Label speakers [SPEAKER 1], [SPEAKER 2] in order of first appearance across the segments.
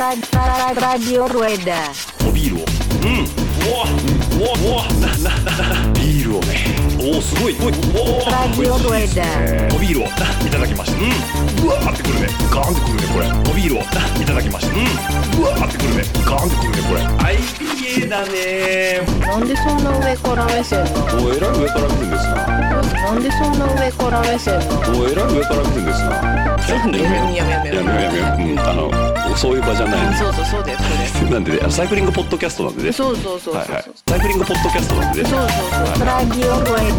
[SPEAKER 1] Radio Rueda.
[SPEAKER 2] おビールをうんうわうわうわななななビールをねおおすごいおいおお
[SPEAKER 1] Radio Rueda.
[SPEAKER 2] おビールをないただきましたうんうわーってくるねガーンってくるねこれおビールをないただきましたうんうわーってくるねガーンってくるねこれ IPA だね
[SPEAKER 3] なんでそんな上から目線なの
[SPEAKER 2] おえらい上から見るんですな
[SPEAKER 3] なんでそんな上から目線なの
[SPEAKER 2] おえらい上から見るんですななんでやめようやめようやめよううんあのそういう場じゃない
[SPEAKER 3] そうそうそうだよそ
[SPEAKER 2] なんでねあのサイクリングポッドキャストなんでね
[SPEAKER 3] れそうそうそうそう
[SPEAKER 2] はい
[SPEAKER 3] そう
[SPEAKER 2] はいサイクリングポッドキャストなんでね
[SPEAKER 3] そうそうそう
[SPEAKER 1] Radio Rueda.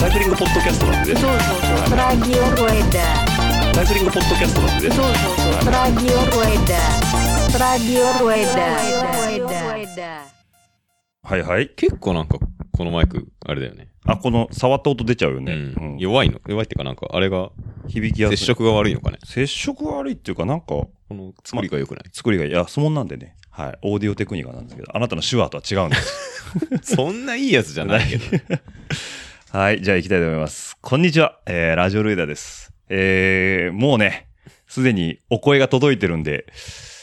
[SPEAKER 2] サイクリングポッドキャストなんでね
[SPEAKER 3] そうそうそう
[SPEAKER 1] Radio Rueda.
[SPEAKER 2] サイクリングポッドキャストなんでね
[SPEAKER 3] そうそうそう
[SPEAKER 1] Radio Rueda. Radio Rueda.
[SPEAKER 4] はいはい。
[SPEAKER 5] 結構なんか、このマイク、あれだよね。
[SPEAKER 4] あ、この触った音出ちゃうよね。
[SPEAKER 5] うん。
[SPEAKER 4] うん
[SPEAKER 5] 弱いの弱いってかなんか、あれが、
[SPEAKER 4] 響きやす
[SPEAKER 5] 接
[SPEAKER 4] い。
[SPEAKER 5] 触が悪いのかね。
[SPEAKER 4] 接触悪いっていうか、なんか、
[SPEAKER 5] この作りが良くない。
[SPEAKER 4] 作りが安物なんでね。はい。オーディオテクニカなんですけど、あなたの手話とは違うんです。
[SPEAKER 5] そんないいやつじゃないけど。
[SPEAKER 4] はい。じゃあ行きたいと思います。こんにちは。えー、ラジオルエダです。えー、もうね、すでにお声が届いてるんで、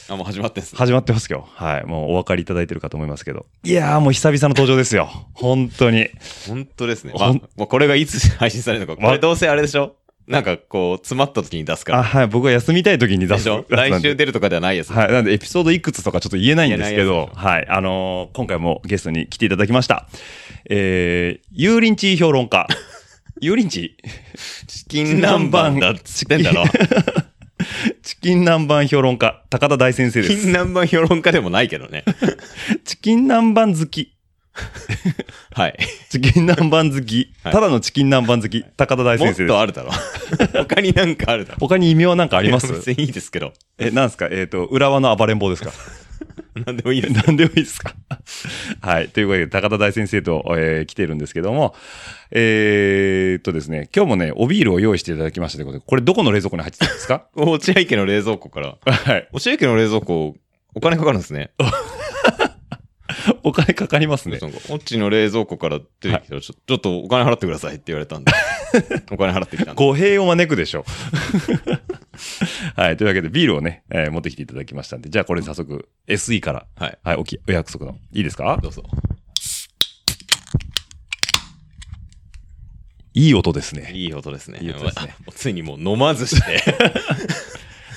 [SPEAKER 5] あ、もう始まってんすね。
[SPEAKER 4] 始まってますけど、はい。もうお分かりいただいてるかと思いますけど。いやー、もう久々の登場ですよ。本当 に。
[SPEAKER 5] 本当ですね。ま
[SPEAKER 4] ほ
[SPEAKER 5] あ、
[SPEAKER 4] ん
[SPEAKER 5] もうこれがいつ配信されるのか。
[SPEAKER 4] ま
[SPEAKER 5] これどうせあれでしょなんかこう、詰まった時に出す
[SPEAKER 4] あ、
[SPEAKER 5] か
[SPEAKER 4] はい。僕は休みたい時に
[SPEAKER 5] ら。
[SPEAKER 4] 出。
[SPEAKER 5] ですしょ来週
[SPEAKER 4] で
[SPEAKER 5] 出るとかではないやつ。
[SPEAKER 4] はい。なんで、エピソードいくつとかちょっと言えないんですけ
[SPEAKER 5] 言えな
[SPEAKER 4] ど
[SPEAKER 5] いや、つ
[SPEAKER 4] はい。あのー今回もゲストに来ていただきました。えー、油淋鶏評論 家。油淋鶏
[SPEAKER 5] チキン南蛮だっつってんだろ。
[SPEAKER 4] チキン南蛮評論家、高田大先生
[SPEAKER 5] チ
[SPEAKER 4] で
[SPEAKER 5] キン
[SPEAKER 4] す。
[SPEAKER 5] 南蛮評論家でもないけどね。
[SPEAKER 4] チキン南蛮好き。
[SPEAKER 5] はい。
[SPEAKER 4] チキン南蛮好き。
[SPEAKER 5] はい
[SPEAKER 4] ただのチキン南蛮好き、高田大
[SPEAKER 5] もっ
[SPEAKER 4] 先生で
[SPEAKER 5] と
[SPEAKER 4] す。
[SPEAKER 5] あ るだろ。他になんかあるだろ。
[SPEAKER 4] 他に異名はなんかありま
[SPEAKER 5] いや別
[SPEAKER 4] す
[SPEAKER 5] にいいです けど。
[SPEAKER 4] え、なんですかえっ、と、浦和の暴れん坊ですか
[SPEAKER 5] なんでもいいです。
[SPEAKER 4] なんでもいいですか はい。ということで、高田大先生と、えー来てるんですけども、えー、っとですね、今日もね、おビールを用意していただきましたということで、これどこの冷蔵庫に入ってたんですか
[SPEAKER 5] 落合家の冷蔵庫から。
[SPEAKER 4] はい。
[SPEAKER 5] 落合家の冷蔵庫、お金かかるんですね。
[SPEAKER 4] お金かかりますね。
[SPEAKER 5] なんかオッチの冷蔵庫から出てきたら、ちょちょっとお金払ってくださいって言われ たんで、お金払ってきたんで。
[SPEAKER 4] 語弊を招くでしょう。 はい。というわけで、ビールをね、えー持ってきていただきましたんで、じゃあこれ早速、SE から、
[SPEAKER 5] はい。
[SPEAKER 4] はい、おき、お約束の。いいですか
[SPEAKER 5] どうぞ。
[SPEAKER 4] いい音ですね。
[SPEAKER 5] いい音ですね。
[SPEAKER 4] いい音ですね
[SPEAKER 5] まあもうついにもう 飲まずして、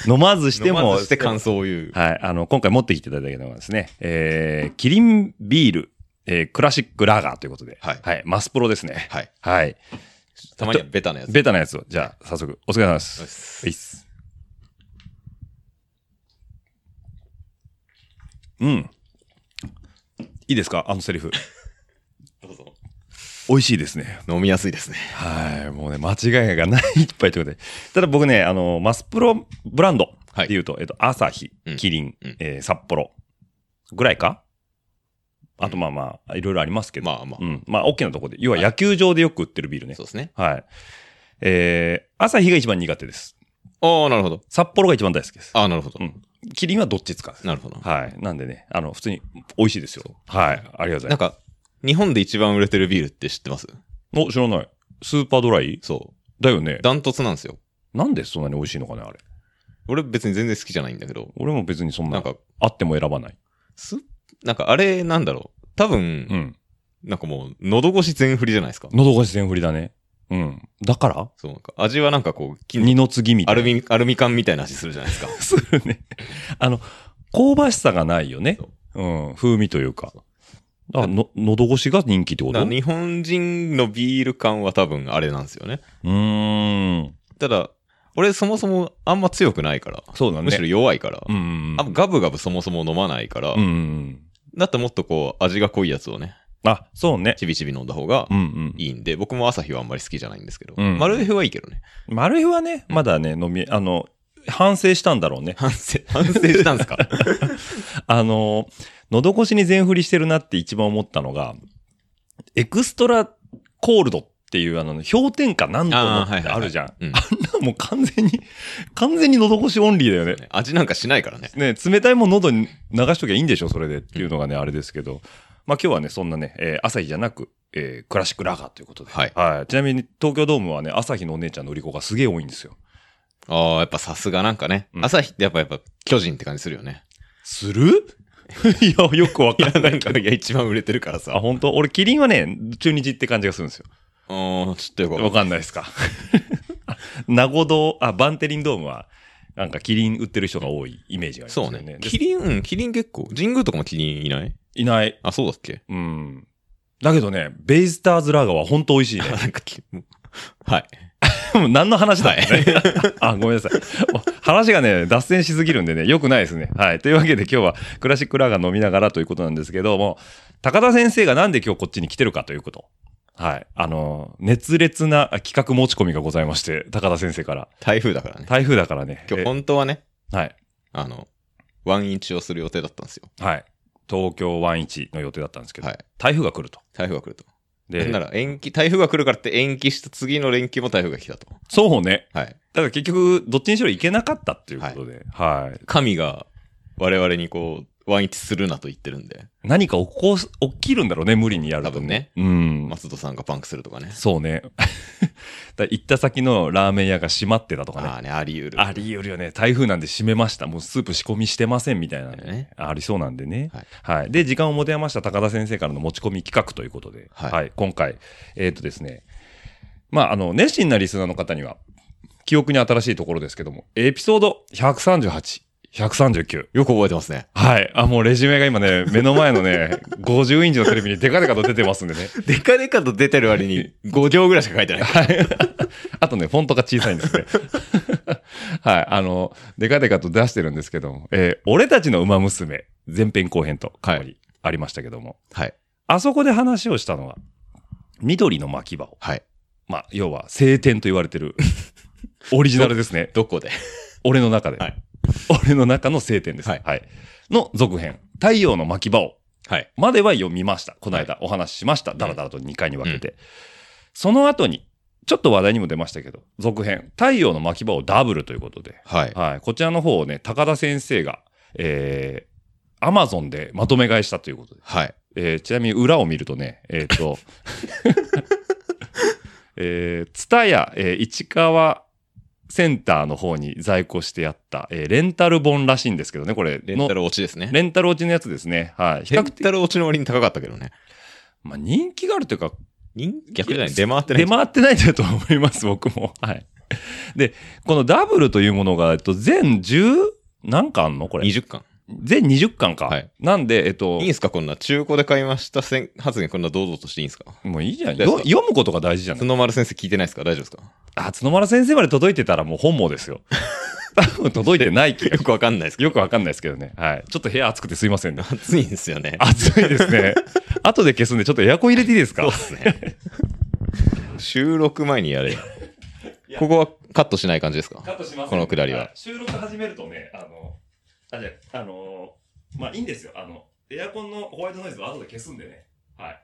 [SPEAKER 4] 飲まずして
[SPEAKER 5] 飲
[SPEAKER 4] も、
[SPEAKER 5] まずして感想を言う。
[SPEAKER 4] はい。あの、今回持ってきていただいたのがですね、えー、キリンビール、えー、クラシックラガーということで、
[SPEAKER 5] はい
[SPEAKER 4] マスプロですね。
[SPEAKER 5] はい。
[SPEAKER 4] はい。
[SPEAKER 5] たまにはベタなやつ。
[SPEAKER 4] ベタなやつを、じゃあ、早速、お疲れ様で
[SPEAKER 5] よし
[SPEAKER 4] す。
[SPEAKER 5] す
[SPEAKER 4] はいっす。うん。いいですかあのセリフ。
[SPEAKER 5] どうぞ。
[SPEAKER 4] 美味しいですね。
[SPEAKER 5] 飲みやすいですね。
[SPEAKER 4] はい。もうね、間違いがないいっぱいということで。ただ僕ね、あの、マスプロブランド
[SPEAKER 5] はい
[SPEAKER 4] っていうと、えっと、アサヒ
[SPEAKER 5] うん、
[SPEAKER 4] キリン、
[SPEAKER 5] うん
[SPEAKER 4] えー札幌ぐらいかあとまあまあ、いろいろありますけど。
[SPEAKER 5] まあまあ
[SPEAKER 4] う。ん。まあ、大きなところで。要は野球場でよく売ってるビールね
[SPEAKER 5] そ。うですね。
[SPEAKER 4] はい。えー、朝日が一番苦手です。
[SPEAKER 5] ああ、なるほど。
[SPEAKER 4] 札幌が一番大好きです。
[SPEAKER 5] ああ、なるほど
[SPEAKER 4] う。ん。キリンはどっちつかです。
[SPEAKER 5] なるほど。
[SPEAKER 4] はい。なんでね、あの、普通に美味しいですよ。はい。ありがとうござい
[SPEAKER 5] な
[SPEAKER 4] ま
[SPEAKER 5] んか、日本で一番売れてるビールって知ってます
[SPEAKER 4] す。お、知らない。スーパードライ
[SPEAKER 5] そ
[SPEAKER 4] だよね
[SPEAKER 5] う。。ダントツなんですよ。
[SPEAKER 4] なんでそんなに美味しいのかね、あれ。
[SPEAKER 5] 俺別に全然好きじゃないんだけど、
[SPEAKER 4] 俺も別にそんな
[SPEAKER 5] な、
[SPEAKER 4] ん
[SPEAKER 5] か、
[SPEAKER 4] あっても選ばない。
[SPEAKER 5] す、なんかあれなんだろう。多分、
[SPEAKER 4] うん。
[SPEAKER 5] なんかもう、喉越し全振りじゃないですか。
[SPEAKER 4] 喉越し全振りだね。うん。だから
[SPEAKER 5] そう、なんか味はなんかこう、金
[SPEAKER 4] 二の次みた
[SPEAKER 5] ア
[SPEAKER 4] いな。
[SPEAKER 5] ルミ、アルミ缶みたいな味するじゃないですか。
[SPEAKER 4] するね。あの、香ばしさがないよね
[SPEAKER 5] そう。
[SPEAKER 4] うん。風味というか。あ、の、喉越しが人気ってこ
[SPEAKER 5] だ
[SPEAKER 4] と
[SPEAKER 5] か
[SPEAKER 4] う
[SPEAKER 5] ら日本人のビール感は多分あれなんですよね。
[SPEAKER 4] ーん。
[SPEAKER 5] ただ、俺そもそもあんま強くないから、
[SPEAKER 4] そうだね。
[SPEAKER 5] むしろ弱いから、
[SPEAKER 4] うんうんうん。
[SPEAKER 5] あんまガブガブそもそも飲まないから、
[SPEAKER 4] うんうんうん。
[SPEAKER 5] だってもっとこう、味が濃いやつをね、
[SPEAKER 4] あ、そうね。
[SPEAKER 5] ちびちび飲んだ方が
[SPEAKER 4] うんうん。
[SPEAKER 5] いいんで、僕も朝日はあんまり好きじゃないんですけど、
[SPEAKER 4] うん
[SPEAKER 5] マルエフはいいけどね。
[SPEAKER 4] マルエフはね、まだね、飲み、あの、反省したんだろうね。
[SPEAKER 5] 反省、 反省したん ですか
[SPEAKER 4] あの、喉越しに全振りしてるなって一番思ったのが、エクストラコールドっていうあの、氷点下何度も
[SPEAKER 5] あー
[SPEAKER 4] っ
[SPEAKER 5] はいはい
[SPEAKER 4] て
[SPEAKER 5] はい
[SPEAKER 4] あるじゃん。
[SPEAKER 5] うん
[SPEAKER 4] あんなもう完全に、完全に喉越しオンリーだよね。
[SPEAKER 5] 味なんかしないからね。
[SPEAKER 4] ね、冷たいもん喉に流しときゃいいんでしょ、それでっていうのがね、あれですけど。まあ今日はね、そんなね、えー朝日じゃなく、えークラシックラガーということで。
[SPEAKER 5] はい
[SPEAKER 4] ちなみに東京ドームはね、朝日のお姉ちゃんの売り子がすげえ多いんですよ。
[SPEAKER 5] ああ、やっぱさすがなんかね。
[SPEAKER 4] うん
[SPEAKER 5] 朝日ってやっぱやっぱ巨人って感じするよね。
[SPEAKER 4] する いや、よくわかんないけど。
[SPEAKER 5] いや、一番売れてるから
[SPEAKER 4] あ、
[SPEAKER 5] さ。
[SPEAKER 4] 本当俺、キリンはね、中日って感じがするんですよ。
[SPEAKER 5] うん、ちょっとよくわか
[SPEAKER 4] わ
[SPEAKER 5] んない
[SPEAKER 4] かんないですか。名護堂、あ、バンテリンドームは、なんかキリン売ってる人が多いイメージがあります
[SPEAKER 5] そ
[SPEAKER 4] よ
[SPEAKER 5] う
[SPEAKER 4] ね。
[SPEAKER 5] ね。
[SPEAKER 4] で
[SPEAKER 5] キリン、うん、キリン結構。神宮とかもキリンいない
[SPEAKER 4] いない。
[SPEAKER 5] あ、そうだっけ
[SPEAKER 4] うん。だけどね、ベイスターズラーガーは本当美味しいね
[SPEAKER 5] あ、。なんかき、はい。
[SPEAKER 4] もう何の話だっけ、ね あ、ごめんなさい。話がね、脱線しすぎるんでね、良くないですね。はい。というわけで今日はクラシックラーガー飲みながらということなんですけども、高田先生がなんで今日こっちに来てるかということ。はい。あの、熱烈な企画持ち込みがございまして、高田先生から。
[SPEAKER 5] 台風だからね。
[SPEAKER 4] 台風だからね。
[SPEAKER 5] 今日本当はね、
[SPEAKER 4] えはい。
[SPEAKER 5] あの、ワンインチをする予定だったんですよ。
[SPEAKER 4] はい。東京湾一の予定だったんですけど、
[SPEAKER 5] はい。
[SPEAKER 4] 台風が来ると。
[SPEAKER 5] 台風が来ると。
[SPEAKER 4] で
[SPEAKER 5] なんな、ら延期、台風が来るからって延期した次の連休も台風が来たと。
[SPEAKER 4] そうね。
[SPEAKER 5] はい。
[SPEAKER 4] だから結局、どっちにしろ行けなかったっていうことで、はい。
[SPEAKER 5] 神が我々にこう、ワンインチするなと言ってるんで、
[SPEAKER 4] 何か起こす、起きるんだろうね、無理にやると。
[SPEAKER 5] 多分ね。
[SPEAKER 4] うん。
[SPEAKER 5] 松戸さんがパンクするとかね。
[SPEAKER 4] そうね。 だ行った先のラーメン屋が閉まってたとかね。
[SPEAKER 5] ああね、あり得る。
[SPEAKER 4] あり得るよね。台風なんで閉めました。もうスープ仕込みしてませんみたいなね。
[SPEAKER 5] ね
[SPEAKER 4] ありそうなんでね。
[SPEAKER 5] はい
[SPEAKER 4] はい。で、時間を持て余した高田先生からの持ち込み企画ということで、は。
[SPEAKER 5] はいい
[SPEAKER 4] 今回、えっ、とですね。まあ、あの、熱心なリスナーの方には、記憶に新しいところですけども、エピソード138、139。
[SPEAKER 5] よく覚えてますね。
[SPEAKER 4] はい。あ、もうレジュメが今ね、目の前のね、50インチの テレビにデカデカと出てますんでね。
[SPEAKER 5] でかでかと出てる割に5行ぐらいしか書いてない。
[SPEAKER 4] あとね、フォントが小さいんですね。 はい。あの、デカデカと出してるんですけども、えー俺たちの馬娘、前編後編と、かなりありましたけども、
[SPEAKER 5] はい。
[SPEAKER 4] あそこで話をしたのは、緑の巻き場を。
[SPEAKER 5] はい。
[SPEAKER 4] まあ、要は、晴天と言われて る、オリジナルですね。
[SPEAKER 5] どこで
[SPEAKER 4] 俺の中で。
[SPEAKER 5] はい
[SPEAKER 4] 俺の中の晴天です。
[SPEAKER 5] はい
[SPEAKER 4] の続編、太陽の巻き場を。
[SPEAKER 5] はい。
[SPEAKER 4] までは読みました。この間お話ししました。だらだらと2回に分けて。その後に、ちょっと話題にも出ましたけど、続編、太陽の巻き場をダブルということで、
[SPEAKER 5] はい。
[SPEAKER 4] はい、こちらの方をね、高田先生が、えー、アマゾンでまとめ買いしたということで、
[SPEAKER 5] はい。
[SPEAKER 4] えーちなみに裏を見るとね、えっ、と、 えー、ツタヤ、えー市川センターの方に在庫してやった、えーレンタル本らしいんですけどね、これ、
[SPEAKER 5] レンタ
[SPEAKER 4] の
[SPEAKER 5] ル落ちですね。
[SPEAKER 4] レンタル落ちのやつですね。はい。比
[SPEAKER 5] レ
[SPEAKER 4] 較
[SPEAKER 5] ン
[SPEAKER 4] 的
[SPEAKER 5] タル落ちの割に高かったけどね。
[SPEAKER 4] まあ、人気があるというか、
[SPEAKER 5] 人逆じゃないい
[SPEAKER 4] や
[SPEAKER 5] 出回ってない。
[SPEAKER 4] 出回ってないんだと思います、僕も。 はい。で、このダブルというものが、えっと、全10、何巻あんのこれ。
[SPEAKER 5] 20巻。
[SPEAKER 4] 全20巻か。
[SPEAKER 5] はい
[SPEAKER 4] なんで、えっと
[SPEAKER 5] いい、んすかこんな中古で買いましたせん発言こんな堂々としていいんすか
[SPEAKER 4] もういいじゃん。
[SPEAKER 5] です
[SPEAKER 4] よ
[SPEAKER 5] か
[SPEAKER 4] 読むことが大事じゃない
[SPEAKER 5] 角丸先生聞いてないですか大丈夫ですか
[SPEAKER 4] あ、角丸先生まで届いてたらもう本望です よ。多分届いてない気が
[SPEAKER 5] よくわかんないですけど。
[SPEAKER 4] よくわかんないですけどね。はい。ちょっと部屋暑くてすいませんね。
[SPEAKER 5] 暑いんですよね。
[SPEAKER 4] 暑いです ね。後で消すんで、ちょっとエアコン入れていいです
[SPEAKER 5] そう
[SPEAKER 4] か
[SPEAKER 5] ですね。収録前にやれ。ここはカットしない感じですか
[SPEAKER 4] カットします
[SPEAKER 5] このくだりは
[SPEAKER 4] 収録始めるとね、あの、あ、じゃあ、あのーまあ、いいんですよ。あの、エアコンのホワイトノイズは後で消すんでね。はい。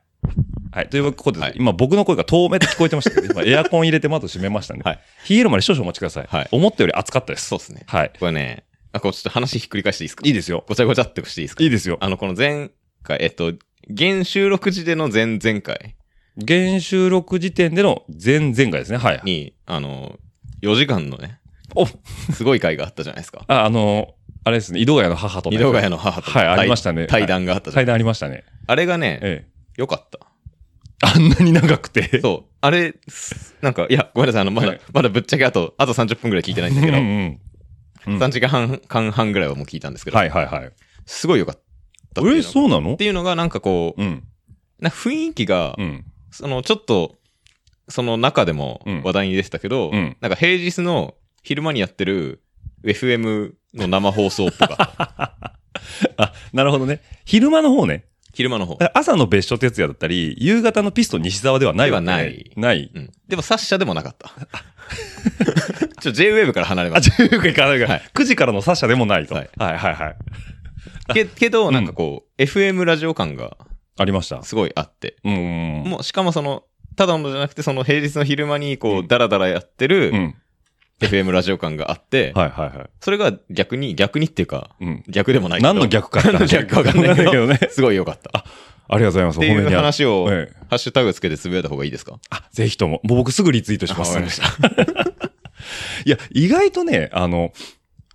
[SPEAKER 4] はい。ということで、
[SPEAKER 5] はい
[SPEAKER 4] 今僕の声が遠目と聞こえてましたけど、今エアコン入れて窓閉めましたね。
[SPEAKER 5] はい
[SPEAKER 4] 冷えるまで少々お待ちください。
[SPEAKER 5] はい
[SPEAKER 4] 思ったより暑かったです。
[SPEAKER 5] そうですね。
[SPEAKER 4] はい。
[SPEAKER 5] これね、あ、こうちょっと話ひっくり返していいですか
[SPEAKER 4] いいですよ。
[SPEAKER 5] ごちゃごちゃってしていいですか
[SPEAKER 4] いいですよ。
[SPEAKER 5] あの、この前回、えっと、現収録時での前々回
[SPEAKER 4] 現収録時点での前々回ですね。はい。
[SPEAKER 5] に、あの、4時間のね、
[SPEAKER 4] お。
[SPEAKER 5] すごい回があったじゃないですか
[SPEAKER 4] あ、あのーあれですね。井戸ヶ谷の母とね。
[SPEAKER 5] 二度ヶ谷の母との
[SPEAKER 4] はいありましたね
[SPEAKER 5] 対対談があったじゃ
[SPEAKER 4] 対
[SPEAKER 5] ん。
[SPEAKER 4] 談ありましたね。
[SPEAKER 5] あれがね、
[SPEAKER 4] ええ。
[SPEAKER 5] よかった。
[SPEAKER 4] あんなに長くて。
[SPEAKER 5] そう。あれ、すなんか、いや、ごめんなさい。あの、ま
[SPEAKER 4] は
[SPEAKER 5] だ
[SPEAKER 4] い、
[SPEAKER 5] まだぶっちゃけあと、あと30分ぐらい聞いてないんだ
[SPEAKER 4] うん
[SPEAKER 5] け
[SPEAKER 4] う
[SPEAKER 5] ど、
[SPEAKER 4] ん。うん
[SPEAKER 5] 3時間半、間半ぐらいはもう聞いたんですけど、
[SPEAKER 4] はいはいはい。
[SPEAKER 5] すごいよかったっていうの
[SPEAKER 4] え、
[SPEAKER 5] が。っ
[SPEAKER 4] そうなの
[SPEAKER 5] ていうのが、なんかこ
[SPEAKER 4] う
[SPEAKER 5] う、
[SPEAKER 4] ん。
[SPEAKER 5] なんか雰囲気が、
[SPEAKER 4] うん。
[SPEAKER 5] その、ちょっと、その中でも
[SPEAKER 4] うん
[SPEAKER 5] 話題に出てたけど、
[SPEAKER 4] うん
[SPEAKER 5] なんか平日の昼間にやってる FM の生放送っぽか った。
[SPEAKER 4] あ、なるほどね。昼間の方ね。
[SPEAKER 5] 昼間の方。
[SPEAKER 4] 朝の別所哲也だったり、夕方のピスト西沢ではないわけね
[SPEAKER 5] ではない
[SPEAKER 4] ない。
[SPEAKER 5] うん。でも、サッシャでもなか った。ちょ、J-Wave から離れ
[SPEAKER 4] あ、
[SPEAKER 5] ま
[SPEAKER 4] じ
[SPEAKER 5] し
[SPEAKER 4] ゃあよく行かないが、
[SPEAKER 5] はい
[SPEAKER 4] 9時からのサッシャでもないと。は
[SPEAKER 5] はいい、
[SPEAKER 4] はい、はい。
[SPEAKER 5] た。けけど、なんかこう、FM ラジオ感が
[SPEAKER 4] ありました。
[SPEAKER 5] すごいあって、
[SPEAKER 4] うんうんうん。
[SPEAKER 5] もう、しかもその、ただのじゃなくて、その平日の昼間に、こ
[SPEAKER 4] うん
[SPEAKER 5] う、ダラダラやって
[SPEAKER 4] う
[SPEAKER 5] る
[SPEAKER 4] ん。
[SPEAKER 5] FM ラジオ感があって、
[SPEAKER 4] はいはいは
[SPEAKER 5] それが逆に、逆にっていうか、
[SPEAKER 4] い。うん。
[SPEAKER 5] 逆でもないけど
[SPEAKER 4] 何の逆か。
[SPEAKER 5] 何の逆かわかんな いけど、
[SPEAKER 4] ね。
[SPEAKER 5] すごい良かった。
[SPEAKER 4] ありがとうございます。
[SPEAKER 5] っていう
[SPEAKER 4] ある
[SPEAKER 5] 話を、
[SPEAKER 4] ええ
[SPEAKER 5] ハッシュタグつけてつぶやいた方がいいですか
[SPEAKER 4] あ、ぜひとも。もう僕すぐリツイートします。
[SPEAKER 5] あわかりました
[SPEAKER 4] いや、意外とね、あの、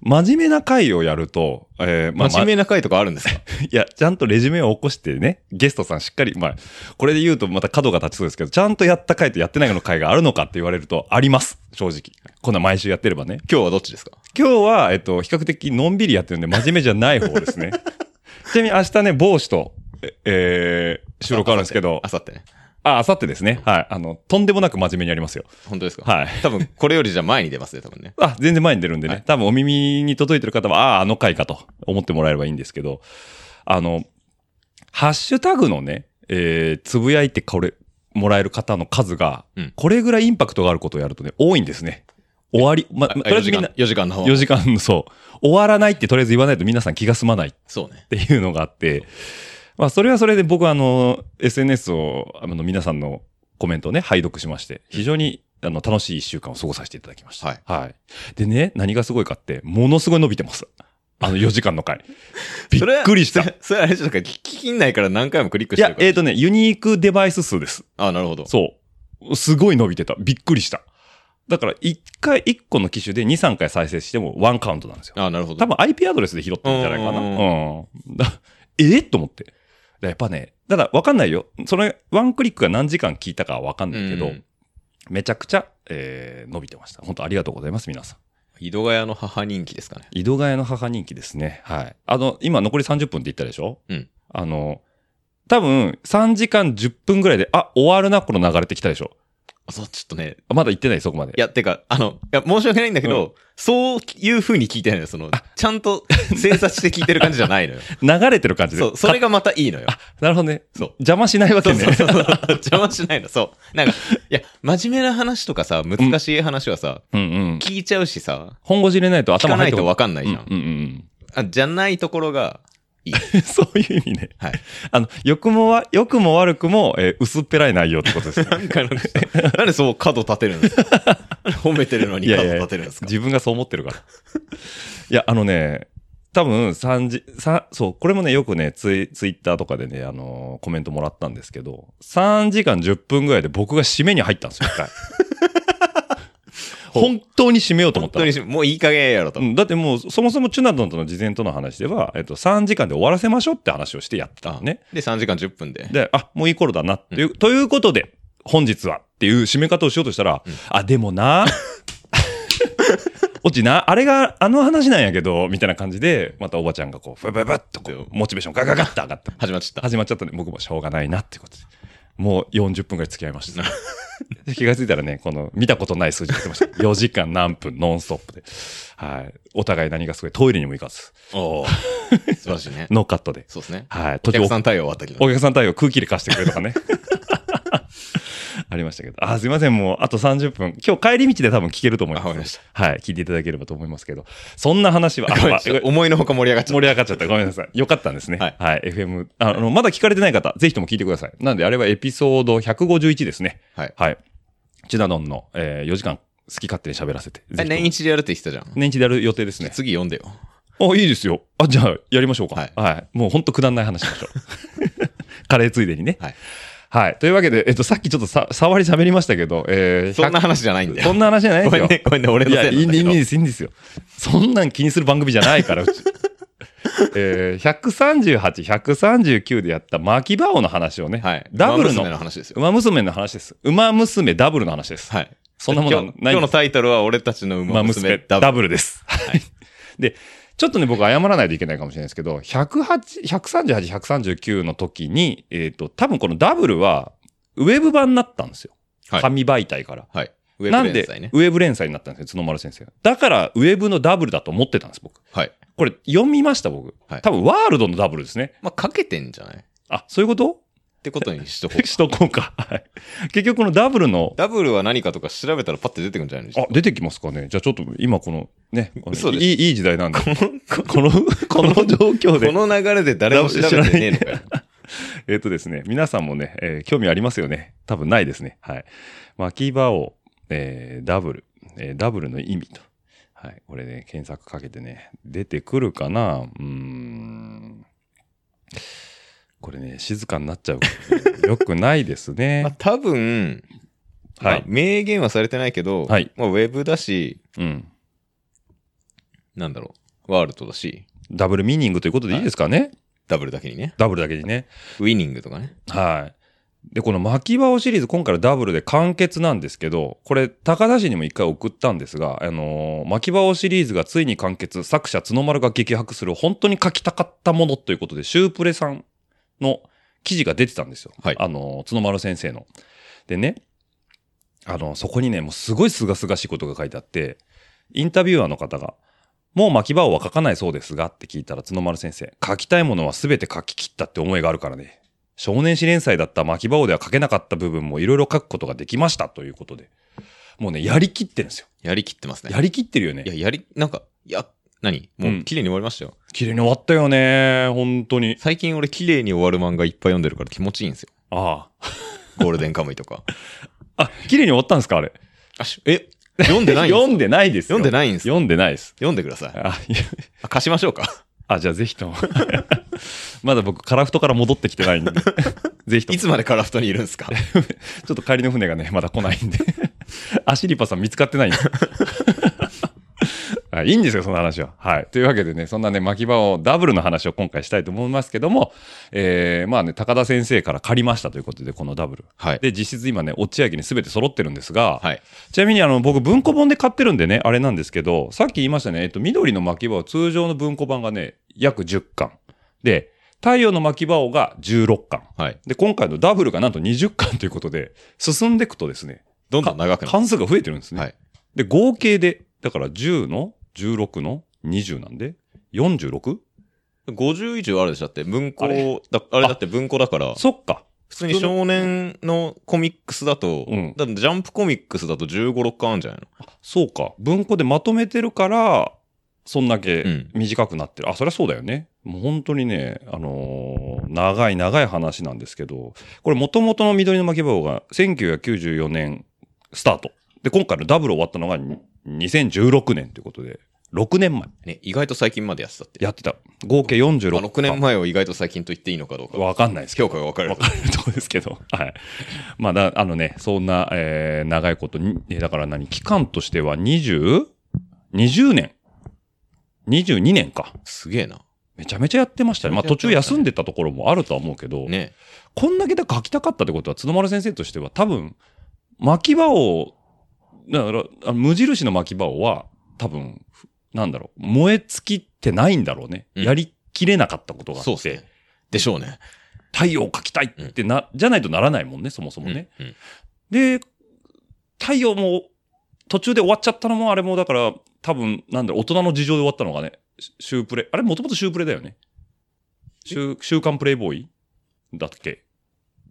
[SPEAKER 4] 真面目な回をやると、えーまあ、
[SPEAKER 5] 真面目な回とかあるんです か
[SPEAKER 4] いや、ちゃんとレジュメを起こしてね、ゲストさんしっかり、まあ、これで言うとまた角が立ちそうですけど、ちゃんとやった回とやってないの回があるのかって言われると、あります。正直。こんな毎週やってればね。
[SPEAKER 5] 今日はどっちですか
[SPEAKER 4] 今日は、えっと、比較的のんびりやってるんで、真面目じゃない方ですね。 ちなみに明日ね、帽子と、ええー収録あるんですけど
[SPEAKER 5] あ、さってね。
[SPEAKER 4] あ、あさってですね。はい。あの、とんでもなく真面目にやりますよ。
[SPEAKER 5] 本当ですか
[SPEAKER 4] はい。
[SPEAKER 5] 多分、これよりじゃ前に出ますね、多分ね。
[SPEAKER 4] あ、全然前に出るんでね。
[SPEAKER 5] はい
[SPEAKER 4] 多分お耳に届いてる方は、ああ、あの回かと思ってもらえればいいんですけど、あの、ハッシュタグのね、えー、つぶやいてこれ、もらえる方の数が、
[SPEAKER 5] うん
[SPEAKER 4] これぐらいインパクトがあることをやるとね、多いんですね。終わり、ま、まとりあ
[SPEAKER 5] 4
[SPEAKER 4] えず
[SPEAKER 5] 時
[SPEAKER 4] みん
[SPEAKER 5] 間
[SPEAKER 4] な、、
[SPEAKER 5] 4時間の方
[SPEAKER 4] 4時間、そう、終わらないってとりあえず言わないと皆さん気が済まないっ
[SPEAKER 5] そうね。
[SPEAKER 4] ていうのがあって、まあ、それはそれで僕はあの、SNS を、あの、皆さんのコメントをね、拝読しまして、非常に、あの、楽しい一週間を過ごさせていただきました。
[SPEAKER 5] はい。
[SPEAKER 4] でね、何がすごいかって、ものすごい伸びてます。あの4時 間の回。びっくりした。
[SPEAKER 5] そ
[SPEAKER 4] い
[SPEAKER 5] れそれあれじゃなんか聞きんないから何回もクリックして
[SPEAKER 4] や
[SPEAKER 5] る、から。
[SPEAKER 4] えっ、とね、ユニークデバイス数です。
[SPEAKER 5] あ、なるほど。
[SPEAKER 4] そう。すごい伸びてた。びっくりした。だから、1回、1個の機種で2、3回再生しても1カウントなんですよ。
[SPEAKER 5] あ、なるほど。
[SPEAKER 4] 多分 IP アドレスで拾ってるんじゃないかな。
[SPEAKER 5] う
[SPEAKER 4] うん。 だえと思って。だやっぱね、ただわかんないよ。そのワンクリックが何時間聞いたかはわかんないけど、
[SPEAKER 5] うん
[SPEAKER 4] めちゃくちゃ、えー伸びてました。本当ありがとうございます、皆さん。
[SPEAKER 5] 井戸ヶ谷の母人気ですかね。
[SPEAKER 4] 井戸ヶ谷の母人気ですね。はい。あの、今残り30分って言ったでしょ
[SPEAKER 5] うん
[SPEAKER 4] あの、多分3時間10分ぐらいで、あ、終わるな、この流れてきたでしょ
[SPEAKER 5] あそう、ちょっとね。
[SPEAKER 4] あまだ行ってない、そこまで。
[SPEAKER 5] いや、てか、あの、いや、申し訳ないんだけど、そういう風に聞いてないのよ。その、ちゃんと精査して聞いてる感じじゃ ないのよ。
[SPEAKER 4] 流れてる感じで。
[SPEAKER 5] そう、それがまたいいのよ。
[SPEAKER 4] かなるほどね。
[SPEAKER 5] そう
[SPEAKER 4] 邪魔しないわけ
[SPEAKER 5] そう
[SPEAKER 4] ね。
[SPEAKER 5] そうそう。邪魔しないの。そう。なんか、いや、真面目な話とかさ、難しい話はさ、
[SPEAKER 4] うんうん。
[SPEAKER 5] 聞いちゃうしさ、
[SPEAKER 4] 本腰入れないと
[SPEAKER 5] 聞
[SPEAKER 4] 頭
[SPEAKER 5] かな
[SPEAKER 4] 入
[SPEAKER 5] い
[SPEAKER 4] って
[SPEAKER 5] と
[SPEAKER 4] こ
[SPEAKER 5] わかんないじゃ
[SPEAKER 4] うんうんうん。
[SPEAKER 5] ん。あじゃないところが、いい。
[SPEAKER 4] そういう意味ね。
[SPEAKER 5] はい。
[SPEAKER 4] あの、良くもわ、良くも悪くも、えー薄っぺらい内容ってことです ね。
[SPEAKER 5] なんかなんかなんでそう角立てるんですか 褒めてるのに
[SPEAKER 4] いや
[SPEAKER 5] 角
[SPEAKER 4] いやいや
[SPEAKER 5] 立てるんですか
[SPEAKER 4] 自分がそう思ってるから。いや、あのね、多分3時、さそう、これもね、よくね、ツイツイッターとかでね、あのーコメントもらったんですけど、3時間10分ぐらいで僕が締めに入ったんですよ、一 回。本当に締めようと思
[SPEAKER 5] 本
[SPEAKER 4] った
[SPEAKER 5] 当
[SPEAKER 4] の
[SPEAKER 5] にしもういい加減やろと。
[SPEAKER 4] うんだってもう、そもそもチュナドンとの事前との話では、えっと、3時間で終わらせましょうって話をしてやってたのね。
[SPEAKER 5] で、3時間10分で。
[SPEAKER 4] で、あ、もういい頃だなっていう、ということで、本日はっていう締め方をしようとしたら、あ、でもな、オチな、あれが、あの話なんやけど、みたいな感じで、またおばちゃんがこう、ふばばっとこう、モチベーションガガガッと上がって、
[SPEAKER 5] 始まっちゃった。
[SPEAKER 4] 始まっちゃったんで、僕もしょうがないなってことで。もう40分ぐらい付き合いました。 で気がついたらね、この見たことない数字が出てました。4時 間何分ノンストップで。はい。お互い何がすごい、トイレにも行かず、
[SPEAKER 5] おお。素晴らしい ね。
[SPEAKER 4] ノーカットで。
[SPEAKER 5] そうですね。
[SPEAKER 4] はい。
[SPEAKER 5] お
[SPEAKER 4] 途中
[SPEAKER 5] 客さん対応終わったけど。
[SPEAKER 4] お客さん対応空気で貸してくれとかね。 ありましたけど。あ、すいません。もう、あと30分。今日帰り道で多分聞けると思います。
[SPEAKER 5] わかりました
[SPEAKER 4] はい。聞いていただければと思いますけど。そんな話は、あ
[SPEAKER 5] ごめん
[SPEAKER 4] まあ
[SPEAKER 5] ちょっと思いのほか盛り上がっちゃ
[SPEAKER 4] 盛
[SPEAKER 5] っ
[SPEAKER 4] り上がっちゃった。ごめんなさい。よかったんですね。
[SPEAKER 5] は
[SPEAKER 4] はいい。FM、あの、まだ聞かれてない方、ぜひとも聞いてください。なんで、あれはエピソード151ですね。
[SPEAKER 5] た。はい。
[SPEAKER 4] はい。チナドンの、えー4時間好き勝手に喋らせて。ぜひとも
[SPEAKER 5] 年一でやるって言ってたじゃん。
[SPEAKER 4] 年一でやる予定ですね。
[SPEAKER 5] 次読んでよ。
[SPEAKER 4] あ、いいですよ。あ、じゃあ、やりましょうか。
[SPEAKER 5] は
[SPEAKER 4] はいい。もうほんとくだんない話しましょう。 カレーついでにね。
[SPEAKER 5] はい。
[SPEAKER 4] はい。というわけで、えっと、さっきちょっとさ、触り喋りましたけど、えー、
[SPEAKER 5] そんな
[SPEAKER 4] 100
[SPEAKER 5] 話じゃないんだ
[SPEAKER 4] そ
[SPEAKER 5] よ
[SPEAKER 4] ん。な話じゃないで
[SPEAKER 5] ご
[SPEAKER 4] す
[SPEAKER 5] めん
[SPEAKER 4] よ。
[SPEAKER 5] ね、ごめんね、俺
[SPEAKER 4] い
[SPEAKER 5] のせ
[SPEAKER 4] や、いい
[SPEAKER 5] い
[SPEAKER 4] ん
[SPEAKER 5] なん
[SPEAKER 4] で
[SPEAKER 5] だ
[SPEAKER 4] いい
[SPEAKER 5] け
[SPEAKER 4] ん
[SPEAKER 5] ど。
[SPEAKER 4] です、いいんですよ。そんなん気にする番組じゃないから、うち。 えー、138、139でやった巻きバオの話をね、
[SPEAKER 5] はい。
[SPEAKER 4] ダブル
[SPEAKER 5] 馬
[SPEAKER 4] の
[SPEAKER 5] 娘、の話ですよ。
[SPEAKER 4] 馬娘の話です。馬娘ダブルの話です。
[SPEAKER 5] はい。
[SPEAKER 4] そんなものは
[SPEAKER 5] 今日
[SPEAKER 4] な
[SPEAKER 5] 今
[SPEAKER 4] い
[SPEAKER 5] 日
[SPEAKER 4] んで
[SPEAKER 5] の
[SPEAKER 4] す
[SPEAKER 5] タイトルは俺たちの
[SPEAKER 4] 馬
[SPEAKER 5] 馬娘
[SPEAKER 4] 娘
[SPEAKER 5] ダブ
[SPEAKER 4] ダ
[SPEAKER 5] ル。
[SPEAKER 4] ブルです。はい。 で、ちょっとね、僕謝らないといけないかもしれないですけど、108、138、139の時に、えっ、と、多分このダブルは、ウェブ版になったんですよ。
[SPEAKER 5] はい
[SPEAKER 4] 紙媒体から。
[SPEAKER 5] はい。ウ
[SPEAKER 4] な
[SPEAKER 5] ェブ
[SPEAKER 4] んで
[SPEAKER 5] 連載ね、。
[SPEAKER 4] ウェブ連載になったんですよ、角丸先生が。だから、ウェブのダブルだと思ってたんです、僕。
[SPEAKER 5] はい。
[SPEAKER 4] これ、読みました、僕。
[SPEAKER 5] はい
[SPEAKER 4] 多分、ワールドのダブルですね。
[SPEAKER 5] まあ、かけてんじゃないっ
[SPEAKER 4] あ、そういうこと
[SPEAKER 5] てことにしとこ う。
[SPEAKER 4] しとこうか。はい結局、このダブルの、
[SPEAKER 5] ダブルは何かとか調べたらパッて出てくるんじゃないの
[SPEAKER 4] あ、出てきますかね。じゃあ、ちょっと、今、この、ね、こ
[SPEAKER 5] 嘘
[SPEAKER 4] の
[SPEAKER 5] で
[SPEAKER 4] い
[SPEAKER 5] す
[SPEAKER 4] い、いい時代なんで。この、 この状況で
[SPEAKER 5] こ。の流れで誰も調べてねえのかよ。
[SPEAKER 4] えっ、とですね、皆さんもね、えー興味ありますよね。多分ないですね。はい。巻き場を、えーダブル、えーダブルの意味と。はい。これね、検索かけてね、出てくるかなうーん。 これね、静かになっちゃう。よくないです
[SPEAKER 5] まあ、
[SPEAKER 4] ね。
[SPEAKER 5] 多分、
[SPEAKER 4] はい
[SPEAKER 5] まあ明言はされてないけど、
[SPEAKER 4] はい
[SPEAKER 5] まあ、ウェブだし、
[SPEAKER 4] うん。
[SPEAKER 5] なんだろう、ワールドだし、
[SPEAKER 4] ダブルミーニングということでいいですかね、
[SPEAKER 5] ダブルだけにね、
[SPEAKER 4] ダブルだけにね。
[SPEAKER 5] ウィニングとかね。
[SPEAKER 4] はい。で、この巻き場をシリーズ、今回はダブルで完結なんですけど、これ、高田氏にも一回送ったんですが、あのー巻き場をシリーズがついに完結、作者角丸が激白する、本当に書きたかったものということで、シュープレさんの記事が出てたんですよ。
[SPEAKER 5] はい
[SPEAKER 4] あのー角丸先生の。でね、あの、そこにね、もうすごい清々しいことが書いてあって、インタビュアーの方が、もう巻き場は書かないそうですがって聞いたら角丸先生、書きたいものは全て書き切ったって思いがあるからね。少年誌連載だった巻き場王では書けなかった部分もいろいろ書くことができましたということで。もうね、やりきってるんですよ。
[SPEAKER 5] やりきってますね。
[SPEAKER 4] やりきってるよ
[SPEAKER 5] いや、
[SPEAKER 4] ね。
[SPEAKER 5] やり、なんか、いや、何も
[SPEAKER 4] うん
[SPEAKER 5] う綺麗に終わりましたよ。
[SPEAKER 4] 綺麗に終わったよね。本当に。
[SPEAKER 5] 最近俺綺麗に終わる漫画いっぱい読んでるから気持ちいいんですよ。
[SPEAKER 4] あ
[SPEAKER 5] ゴールデンカムイ とか。
[SPEAKER 4] あ。あ、綺麗に終わったんですかあれ。
[SPEAKER 5] あしえ読んでないんです
[SPEAKER 4] 読んでないですよ。
[SPEAKER 5] 読んで
[SPEAKER 4] い
[SPEAKER 5] ないんです
[SPEAKER 4] 読んでないです。
[SPEAKER 5] 読んでください。
[SPEAKER 4] あ、いや
[SPEAKER 5] あ貸しましょ うか。
[SPEAKER 4] あじゃあぜひとも。 まだ僕、カラフトから戻ってきてない んで。ぜひとも。
[SPEAKER 5] いつまでカラフトにいるんですか
[SPEAKER 4] ちょっと帰りの船がね、まだ来ないんで。 アシリパさん見つかって ないんです。はいいいんですよ、その話は。はい。というわけでね、そんなね、巻き場を、ダブルの話を今回したいと思いますけども、えー、まあね、高田先生から借りましたということで、このダブル。
[SPEAKER 5] はい。
[SPEAKER 4] で、実質今ね、落合に全て揃ってるんですが、
[SPEAKER 5] はい。
[SPEAKER 4] ちなみにあの、僕、文庫本で買ってるんでね、あれなんですけど、さっき言いましたね、えっと、緑の巻き場を通常の文庫版がね、約10巻。で、太陽の巻き場をが16巻。
[SPEAKER 5] はい。
[SPEAKER 4] で、今回のダブルがなんと20巻ということで、進んでいくとですね、
[SPEAKER 5] どんどん長くなる。
[SPEAKER 4] 関数が増えてるんですね。
[SPEAKER 5] はい
[SPEAKER 4] で、合計で、だから10の16の20なんで、46?
[SPEAKER 5] 50以上あるでしょだって文庫
[SPEAKER 4] あれ
[SPEAKER 5] だ、あれだって文庫だから、
[SPEAKER 4] そっか。
[SPEAKER 5] 普通に少年のコミックスだと、
[SPEAKER 4] うん
[SPEAKER 5] だってジャンプコミックスだと15、6巻あるんじゃないの
[SPEAKER 4] そうか。文庫でまとめてるから、そんだ
[SPEAKER 5] う
[SPEAKER 4] け
[SPEAKER 5] ん
[SPEAKER 4] 短くなってる。あ、そりゃそうだよね。もう本当にね、あのー長い長い話なんですけど、これ元々の緑の巻き棒が1994年スタート。で、今回のダブル終わったのが2016年ということで、6年前。
[SPEAKER 5] ね、意外と最近までやってたって。
[SPEAKER 4] やってた。合計46
[SPEAKER 5] まあ6年前を意外と最近と言っていいのかどうか。
[SPEAKER 4] わかんないですけど。
[SPEAKER 5] 評価が分かれ
[SPEAKER 4] わ
[SPEAKER 5] る。
[SPEAKER 4] かるとこですけど。はい。まあだ、あのね、そんな、えー、長いことに、えだから何、期間としては 20?20 年 ?22 年か。
[SPEAKER 5] すげえな。
[SPEAKER 4] めちゃめちゃやってましたね。まあ
[SPEAKER 5] めちゃ
[SPEAKER 4] 途
[SPEAKER 5] めち
[SPEAKER 4] 中
[SPEAKER 5] ゃやってましたね
[SPEAKER 4] 休んでたところもあるとは思うけど、
[SPEAKER 5] ね。
[SPEAKER 4] こんだけだ書きたかったってことは、角丸先生としては多分、巻き場を、だから、あの無印の巻き場をは、多分、ふなんだろう、燃え尽きてないんだろうね。
[SPEAKER 5] うん
[SPEAKER 4] やりきれなかったことがあって。
[SPEAKER 5] そうっすね。でしょうね。
[SPEAKER 4] 太陽を描きたいってな、じゃないとならないもんね、そもそもね。
[SPEAKER 5] うん。うん
[SPEAKER 4] で、太陽も途中で終わっちゃったのも、あれもだから、多分、なんだろう、大人の事情で終わったのがね、シシュープレ。あれ、もともとシュープレだよね。週週刊プレイボーイだっけ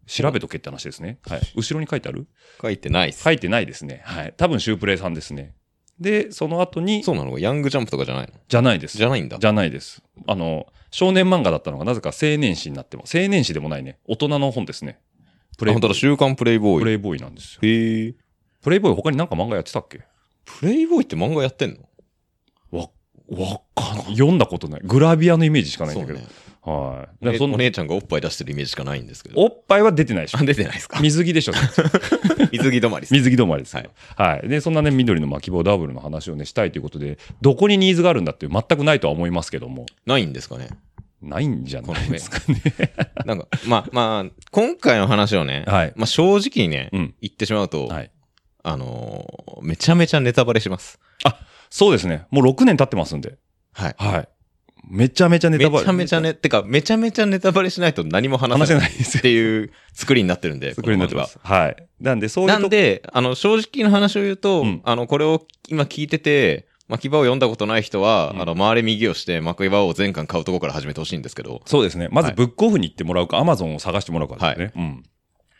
[SPEAKER 4] 調べとけって話ですね。はい。後ろに書いてある
[SPEAKER 5] 書いてないっす。
[SPEAKER 4] 書いてないですね。はい。多分シュープレイさんですね。で、その後に、
[SPEAKER 5] そうなのヤングジャンプとかじゃないの
[SPEAKER 4] じゃないです。
[SPEAKER 5] じゃないんだ。
[SPEAKER 4] じゃないです。あの、少年漫画だったのがなぜか青年誌になっても、青年誌でもないね。大人の本ですね。プ
[SPEAKER 5] あ本当だ、週刊プレイボ
[SPEAKER 4] プ
[SPEAKER 5] ーイ。
[SPEAKER 4] レイボーイなんですよ。
[SPEAKER 5] へえ。
[SPEAKER 4] プレイボーイ他になんか漫画やってたっけ
[SPEAKER 5] プレイボーイって漫画やってんの
[SPEAKER 4] わ、わかんない。読んだことない。グラビアのイメージしかないんだけど。
[SPEAKER 5] ね。
[SPEAKER 4] はい。だから
[SPEAKER 5] え
[SPEAKER 4] そ
[SPEAKER 5] お
[SPEAKER 4] の、
[SPEAKER 5] 姉ちゃんがおっぱい出してるイメージしかないんですけど。
[SPEAKER 4] おっぱいは出てないでしょ
[SPEAKER 5] あ、。出てないですか
[SPEAKER 4] 水着でしょ。
[SPEAKER 5] 水着止まりっす。
[SPEAKER 4] 水着止まりですよ。はい、で、そんなね、緑の巻き棒ダブルの話をね、したいということで、どこにニーズがあるんだっていう全くないとは思いますけども、
[SPEAKER 5] ないんですかね
[SPEAKER 4] ないんじゃないですかね。
[SPEAKER 5] なんか、まあまあ、今回の話をね、
[SPEAKER 4] はい
[SPEAKER 5] まあ正直にね、
[SPEAKER 4] うん
[SPEAKER 5] 言ってしまうと、
[SPEAKER 4] はい。
[SPEAKER 5] あのーめちゃめちゃネタバレします。
[SPEAKER 4] そうですね。もう6年経ってますんで。
[SPEAKER 5] はい。
[SPEAKER 4] はい。めちゃめちゃネタ
[SPEAKER 5] め
[SPEAKER 4] バレ。
[SPEAKER 5] ちゃめちゃね、てか、めちゃめちゃネタバレしないと何も話
[SPEAKER 4] 話せ
[SPEAKER 5] せない
[SPEAKER 4] ないです
[SPEAKER 5] っ
[SPEAKER 4] よ。
[SPEAKER 5] ていう作りになってるんで、
[SPEAKER 4] 作りになってます。はい。なんで、そういうと
[SPEAKER 5] なんで、あの、正直な話を言うと、
[SPEAKER 4] うん
[SPEAKER 5] あの、これを今聞いてて、巻き場を読んだことない人は、
[SPEAKER 4] うん
[SPEAKER 5] あの、回れ右をして、巻き場を全巻買うとこから始めてほしいんですけど、
[SPEAKER 4] そうですね。まず
[SPEAKER 5] はい
[SPEAKER 4] ブックオフに行ってもらうか、アマゾンを探してもらうかですね。うん。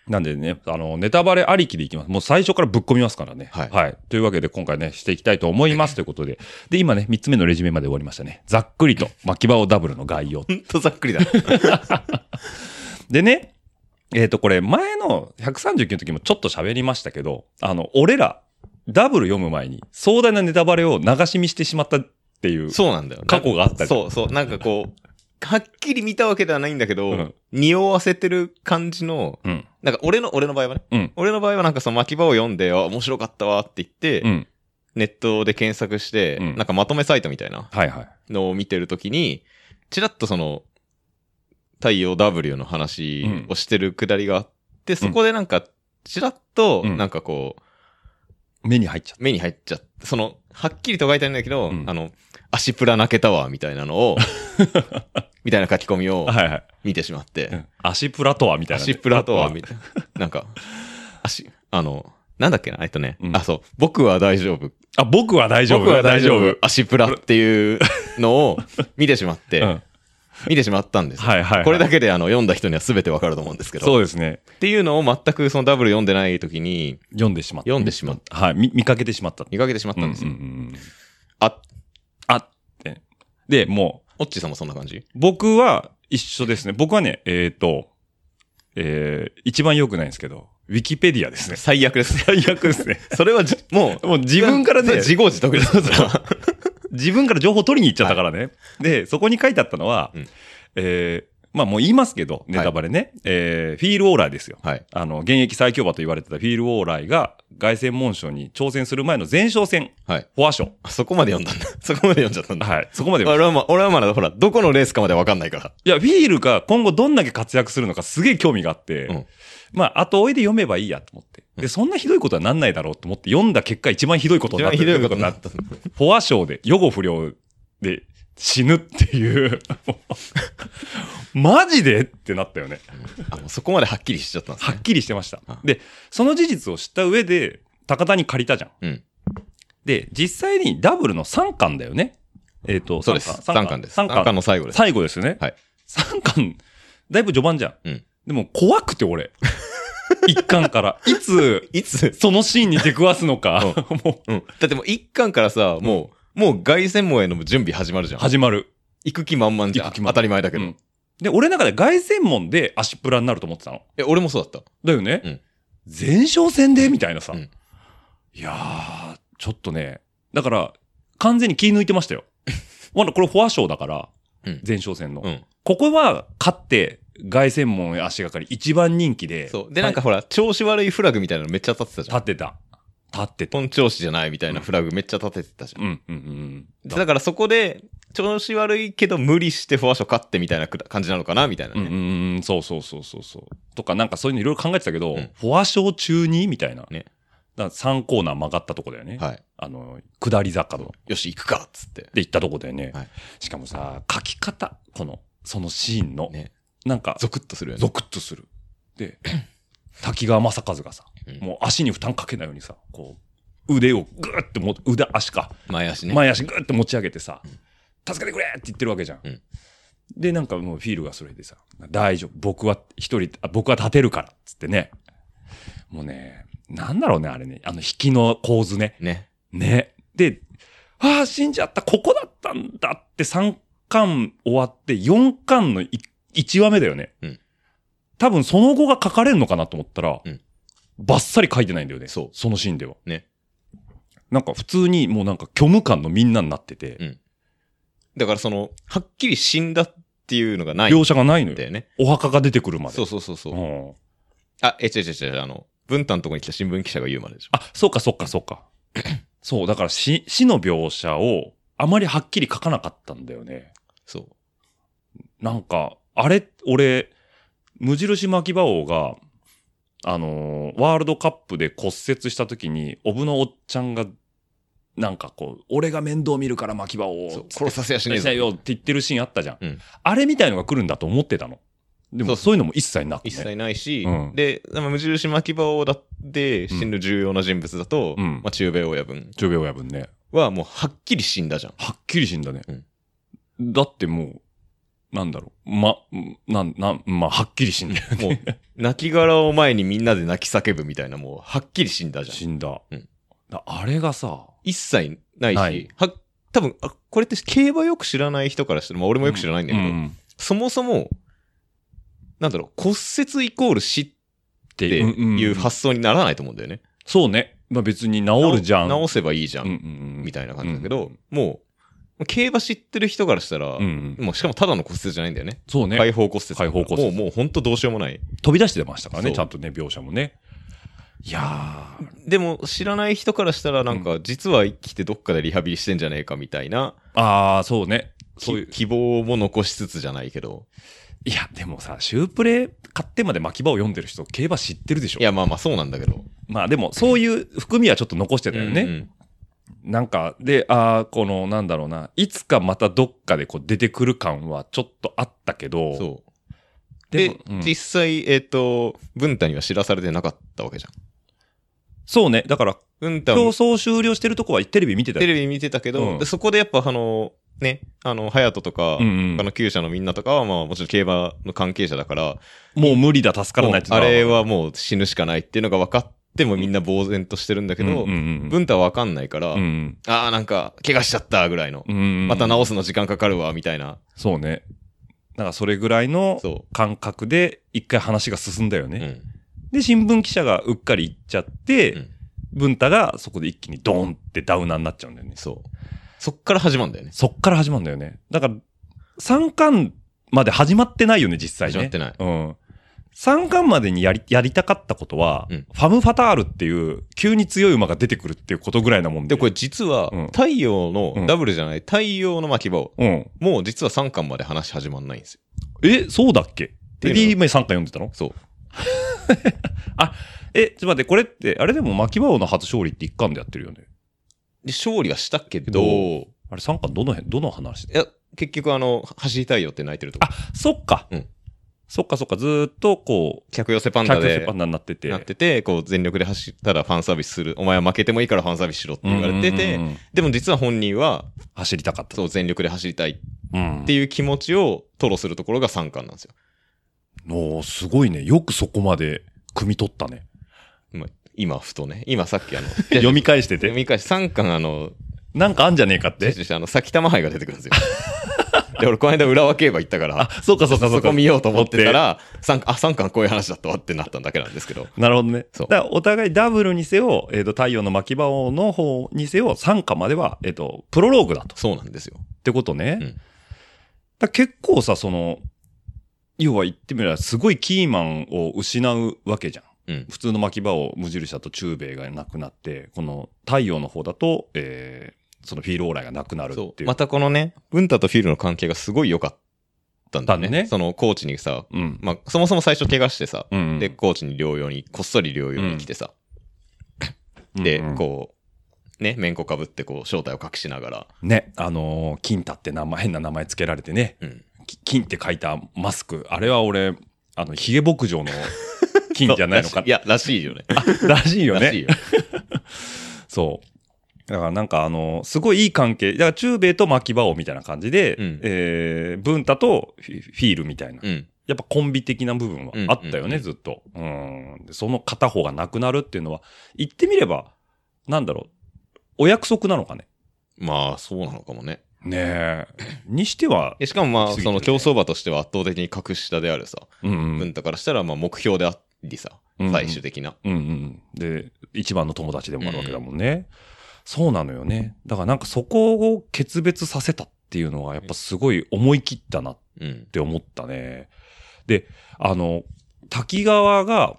[SPEAKER 4] なんでね、あの、ネタバレありきでいきます。もう最初からぶっ込みますからね。
[SPEAKER 5] はい
[SPEAKER 4] というわけで今回ね、していきたいと思いますということで。で、今ね、3つ目のレジュメまで終わりましたね。ざっくりと、巻き場をダブルの概要。
[SPEAKER 5] ほんとざっくりだ。
[SPEAKER 4] でね、えっ、と、これ前の139の時もちょっと喋りましたけど、あの、俺ら、ダブル読む前に壮大なネタバレを流し見してしまったっていう。
[SPEAKER 5] そうなんだよ。
[SPEAKER 4] 過去があったり
[SPEAKER 5] そうそう。なんかこう、はっきり見たわけではないんだけど、
[SPEAKER 4] うん
[SPEAKER 5] 匂わせてる感じの、
[SPEAKER 4] うん。
[SPEAKER 5] なんか俺の、俺の場合はね、
[SPEAKER 4] うん
[SPEAKER 5] 俺の場合はなんかその巻き場を読んで、あ、面白かったわって言って、
[SPEAKER 4] うん。
[SPEAKER 5] ネットで検索して、
[SPEAKER 4] うん
[SPEAKER 5] なんかまとめサイトみたいな
[SPEAKER 4] はいはい。
[SPEAKER 5] のを見てるときに、ちらっとその、太陽 W の話をしてるくだりがあって、そこでなんか、ちらっと、
[SPEAKER 4] うん
[SPEAKER 5] なんかこう、
[SPEAKER 4] 目に入っちゃっ
[SPEAKER 5] 目に入っちゃって、その、はっきりと書いてあるんだけど、
[SPEAKER 4] うん
[SPEAKER 5] あの、足プラ泣けたわ、みたいな のを、みたいな書き込みを
[SPEAKER 4] た。はいはい。
[SPEAKER 5] 見てしまって、
[SPEAKER 4] うん足プラとはみたいなね。
[SPEAKER 5] 足プラとは、みたいな。なんか、足、あの、なんだっけな、えっとね、
[SPEAKER 4] うん
[SPEAKER 5] あ、そう、僕は大丈夫。
[SPEAKER 4] あ、僕は大丈夫。
[SPEAKER 5] 僕は大丈
[SPEAKER 4] う
[SPEAKER 5] 夫。足プラっていうのを 見てしまって、
[SPEAKER 4] ん。はい
[SPEAKER 5] 見てしまったんですよ。
[SPEAKER 4] はいはい。
[SPEAKER 5] これだけであの読んだ人には全てわかると思うんですけど。
[SPEAKER 4] そうですね。
[SPEAKER 5] っていうのを全くそのダブル読んでない時に
[SPEAKER 4] 読んでしまった。
[SPEAKER 5] 読んでしまっ
[SPEAKER 4] はい。見見かけてしまった。
[SPEAKER 5] 見かけてしまったんですよ。
[SPEAKER 4] うんうんうんうん
[SPEAKER 5] あ、
[SPEAKER 4] あって。で、もう、
[SPEAKER 5] オッチさんもそんな感じ
[SPEAKER 4] 僕は一緒ですね。僕はね、えっ、と、えー、一番良くないんですけど、ウィキペディアですね。
[SPEAKER 5] 最悪です。
[SPEAKER 4] 最悪です ね。
[SPEAKER 5] それはじ、もう、
[SPEAKER 4] もう自分から
[SPEAKER 5] そ
[SPEAKER 4] ね
[SPEAKER 5] れ、自業自得です。
[SPEAKER 4] 自分から情報取りに行っちゃったからね。で、そこに書いてあったのは、
[SPEAKER 5] うん
[SPEAKER 4] えーまあもう言いますけど、ネタバレね、えーフィール・オーライですよ。
[SPEAKER 5] はい。
[SPEAKER 4] あの、現役最強馬と言われてたフィール・オーライが、凱旋門賞に挑戦する前の前哨戦、
[SPEAKER 5] はい。
[SPEAKER 4] フォア賞。
[SPEAKER 5] あそこまで読んだんだ。そこまで読んじゃったんだ。
[SPEAKER 4] はい。そこまで。い
[SPEAKER 5] 俺はまあ、俺はまだ、ほら、どこのレースかまでわかんないから。
[SPEAKER 4] や、フィールが今後どんだけ活躍するのかすげえ興味があって、
[SPEAKER 5] うん
[SPEAKER 4] まあ、後追いで読めばいいやと思って。で、そんなひどいことはなんないだろうと思って読んだ結果一番ひどいこと
[SPEAKER 5] 一
[SPEAKER 4] になっ
[SPEAKER 5] 番
[SPEAKER 4] て
[SPEAKER 5] ひどいことにな
[SPEAKER 4] て
[SPEAKER 5] った。
[SPEAKER 4] フォア賞で、予後不良で死ぬって いう、もうマジでってなったよね。
[SPEAKER 5] あもうそこまではっきりしちゃったんです
[SPEAKER 4] は
[SPEAKER 5] ね
[SPEAKER 4] っ。きりしてました
[SPEAKER 5] あ。
[SPEAKER 4] で、その事実を知った上で、高田に借りたじゃん。
[SPEAKER 5] うん。
[SPEAKER 4] で、実際にダブルの3巻だよね。えっ、と、
[SPEAKER 5] そうです。
[SPEAKER 4] 三
[SPEAKER 5] 3巻です。
[SPEAKER 4] 三
[SPEAKER 5] 3
[SPEAKER 4] 巻。
[SPEAKER 5] 巻の最後です。
[SPEAKER 4] 最後ですよね。
[SPEAKER 5] はい
[SPEAKER 4] 3巻、だいぶ序盤じゃん。
[SPEAKER 5] うん
[SPEAKER 4] でも怖くて俺。1巻から。いつ、
[SPEAKER 5] いつ
[SPEAKER 4] そのシーンに出くわすのか、 も
[SPEAKER 5] うん。だってもう1巻からさ、もう、もう凱旋門への準備始まるじゃ。
[SPEAKER 4] うん始まる。
[SPEAKER 5] 行く気満々じゃ
[SPEAKER 4] 行
[SPEAKER 5] ん。
[SPEAKER 4] く気満々
[SPEAKER 5] 当たり前だけど。
[SPEAKER 4] うんで、俺の中で凱旋門で足プラになると思ってたの。
[SPEAKER 5] え、俺もそうだった。
[SPEAKER 4] だよね。
[SPEAKER 5] うん
[SPEAKER 4] 前哨戦でみたいなさ。
[SPEAKER 5] うん
[SPEAKER 4] いやー、ちょっとね。だから、完全に気抜いてました よ。まだこれフォア賞だから、
[SPEAKER 5] うん
[SPEAKER 4] 前哨戦の。
[SPEAKER 5] うん。
[SPEAKER 4] ここは勝って、凱旋門へ足がかり一番人気で、
[SPEAKER 5] そう。で、なんかほら、調子悪いフラグみたいなのめっちゃ立ってたじゃん。
[SPEAKER 4] 立ってた。立ってた。
[SPEAKER 5] 本調子じゃないみたいなフラグめっちゃ立ててたじゃん。
[SPEAKER 4] うん、うん、うん。
[SPEAKER 5] でだからそこで、調子悪いけど無理してフォアショー勝ってみたいなくら感じなのかなみたいな
[SPEAKER 4] う
[SPEAKER 5] ね。
[SPEAKER 4] ん、うんうん、そうそうそうそうそう。とか、なんかそういうのいろいろ考えてたけど、
[SPEAKER 5] うん
[SPEAKER 4] フォア賞中にみたいな。
[SPEAKER 5] ね
[SPEAKER 4] だ3コーナー曲がったとこだよね。
[SPEAKER 5] はい。
[SPEAKER 4] あの、下り坂の。
[SPEAKER 5] よし、行くかっつって。
[SPEAKER 4] で行ったとこだよね。
[SPEAKER 5] はい
[SPEAKER 4] しかもさ、書き方、この、そのシーンの、
[SPEAKER 5] ね。
[SPEAKER 4] なんか、
[SPEAKER 5] ゾクッとするよね
[SPEAKER 4] ゾ。クッとする。 で、滝川正和がさ、
[SPEAKER 5] うん
[SPEAKER 4] もう足に負担かけないようにさ、こう、腕をグーっても、腕、足か、
[SPEAKER 5] 前足ね。
[SPEAKER 4] 前足グーって持ち上げてさ、助けてくれって言ってるわけじゃん。
[SPEAKER 5] うん
[SPEAKER 4] で、なんかもうフィールがそれでさ、大丈夫、僕は一人、あ僕は立てるから、つってね。もうね、なんだろうね、あれね、あの引きの構図ね。
[SPEAKER 5] ね。
[SPEAKER 4] ね。で、ああ、死んじゃった、ここだったんだって3巻終わって4巻の1話目だよね。
[SPEAKER 5] うん
[SPEAKER 4] 多分その後が書かれるのかなと思ったら、
[SPEAKER 5] うん
[SPEAKER 4] バッサリ書いてないんだよね。
[SPEAKER 5] そう
[SPEAKER 4] のシーンでは。
[SPEAKER 5] ね。
[SPEAKER 4] なんか普通にもうなんか虚無感のみんなになってて、
[SPEAKER 5] うんだからその、はっきり死んだっていうのがないん
[SPEAKER 4] 描写がないのよ。
[SPEAKER 5] だよね。
[SPEAKER 4] お墓が出てくるまで。
[SPEAKER 5] そうそうそうそう。
[SPEAKER 4] うん
[SPEAKER 5] あ、え、違う違う違う、あの、文旦のとこに来た新聞記者が言うまででしょ。
[SPEAKER 4] あ、そうかそうかそう か。そう、だから死死の描写をあまりはっきり書かなかったんだよね。
[SPEAKER 5] そう。
[SPEAKER 4] なんか、あれ、俺、無印巻き場王が、あのーワールドカップで骨折した時に、オブのおっちゃんが、なんかこう、俺が面倒見るから巻き場王
[SPEAKER 5] そ
[SPEAKER 4] を、
[SPEAKER 5] う殺させやしねえ
[SPEAKER 4] し
[SPEAKER 5] ぞ
[SPEAKER 4] な。よって言ってるシーンあったじゃん。
[SPEAKER 5] うん
[SPEAKER 4] あれみたいのが来るんだと思ってたの。で
[SPEAKER 5] そ
[SPEAKER 4] も、
[SPEAKER 5] うそう
[SPEAKER 4] そういうのも一切なくて、ね。
[SPEAKER 5] 一切ないし、
[SPEAKER 4] うん
[SPEAKER 5] で、まあ無印巻き場をだって死ぬ重要な人物だと、
[SPEAKER 4] うん
[SPEAKER 5] まあ、中米親分
[SPEAKER 4] 10秒親分ね。
[SPEAKER 5] はもうはっきり死んだじゃん。
[SPEAKER 4] はっきり死んだね。
[SPEAKER 5] うん
[SPEAKER 4] だってもう、なんだろう。ま、なん、なん、まあ、はっきり死んだよね。
[SPEAKER 5] もう、泣き殻を前にみんなで泣き叫ぶみたいな、もうはっきり死んだじゃん。
[SPEAKER 4] 死んだ。
[SPEAKER 5] うん
[SPEAKER 4] だあれがさ、
[SPEAKER 5] 一切ないし、
[SPEAKER 4] ない
[SPEAKER 5] は多分あ、これって競馬よく知らない人からしたら、まあ俺もよく知らないんだけど、
[SPEAKER 4] うん
[SPEAKER 5] そもそも、なんだろう、骨折イコール死っ
[SPEAKER 4] って
[SPEAKER 5] ていう発想にならないと思うんだよね。
[SPEAKER 4] そうね。まあ別に治るじゃん。
[SPEAKER 5] 治せばいいじゃん。
[SPEAKER 4] うんうんうん
[SPEAKER 5] みたいな感じだけど、もう、競馬知ってる人からしたら、
[SPEAKER 4] うんうん
[SPEAKER 5] もうしかもただの骨折じゃないんだよね。
[SPEAKER 4] そうね
[SPEAKER 5] 開放骨折。
[SPEAKER 4] 開放骨折
[SPEAKER 5] もう、もう本当どうしようもない。
[SPEAKER 4] 飛び出してましたからね、
[SPEAKER 5] そう
[SPEAKER 4] ちゃんとね、描写もね。いやー、
[SPEAKER 5] でも、知らない人からしたら、なんか、実は生きてどっかでリハビリしてんじゃねえかみたいな、
[SPEAKER 4] あー、そうね。
[SPEAKER 5] き
[SPEAKER 4] そういう。
[SPEAKER 5] 希望も残しつつじゃないけど。
[SPEAKER 4] いや、でもさ、シュープレイ買ってまで巻き場を読んでる人、競馬知ってるでしょ
[SPEAKER 5] い。や、まあまあそうなんだけど。
[SPEAKER 4] まあでも、そういう含みはちょっと残してたよね。
[SPEAKER 5] うんうん
[SPEAKER 4] なんか、で、ああ、この、なんだろうな、いつかまたどっかでこう出てくる感はちょっとあったけど、
[SPEAKER 5] そう。
[SPEAKER 4] で
[SPEAKER 5] で
[SPEAKER 4] もうん
[SPEAKER 5] 実際、えっ、と、文太には知らされてなかったわけじゃん。
[SPEAKER 4] そうね、だから、
[SPEAKER 5] 文太
[SPEAKER 4] 競
[SPEAKER 5] も
[SPEAKER 4] 争終了してるとこはテレビ見てた
[SPEAKER 5] テ
[SPEAKER 4] よ
[SPEAKER 5] レビ見てたけど、
[SPEAKER 4] うん
[SPEAKER 5] でそこでやっぱあの、ね、あの、隼人とか、
[SPEAKER 4] うんうん
[SPEAKER 5] 他の厩舎のみんなとかは、まあもちろん競馬の関係者だから、
[SPEAKER 4] もう無理だ、助からないって
[SPEAKER 5] もうあれ
[SPEAKER 4] は
[SPEAKER 5] はもう死ぬしかないっていうのが分かってもみんな呆然としてるんだけど、
[SPEAKER 4] うんうん
[SPEAKER 5] 文太は分かんないから、
[SPEAKER 4] うんうん
[SPEAKER 5] ああ、なんか、怪我しちゃったぐらいの、
[SPEAKER 4] うんうん
[SPEAKER 5] また治すの時間かかるわ、みたいな。
[SPEAKER 4] そうね。なんかそれぐらいの
[SPEAKER 5] そ
[SPEAKER 4] 感覚で一回話が進んだよ
[SPEAKER 5] う。う
[SPEAKER 4] ね。
[SPEAKER 5] ん。
[SPEAKER 4] で、新聞記者がうっかり行っちゃって、
[SPEAKER 5] うん
[SPEAKER 4] 文太がそこで一気にドーンってダウナーになっちゃうんだよね。
[SPEAKER 5] そう。そっから始まるんだよね。
[SPEAKER 4] そっから始まるんだよね。だから、三巻まで始まってないよね、実際ね。
[SPEAKER 5] 始まってない
[SPEAKER 4] うん。三巻までにやり、やりたかったことは、
[SPEAKER 5] うん
[SPEAKER 4] ファム・ファタールっていう、急に強い馬が出てくるっていうことぐらいなもんで。
[SPEAKER 5] で、これ実は
[SPEAKER 4] うん、
[SPEAKER 5] 太
[SPEAKER 4] う
[SPEAKER 5] 陽
[SPEAKER 4] ん
[SPEAKER 5] の、ダブルじゃない、太陽の巻き場を、
[SPEAKER 4] うん。
[SPEAKER 5] もう実は3巻まで話始まんないんですよ。
[SPEAKER 4] え、そうだっけエ
[SPEAKER 5] ていうの
[SPEAKER 4] リーメイ三巻読んでたの
[SPEAKER 5] そう。
[SPEAKER 4] え、ちょっと待って、これって、あれでも巻き場王の初勝利って一巻でやってるよね。
[SPEAKER 5] で、勝利はしたけど、
[SPEAKER 4] どあれ三巻どの辺、どの話
[SPEAKER 5] いや、結局あの、走りたいよって泣いてるとこ
[SPEAKER 4] あ。、そっか。
[SPEAKER 5] うん
[SPEAKER 4] そっかそっか、ずーっとこう、
[SPEAKER 5] 客寄せパンダ
[SPEAKER 4] 客寄せ
[SPEAKER 5] で
[SPEAKER 4] パンダになってて。
[SPEAKER 5] なってて、こう全力で走ったらファンサービスする。お前は負けてもいいからファンサービスしろって言われてて
[SPEAKER 4] うんうんうんうん、
[SPEAKER 5] でも実は本人は、
[SPEAKER 4] 走りたかった。
[SPEAKER 5] そう全力で走りたいっ
[SPEAKER 4] うん。
[SPEAKER 5] ていう気持ちを吐露するところが3巻なんですよ。
[SPEAKER 4] おーすごいね。よくそこまで汲み取った ね。
[SPEAKER 5] まあ今、ふとね。今さっ きあの、
[SPEAKER 4] 読み返して
[SPEAKER 5] 読
[SPEAKER 4] て。
[SPEAKER 5] み返し3巻あの、
[SPEAKER 4] なんかあんじゃねえか って。
[SPEAKER 5] あの、先玉杯が出てくる んですよ。で、俺この間浦和競馬行ったから
[SPEAKER 4] あ、、そうかそうかそう
[SPEAKER 5] そ
[SPEAKER 4] か。
[SPEAKER 5] こ見ようと思ってたら、三あ、3巻こういう話だったわってなったんだけなんですけど。
[SPEAKER 4] なるほどね。
[SPEAKER 5] そう
[SPEAKER 4] だからお互いダブルにせよ、えっ、と、太陽の巻き場王の方にせよ、参加までは、えっ、と、プロローグだと。
[SPEAKER 5] そうなんですよ。
[SPEAKER 4] ってことね。
[SPEAKER 5] うん
[SPEAKER 4] だから結構さ、その、要は言ってみれば、すごいキーマンを失うわけじゃん。
[SPEAKER 5] うん。
[SPEAKER 4] 普通の巻き場を無印だと中米がなくなって、この太陽の方だと、えーそのフィールオーライがなくなるってい
[SPEAKER 5] そう
[SPEAKER 4] う。
[SPEAKER 5] またこのね、文太とフィルの関係がすごい良かったんだよね。
[SPEAKER 4] だね
[SPEAKER 5] そのコーチにさ、
[SPEAKER 4] うん。
[SPEAKER 5] まあ、そもそも最初怪我してさ、
[SPEAKER 4] うん
[SPEAKER 5] で、コーチに療養に、こっそり療養に来てさ、で、こう、ね、面子かぶってこう、正体を隠しながら、
[SPEAKER 4] ね、あのー金太って名前、変な名前つけられてね、
[SPEAKER 5] うん。
[SPEAKER 4] き金って書いたマスク、あれは俺、あの、ヒゲ牧場の金じゃないの
[SPEAKER 5] そ
[SPEAKER 4] か
[SPEAKER 5] うらしいいや、らしいよね。
[SPEAKER 4] らしいよ
[SPEAKER 5] らし
[SPEAKER 4] ね。
[SPEAKER 5] いよ。
[SPEAKER 4] そう。だからなんかあのーすごいいい関係、だから中米と牧場王みたいな感じで、
[SPEAKER 5] うん
[SPEAKER 4] えー、文太とフィフィールみたいな、
[SPEAKER 5] うん。
[SPEAKER 4] やっぱコンビ的な部分はあったよね、
[SPEAKER 5] うんうんうん
[SPEAKER 4] ずっと。うん。でその片方がなくなるっていうのは、言ってみれば、なんだろう、お約束なのかね。
[SPEAKER 5] まあ、そうなのかもね。
[SPEAKER 4] ね え。にしては、
[SPEAKER 5] でしかもま
[SPEAKER 4] 行き
[SPEAKER 5] あ、
[SPEAKER 4] 過ぎてるね
[SPEAKER 5] その競走馬としては圧倒的に格下であるさ、
[SPEAKER 4] うんうん
[SPEAKER 5] 文太からしたら、まあ、目標でありさ、
[SPEAKER 4] うんうん
[SPEAKER 5] 最終的な。
[SPEAKER 4] うんうん、で一番の友達でもあるわけだもんね、そうなのよねだからなんかそこを決別させたっていうのはやっぱすごい思い切ったなっ
[SPEAKER 5] うん
[SPEAKER 4] っ。て思ったね。で、あの、滝川が、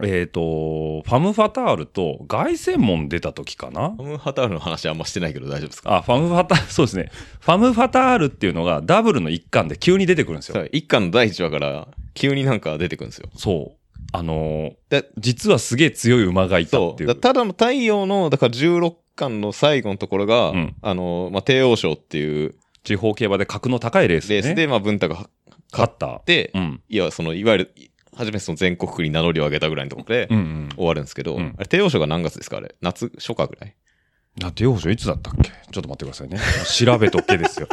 [SPEAKER 4] えっ、と、ファム・ファタールと凱旋門出た時かな
[SPEAKER 5] ハムハタールの話あんましてないけど大丈夫ですか
[SPEAKER 4] あ、ファム・ファタ ール、そうですね。ファム・ファタールっていうのがダブルの一巻で急に出てくるんです
[SPEAKER 5] そ
[SPEAKER 4] よ。
[SPEAKER 5] う一巻の第一話から急になんか出てくるんですよ。
[SPEAKER 4] そう。あの
[SPEAKER 5] だ
[SPEAKER 4] 実はすげえ強い馬がいたっ
[SPEAKER 5] そ
[SPEAKER 4] て
[SPEAKER 5] う。
[SPEAKER 4] い
[SPEAKER 5] だ
[SPEAKER 4] う。
[SPEAKER 5] ただの太陽の、だから16巻の最後のところが、
[SPEAKER 4] うん
[SPEAKER 5] あの、まあ、帝王賞っていう
[SPEAKER 4] 地方競馬で格の高いレース、ね、
[SPEAKER 5] レースで、まあ、文太が勝
[SPEAKER 4] 勝
[SPEAKER 5] 勝
[SPEAKER 4] った
[SPEAKER 5] っ。て、
[SPEAKER 4] うん。
[SPEAKER 5] いや、その、いわゆる、初めその全国区に名乗りを上げたぐらいのところで、
[SPEAKER 4] うんうん。
[SPEAKER 5] 終わるんですけど、
[SPEAKER 4] うん
[SPEAKER 5] あれ帝王賞が何月ですかあれ夏初夏ぐらい
[SPEAKER 4] だって、いつだったっけちょっと待ってくださいね。調べとけですよ。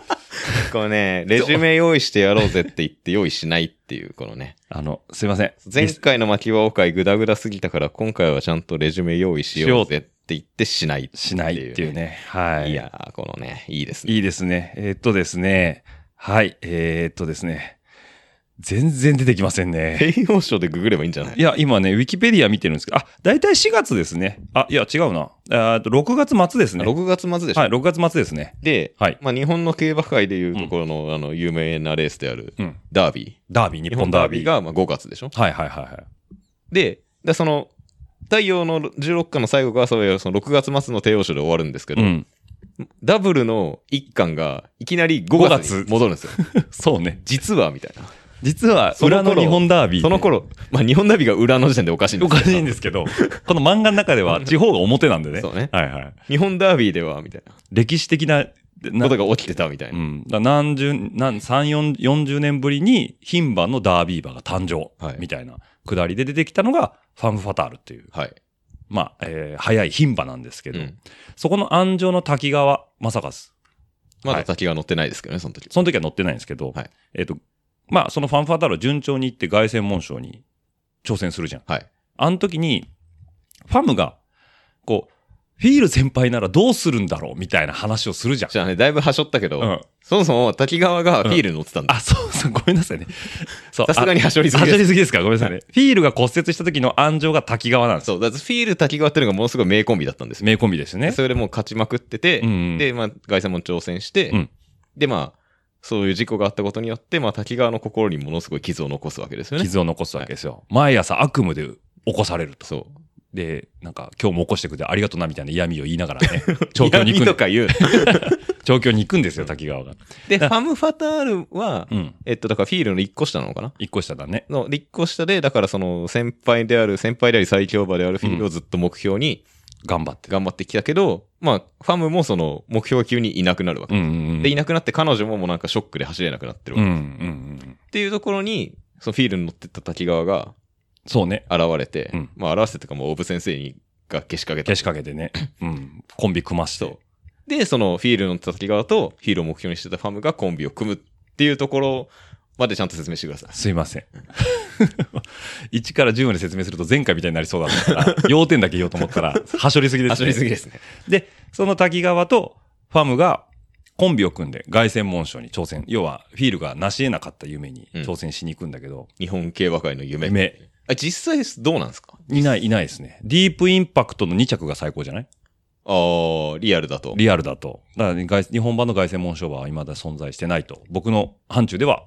[SPEAKER 5] これね、レジュメ用意してやろうぜって言って用意しないっていう、このね。
[SPEAKER 4] あの、すいません。
[SPEAKER 5] 前回の巻き輪オ会グダグダすぎたから今回はちゃんとレジュメ用意しようぜって言ってしないっていう
[SPEAKER 4] しないっていうね。はい。
[SPEAKER 5] いやーこのねいいですね
[SPEAKER 4] いいですね。えーっとですね。はい。えーっとですね。全然出てきませんね。
[SPEAKER 5] 栄養賞でググればいいんじゃない
[SPEAKER 4] いや、今ね、ウィキペディア見てるんですけど、あ、大体4月ですね。あ、いや、違うな。えーっと、6月末ですね。
[SPEAKER 5] ?6 月末でしょ、
[SPEAKER 4] はい、6月末ですね。
[SPEAKER 5] で、
[SPEAKER 4] はい
[SPEAKER 5] まあ、日本の競馬界でいうところの,、あの有名なレースである
[SPEAKER 4] うん
[SPEAKER 5] ダービ
[SPEAKER 4] ダービー、
[SPEAKER 5] ー。
[SPEAKER 4] 日本ダービー。
[SPEAKER 5] がまあ5月でしょ
[SPEAKER 4] はいはいはいはい。
[SPEAKER 5] で、でその、太陽の16巻の最後がそういうその6月末の帝王賞で終わるんですけど、
[SPEAKER 4] うん。
[SPEAKER 5] ダブルの1巻がいきなり5月に
[SPEAKER 4] 5月
[SPEAKER 5] 戻るんですよ。
[SPEAKER 4] そうね。
[SPEAKER 5] 実はみたいな。
[SPEAKER 4] 実は、
[SPEAKER 5] その
[SPEAKER 4] 裏
[SPEAKER 5] 頃
[SPEAKER 4] の日本ダービー。
[SPEAKER 5] その頃、まあ、日本ダービーが裏の時点でおかしいんで
[SPEAKER 4] お
[SPEAKER 5] すけ
[SPEAKER 4] か
[SPEAKER 5] ど
[SPEAKER 4] しいんですけど、この漫画の中では地方が表なんで ね。
[SPEAKER 5] そうね
[SPEAKER 4] はいはい。
[SPEAKER 5] 日本ダービーではみたい
[SPEAKER 4] 歴史的な、
[SPEAKER 5] な
[SPEAKER 4] な
[SPEAKER 5] ことが起きてたみたいうな。
[SPEAKER 4] ん、だから何十、何、三、四、四十年ぶりに牝馬のダービー馬が誕生
[SPEAKER 5] はい、
[SPEAKER 4] みたいな下りで出てきたのが、ファム・ファタールっていう、
[SPEAKER 5] はい。
[SPEAKER 4] まあ、えー早い牝馬なんですけ
[SPEAKER 5] う
[SPEAKER 4] ど、
[SPEAKER 5] ん
[SPEAKER 4] そこの安城の滝川正和、
[SPEAKER 5] まだ滝が乗ってないですけどね、その時。
[SPEAKER 4] その時は乗ってないんですけど、
[SPEAKER 5] はい
[SPEAKER 4] えっ、と、まあ、そのファム・ファタールは順調に行って凱旋門賞に挑戦するじゃん。
[SPEAKER 5] はい。
[SPEAKER 4] あの時に、ファムが、こう、フィール先輩ならどうするんだろうみたいな話をするじゃん。
[SPEAKER 5] じゃあね、だいぶ端折ったけど、
[SPEAKER 4] うん。
[SPEAKER 5] そもそも滝川がフィールに乗ってたん だ。
[SPEAKER 4] あ、そうそう、ごめんなさいね。そう。
[SPEAKER 5] さすがに端折りす
[SPEAKER 4] あ
[SPEAKER 5] ぎ
[SPEAKER 4] 走
[SPEAKER 5] で
[SPEAKER 4] り
[SPEAKER 5] す。
[SPEAKER 4] すぎですかごめんなさいね。フィールが骨折した時の安城が滝川なんですよ。
[SPEAKER 5] そう、だってフィール滝川っていうのがものすごい名コンビだったんですよ。
[SPEAKER 4] 名コンビですよね。
[SPEAKER 5] それでもう勝ちまくってて、
[SPEAKER 4] うんうん
[SPEAKER 5] で、まあ、凱旋門挑戦して、
[SPEAKER 4] うん
[SPEAKER 5] で、まあ、そういう事故があったことによって、まあ、滝川の心にものすごい傷を残すわけですよね。
[SPEAKER 4] 傷を残すわけですよ。毎朝悪夢で起こされると。
[SPEAKER 5] そ
[SPEAKER 4] で、なんか、今日も起こしてくれてありがとうなみたいな嫌味を言いながら ね、
[SPEAKER 5] う。
[SPEAKER 4] 調教に行くん
[SPEAKER 5] 闇と
[SPEAKER 4] で
[SPEAKER 5] か言うな。
[SPEAKER 4] 調教に行くんですよ、滝川が。
[SPEAKER 5] で、ファム・ファタールは、
[SPEAKER 4] うん。
[SPEAKER 5] えっと、だからフィールの1個下なのかな
[SPEAKER 4] 一個下だね。
[SPEAKER 5] の、1個下で、だからその、先輩である、先輩であり最強馬であるフィールをずっと目標に
[SPEAKER 4] 頑張って。
[SPEAKER 5] 頑張ってきたけど、まあ、ファムもその、目標級にいなくなるわ
[SPEAKER 4] う
[SPEAKER 5] け。
[SPEAKER 4] んうんうん。
[SPEAKER 5] で、いなくなって彼女ももうなんかショックで走れなくなってる
[SPEAKER 4] う
[SPEAKER 5] わ
[SPEAKER 4] ん
[SPEAKER 5] け、
[SPEAKER 4] うんう
[SPEAKER 5] っ
[SPEAKER 4] ん。
[SPEAKER 5] ていうところに、そのフィールに乗ってった滝川が、
[SPEAKER 4] そうね。
[SPEAKER 5] 現れて、
[SPEAKER 4] うん
[SPEAKER 5] まあ現せてとかもうオブ先生にがけしかけた
[SPEAKER 4] けしかけてね。うん。コンビ組まして。
[SPEAKER 5] そうでそのフィールの叩き側とフィールを目標にしてたファムがコンビを組むっていうところまでちゃんと説明してください
[SPEAKER 4] すいません。1から10まで説明すると前回みたいになりそうだったから、要点だけ言おうと思った ら、はしょりすぎですね。
[SPEAKER 5] 走りすぎですね
[SPEAKER 4] で、その滝川とファムがコンビを組んで凱旋門賞に挑戦。要は、フィールが成し得なかった夢に挑戦しに行くんだけど、
[SPEAKER 5] 日本競馬界の夢
[SPEAKER 4] 夢
[SPEAKER 5] あ実際どうなんですか
[SPEAKER 4] いない、いないですね。ディープインパクトの2着が最高じゃない
[SPEAKER 5] あーリアルだと
[SPEAKER 4] リアルだと。だから、凱日本版の凱旋門賞は未だ存在してないと。僕の範疇では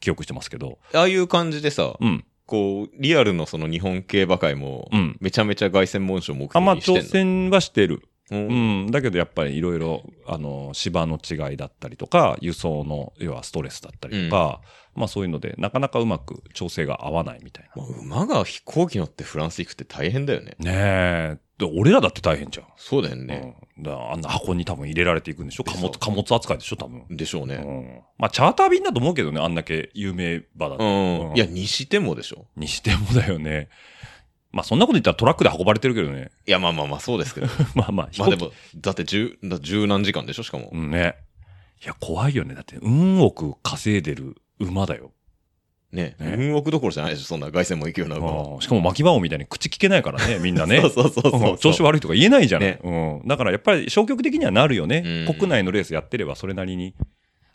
[SPEAKER 4] 記憶してますけど。
[SPEAKER 5] ああいう感じでさ、
[SPEAKER 4] うん。
[SPEAKER 5] こうリアルのその日本競馬界も
[SPEAKER 4] うん
[SPEAKER 5] めちゃめちゃ凱旋門賞を目
[SPEAKER 4] あ、ま
[SPEAKER 5] 標
[SPEAKER 4] あ、
[SPEAKER 5] にして
[SPEAKER 4] 挑
[SPEAKER 5] んの
[SPEAKER 4] 戦はしてる。
[SPEAKER 5] うん
[SPEAKER 4] うん、だけどやっぱりいろいろあの芝の違いだったりとか輸送の要はストレスだったりとか、まあそういうのでなかなかうまく調整が合わないみたいな。
[SPEAKER 5] まあ馬が飛行機乗ってフランス行くって大変だよね
[SPEAKER 4] ねえで俺らだって大変じゃん。
[SPEAKER 5] そうだよね、
[SPEAKER 4] うん、だからあんな箱に多分入れられていくんでしょ貨物
[SPEAKER 5] そう
[SPEAKER 4] 貨物扱いでしょ多分、
[SPEAKER 5] でしょう
[SPEAKER 4] う
[SPEAKER 5] ね
[SPEAKER 4] ん、まあチャーター便だと思うけどねあんだけ有名場だ
[SPEAKER 5] う
[SPEAKER 4] と、
[SPEAKER 5] ん、
[SPEAKER 4] うん
[SPEAKER 5] いやにしてもでしょ
[SPEAKER 4] にしてもだよねまあそんなこと言ったらトラックで運ばれてるけどね
[SPEAKER 5] いや、まあまあまあ、そうですけど。
[SPEAKER 4] まあまあ飛
[SPEAKER 5] まあ
[SPEAKER 4] 行
[SPEAKER 5] で
[SPEAKER 4] 機
[SPEAKER 5] も、だって十、だ十何時間でしょしかも
[SPEAKER 4] う。んねいや怖いよねだって運億稼いでる馬だよ
[SPEAKER 5] ね。
[SPEAKER 4] ね
[SPEAKER 5] 運億どころじゃないでしょそんな凱旋も行くような馬は。
[SPEAKER 4] うんしかも巻き場王みたいに口聞けないから ね、みんなね。
[SPEAKER 5] そうそうそうそう
[SPEAKER 4] うん調子悪いとか言えないじゃない、
[SPEAKER 5] ね
[SPEAKER 4] うん。だからやっぱり消極的にはなるよね。
[SPEAKER 5] うん
[SPEAKER 4] 国内のレースやってればそれなりに、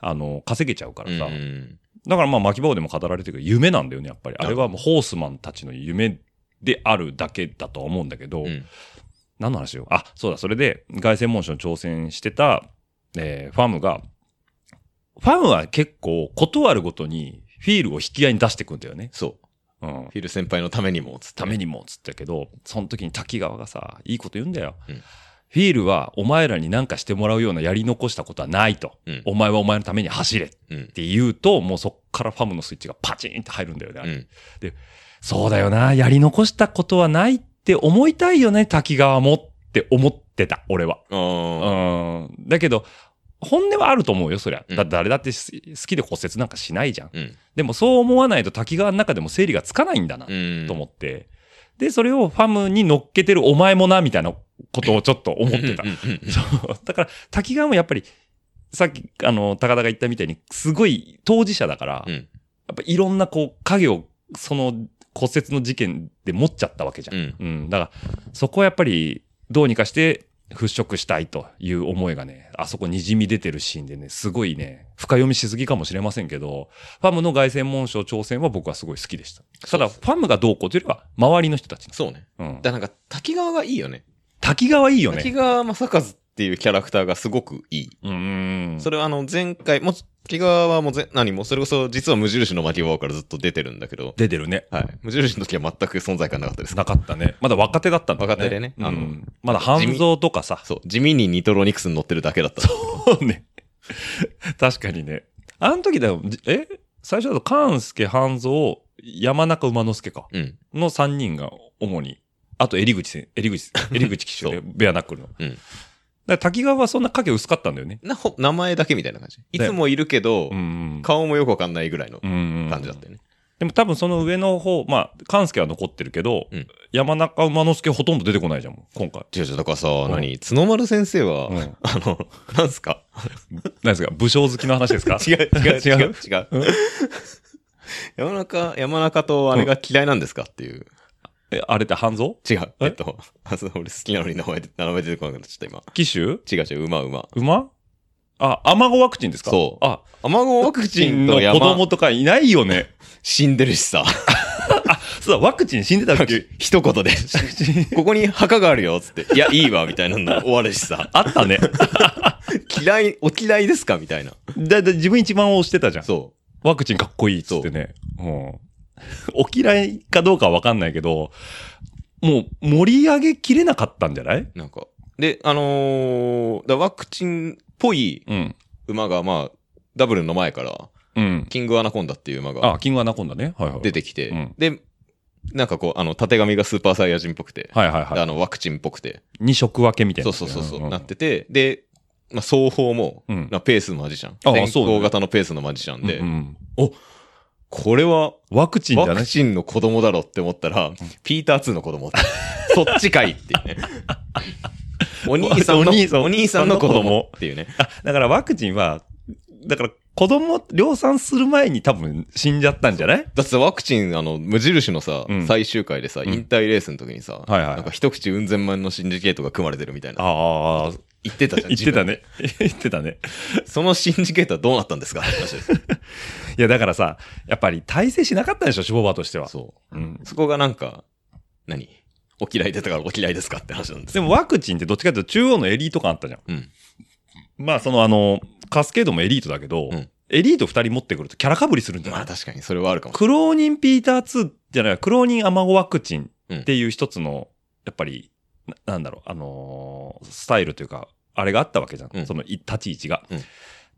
[SPEAKER 4] あの、稼げちゃうからさ。
[SPEAKER 5] うん
[SPEAKER 4] だからまあ巻き場王でも語られてるけど、夢なんだよね、やっぱり。あれはもうホースマンたちの夢であるだけだとは思うんだけど、
[SPEAKER 5] うん。
[SPEAKER 4] 何の話よ。あ、そうだ、それで、凱旋門賞に挑戦してた、えーファムが、ファムは結構、ことあるごとに、フィールを引き合いに出してくんだよね。
[SPEAKER 5] そう。
[SPEAKER 4] うん
[SPEAKER 5] フィル先輩のためにも、つって。
[SPEAKER 4] ためにもっつったけどその時に滝川がさいいこと言うんだよ、
[SPEAKER 5] うん
[SPEAKER 4] フィールはお前らに何かしてもらうようなやり残したことはないと、
[SPEAKER 5] うん
[SPEAKER 4] お前はお前のために走れっ
[SPEAKER 5] うん。
[SPEAKER 4] て言うともうそっからファムのスイッチがパチンって入るんだよね、あ
[SPEAKER 5] う
[SPEAKER 4] れ
[SPEAKER 5] ん。
[SPEAKER 4] そうだよなやり残したことはないって思いたいよね滝川もって思ってた俺は
[SPEAKER 5] ああ。
[SPEAKER 4] うんだけど本音はあると思うよそりゃ、
[SPEAKER 5] うん
[SPEAKER 4] だって誰だってす好きで骨折なんかしないじゃん
[SPEAKER 5] うん。
[SPEAKER 4] でもそう思わないと滝川の中でも整理がつかないんだな
[SPEAKER 5] うん。
[SPEAKER 4] と思って、で、それをファムに乗っけてるお前もな、みたいなことをちょっと思ってた
[SPEAKER 5] うん。。うんうん
[SPEAKER 4] そう だから、滝川もやっぱり、さっき、あの、高田が言ったみたいに、すごい当事者だから、
[SPEAKER 5] うん
[SPEAKER 4] やっぱいろんなこう、影を、その骨折の事件で持っちゃったわけじゃん。
[SPEAKER 5] うん
[SPEAKER 4] だから、そこはやっぱり、どうにかして、払拭したいという思いがね、あそこにじみ出てるシーンでね、すごいね、深読みしすぎかもしれませんけど、ファムの凱旋門賞挑戦は僕はすごい好きでした。ただ、ファムがどうこうというよりは、周りの人たちの。
[SPEAKER 5] そうね。
[SPEAKER 4] うん。
[SPEAKER 5] だからなんか、滝川がいいよね。
[SPEAKER 4] 滝川いいよね。
[SPEAKER 5] 滝川正和っていうキャラクターがすごくいい。
[SPEAKER 4] うんうん。
[SPEAKER 5] それはあの、前回、もう、滝川はもうぜ、何も、それこそ、実は無印の巻き場からずっと出てるんだけど、
[SPEAKER 4] 出てるね。
[SPEAKER 5] はい。無印の時は全く存在感なかったです。
[SPEAKER 4] なかったね。まだ若手だったんだよね。
[SPEAKER 5] 若手でね
[SPEAKER 4] うん
[SPEAKER 5] あの
[SPEAKER 4] まだ半蔵とかさ。
[SPEAKER 5] そう。地味にニトロニクスに乗ってるだけだった。
[SPEAKER 4] そうね。 確かにね。あの時だよ。じえ最初だと、関助、半蔵、山中馬之助か。
[SPEAKER 5] うん。
[SPEAKER 4] の3人が主に。あと、襟口せん、襟 口、襟口騎手で、ベアナックルの。
[SPEAKER 5] うん
[SPEAKER 4] だから滝川はそんな影薄かったんだよね。
[SPEAKER 5] なほ名前だけみたいな感じ。い
[SPEAKER 4] だよ
[SPEAKER 5] つもいるけど、
[SPEAKER 4] うん
[SPEAKER 5] 顔もよくわかんないぐらいの
[SPEAKER 4] うん。うんうん
[SPEAKER 5] 感じだったよね。
[SPEAKER 4] でも多分その上の方、まあ、関助は残ってるけど、
[SPEAKER 5] うん
[SPEAKER 4] 山中馬之助ほとんど出てこないじゃん、今回。
[SPEAKER 5] 違う違う、だからさ、
[SPEAKER 4] ん
[SPEAKER 5] 何角丸先生は、
[SPEAKER 4] うん
[SPEAKER 5] あの、なんすか
[SPEAKER 4] 何ですか武将好きの話 ですか
[SPEAKER 5] 違う違う違う違う。
[SPEAKER 4] うん
[SPEAKER 5] 山中、山中とあれが嫌いなんですかっていう。
[SPEAKER 4] えあれって半蔵
[SPEAKER 5] 違う。
[SPEAKER 4] え
[SPEAKER 5] えっと、あそう俺好きなのに名前で、名前出てこなくなっちゃった今。
[SPEAKER 4] 騎手
[SPEAKER 5] 違う違う、馬馬。
[SPEAKER 4] 馬あ、アマゴワクチンですか
[SPEAKER 5] そう
[SPEAKER 4] あ、
[SPEAKER 5] アマゴワ
[SPEAKER 4] ワ
[SPEAKER 5] ク
[SPEAKER 4] ク
[SPEAKER 5] チ
[SPEAKER 4] チ
[SPEAKER 5] ン
[SPEAKER 4] ン
[SPEAKER 5] と
[SPEAKER 4] の子
[SPEAKER 5] 山
[SPEAKER 4] 供、とかいないよね。
[SPEAKER 5] 死んでるしさ。
[SPEAKER 4] そうだ、ワクチン死んでたっけ
[SPEAKER 5] 一言で。ここに墓があるよ、つって。いや、いいわ、みたいなの終わるしさ。
[SPEAKER 4] あったね。
[SPEAKER 5] 嫌い、お嫌いですかみたいな。
[SPEAKER 4] だ、だ、自分一番推してたじゃん。
[SPEAKER 5] そ。
[SPEAKER 4] ワクチンかっこいいっつってね。うん。お嫌いかどうかはわかんないけど、もう盛り上げきれなかったんじゃないう
[SPEAKER 5] なんか。で、あのー、だワクチンっぽい
[SPEAKER 4] うん。
[SPEAKER 5] 馬が、まあ、ダブルの前から、
[SPEAKER 4] うん。
[SPEAKER 5] キングアナコンダっていう馬が
[SPEAKER 4] あ、キングアナコンダね。はいはい。
[SPEAKER 5] 出てきて、
[SPEAKER 4] うん
[SPEAKER 5] で、なんかこう、あの、縦紙がスーパーサイヤ人っぽくて、
[SPEAKER 4] はいはい
[SPEAKER 5] で
[SPEAKER 4] は
[SPEAKER 5] あの、ワクチンっぽくて、
[SPEAKER 4] い。二色分けみたい
[SPEAKER 5] そ
[SPEAKER 4] な。
[SPEAKER 5] うそうそうそう、
[SPEAKER 4] んん
[SPEAKER 5] なってて、で、まあ、双方も、
[SPEAKER 4] うん
[SPEAKER 5] なペースのマジシャン。
[SPEAKER 4] あ
[SPEAKER 5] 先
[SPEAKER 4] そうだね
[SPEAKER 5] 行型のペースのマジシャンで、
[SPEAKER 4] うんうん
[SPEAKER 5] これは、
[SPEAKER 4] ワクチンじゃ
[SPEAKER 5] ワ
[SPEAKER 4] な
[SPEAKER 5] ク
[SPEAKER 4] い
[SPEAKER 5] チンの子供だろって思ったら、ピーター2の子供って。 そっちかいってい うね。お兄さんの、
[SPEAKER 4] お兄さん
[SPEAKER 5] お兄さんの子供っていうね。
[SPEAKER 4] あ、だからワクチンは、だから子供量産する前に多分死んじゃったんじゃない
[SPEAKER 5] だってさワクチン、あの、無印のさ、
[SPEAKER 4] うん
[SPEAKER 5] 最終回でさ、
[SPEAKER 4] ん
[SPEAKER 5] 引退レースの時にさ、
[SPEAKER 4] はいはい
[SPEAKER 5] なんか一口うん千万のシンジケートが組まれてるみたいな。
[SPEAKER 4] ああ、
[SPEAKER 5] 言ってたじゃん。
[SPEAKER 4] 言ってた
[SPEAKER 5] 自
[SPEAKER 4] ね。 言ってたね。
[SPEAKER 5] 分。そのシンジケートはどうなったん ですかって話です。
[SPEAKER 4] いや、だからさ、やっぱり体制しなかったでしょ、脂肪バーとしては。
[SPEAKER 5] そ
[SPEAKER 4] うん
[SPEAKER 5] う。そこがなんか、何お嫌いでたからお嫌いですかって話なんです。
[SPEAKER 4] でもワクチンってどっちかというと中央のエリート感あったじゃん。
[SPEAKER 5] うん
[SPEAKER 4] まあそのあの、カスケードもエリートだけど、
[SPEAKER 5] うん
[SPEAKER 4] エリート2人持ってくるとキャラかぶりするんじゃない、
[SPEAKER 5] まあ確かにそれはあるかも。
[SPEAKER 4] 苦労人ピーター2じゃない、苦労人アマゴワクチンっていう一つの、やっぱり、ななんだろう、あのースタイルというか、あれがあったわけじゃん。
[SPEAKER 5] うん
[SPEAKER 4] そのい立ち位置が、
[SPEAKER 5] うん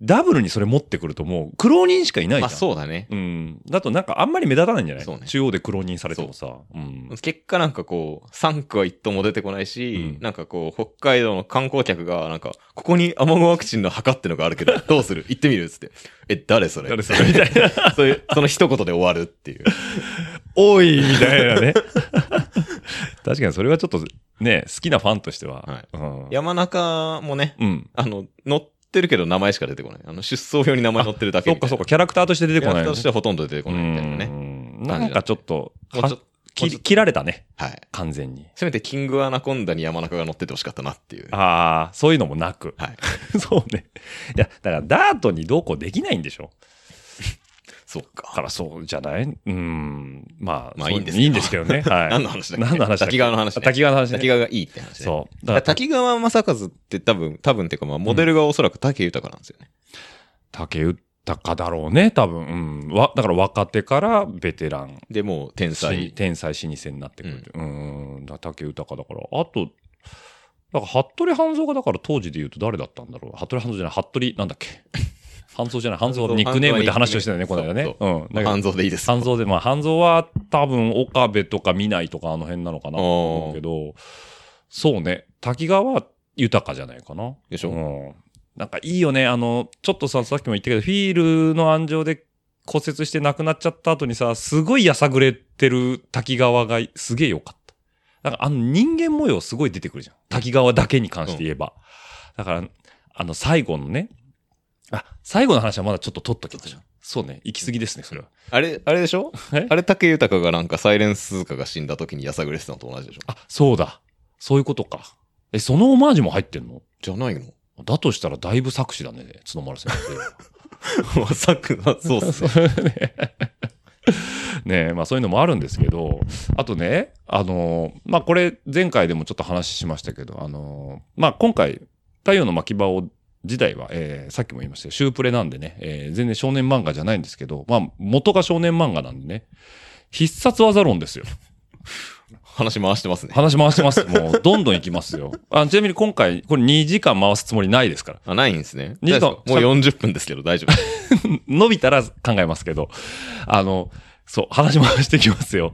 [SPEAKER 4] ダブルにそれ持ってくるともう苦労人しかいないじゃん。
[SPEAKER 5] まあそうだね。
[SPEAKER 4] うん。だとなんかあんまり目立たないんじゃない、
[SPEAKER 5] そうね
[SPEAKER 4] 中央で苦労人されてもさ。うん。
[SPEAKER 5] 結果なんかこう、3区は一頭も出てこないし、
[SPEAKER 4] うん
[SPEAKER 5] なんかこう、北海道の観光客が、なんか、ここにアマゴワクチンの墓ってのがある けど、どうする行ってみるっつって。え、誰それ
[SPEAKER 4] 誰それみたいな。
[SPEAKER 5] そういう、その一言で終わるっていう。
[SPEAKER 4] 多いみたいなね。 確かにそれはちょっとね、好きなファンとしては。
[SPEAKER 5] はい
[SPEAKER 4] うん。
[SPEAKER 5] 山中もね、
[SPEAKER 4] うん。
[SPEAKER 5] あの、乗ってるけど名前しか出てこない。あの、出走表に名前載ってるだけ
[SPEAKER 4] そ
[SPEAKER 5] み
[SPEAKER 4] ったか
[SPEAKER 5] いな。
[SPEAKER 4] そっか、キャラクターとして出てこない
[SPEAKER 5] キャ
[SPEAKER 4] よ
[SPEAKER 5] ラクターと
[SPEAKER 4] ね
[SPEAKER 5] してはほとんど出てこ
[SPEAKER 4] う
[SPEAKER 5] ないみたいなね。
[SPEAKER 4] んなんかちょっと、
[SPEAKER 5] もうちょっ
[SPEAKER 4] は
[SPEAKER 5] と、
[SPEAKER 4] 切切られたね。
[SPEAKER 5] はい。
[SPEAKER 4] 完全に。
[SPEAKER 5] せめてキングアナコンダに山中が乗っててほしかったなっていう。は
[SPEAKER 4] ああ、そういうのもなく。
[SPEAKER 5] い。
[SPEAKER 4] そうね。いや、だからダートにどうこうできないんでしょ
[SPEAKER 5] そっ
[SPEAKER 4] だ
[SPEAKER 5] か。
[SPEAKER 4] からそうじゃないうん。まあ、
[SPEAKER 5] ま
[SPEAKER 4] そ
[SPEAKER 5] あ
[SPEAKER 4] う
[SPEAKER 5] いいんですけど
[SPEAKER 4] いいんですけどね。はい。
[SPEAKER 5] 何の話だっけ
[SPEAKER 4] 何の話だっけ
[SPEAKER 5] 滝川の話ね
[SPEAKER 4] 滝川の話ね
[SPEAKER 5] 滝川がいいって話ね。
[SPEAKER 4] そう。
[SPEAKER 5] だ
[SPEAKER 4] だ
[SPEAKER 5] から
[SPEAKER 4] から
[SPEAKER 5] 滝川正和って多分、多分っていうか、まあ、モデルがおそらく竹豊なんですよね。
[SPEAKER 4] 竹豊だろうね、多分。うん。わ、だから若手からベテラン。
[SPEAKER 5] で、もう天
[SPEAKER 4] 天才
[SPEAKER 5] 才。
[SPEAKER 4] 天才老舗になってくる。うん、んだから竹豊だから。あと、だから服部半蔵がだから当時で言うと誰だったんだろう。服部半蔵じゃない、服部なんだっけ。 半蔵じゃない、半蔵はニックネームって話をしてたよね、こ
[SPEAKER 5] 半
[SPEAKER 4] の
[SPEAKER 5] 蔵は
[SPEAKER 4] 間
[SPEAKER 5] ニッ
[SPEAKER 4] ね。
[SPEAKER 5] ク
[SPEAKER 4] うん。だけど
[SPEAKER 5] 半蔵でいいです。
[SPEAKER 4] 半蔵で、まあ半蔵は多分岡部とか南井とかあの辺なのかな
[SPEAKER 5] あー
[SPEAKER 4] と思うけど、そうね、滝川は豊かじゃないかな。
[SPEAKER 5] でしょ
[SPEAKER 4] うん。なんかいいよね、あの、ちょっとさ、さっきも言ったけど、フィールの暗状で骨折して亡くなっちゃった後にさ、すごいやさぐれてる滝川がすげえ良かった。なんかあの人間模様すごい出てくるじゃん。滝川だけに関して言えば。だから、あの最後のね、あ、最後の話はまだちょっと取っときましょう。そうね、行き過ぎですね、それは。
[SPEAKER 5] あれ、あれでしょ
[SPEAKER 4] え
[SPEAKER 5] あれ竹豊がなんかサイレンス鈴鹿が死んだ時にやさぐれてたのと同じでしょ
[SPEAKER 4] あ、そうだ。そういうことか。え、そのオマージュも入ってんの
[SPEAKER 5] じゃないの
[SPEAKER 4] だとしたらだいぶ作詞だね、角丸先
[SPEAKER 5] まさくはそうっすね。
[SPEAKER 4] 生。 ねねえ、まあそういうのもあるんですけど、あとね、あの、まあこれ前回でもちょっと話しましたけど、あの、まあ今回、太陽の巻き場を自体は、えーさっきも言いましたよシュープレなんでね、えー全然少年漫画じゃないんですけど、まあ元が少年漫画なんでね、必殺技論ですよ。
[SPEAKER 5] 話回してますね。
[SPEAKER 4] 話回してます。もう、どんどん行きます よ。あちなみに今回、これ2時間回すつもりないですから。
[SPEAKER 5] あ、ないんですね。
[SPEAKER 4] 二時間
[SPEAKER 5] 大丈夫ですかもう40分ですけど大丈 夫。
[SPEAKER 4] 伸びたら考えますけど、あの、そう、話回してきますよ。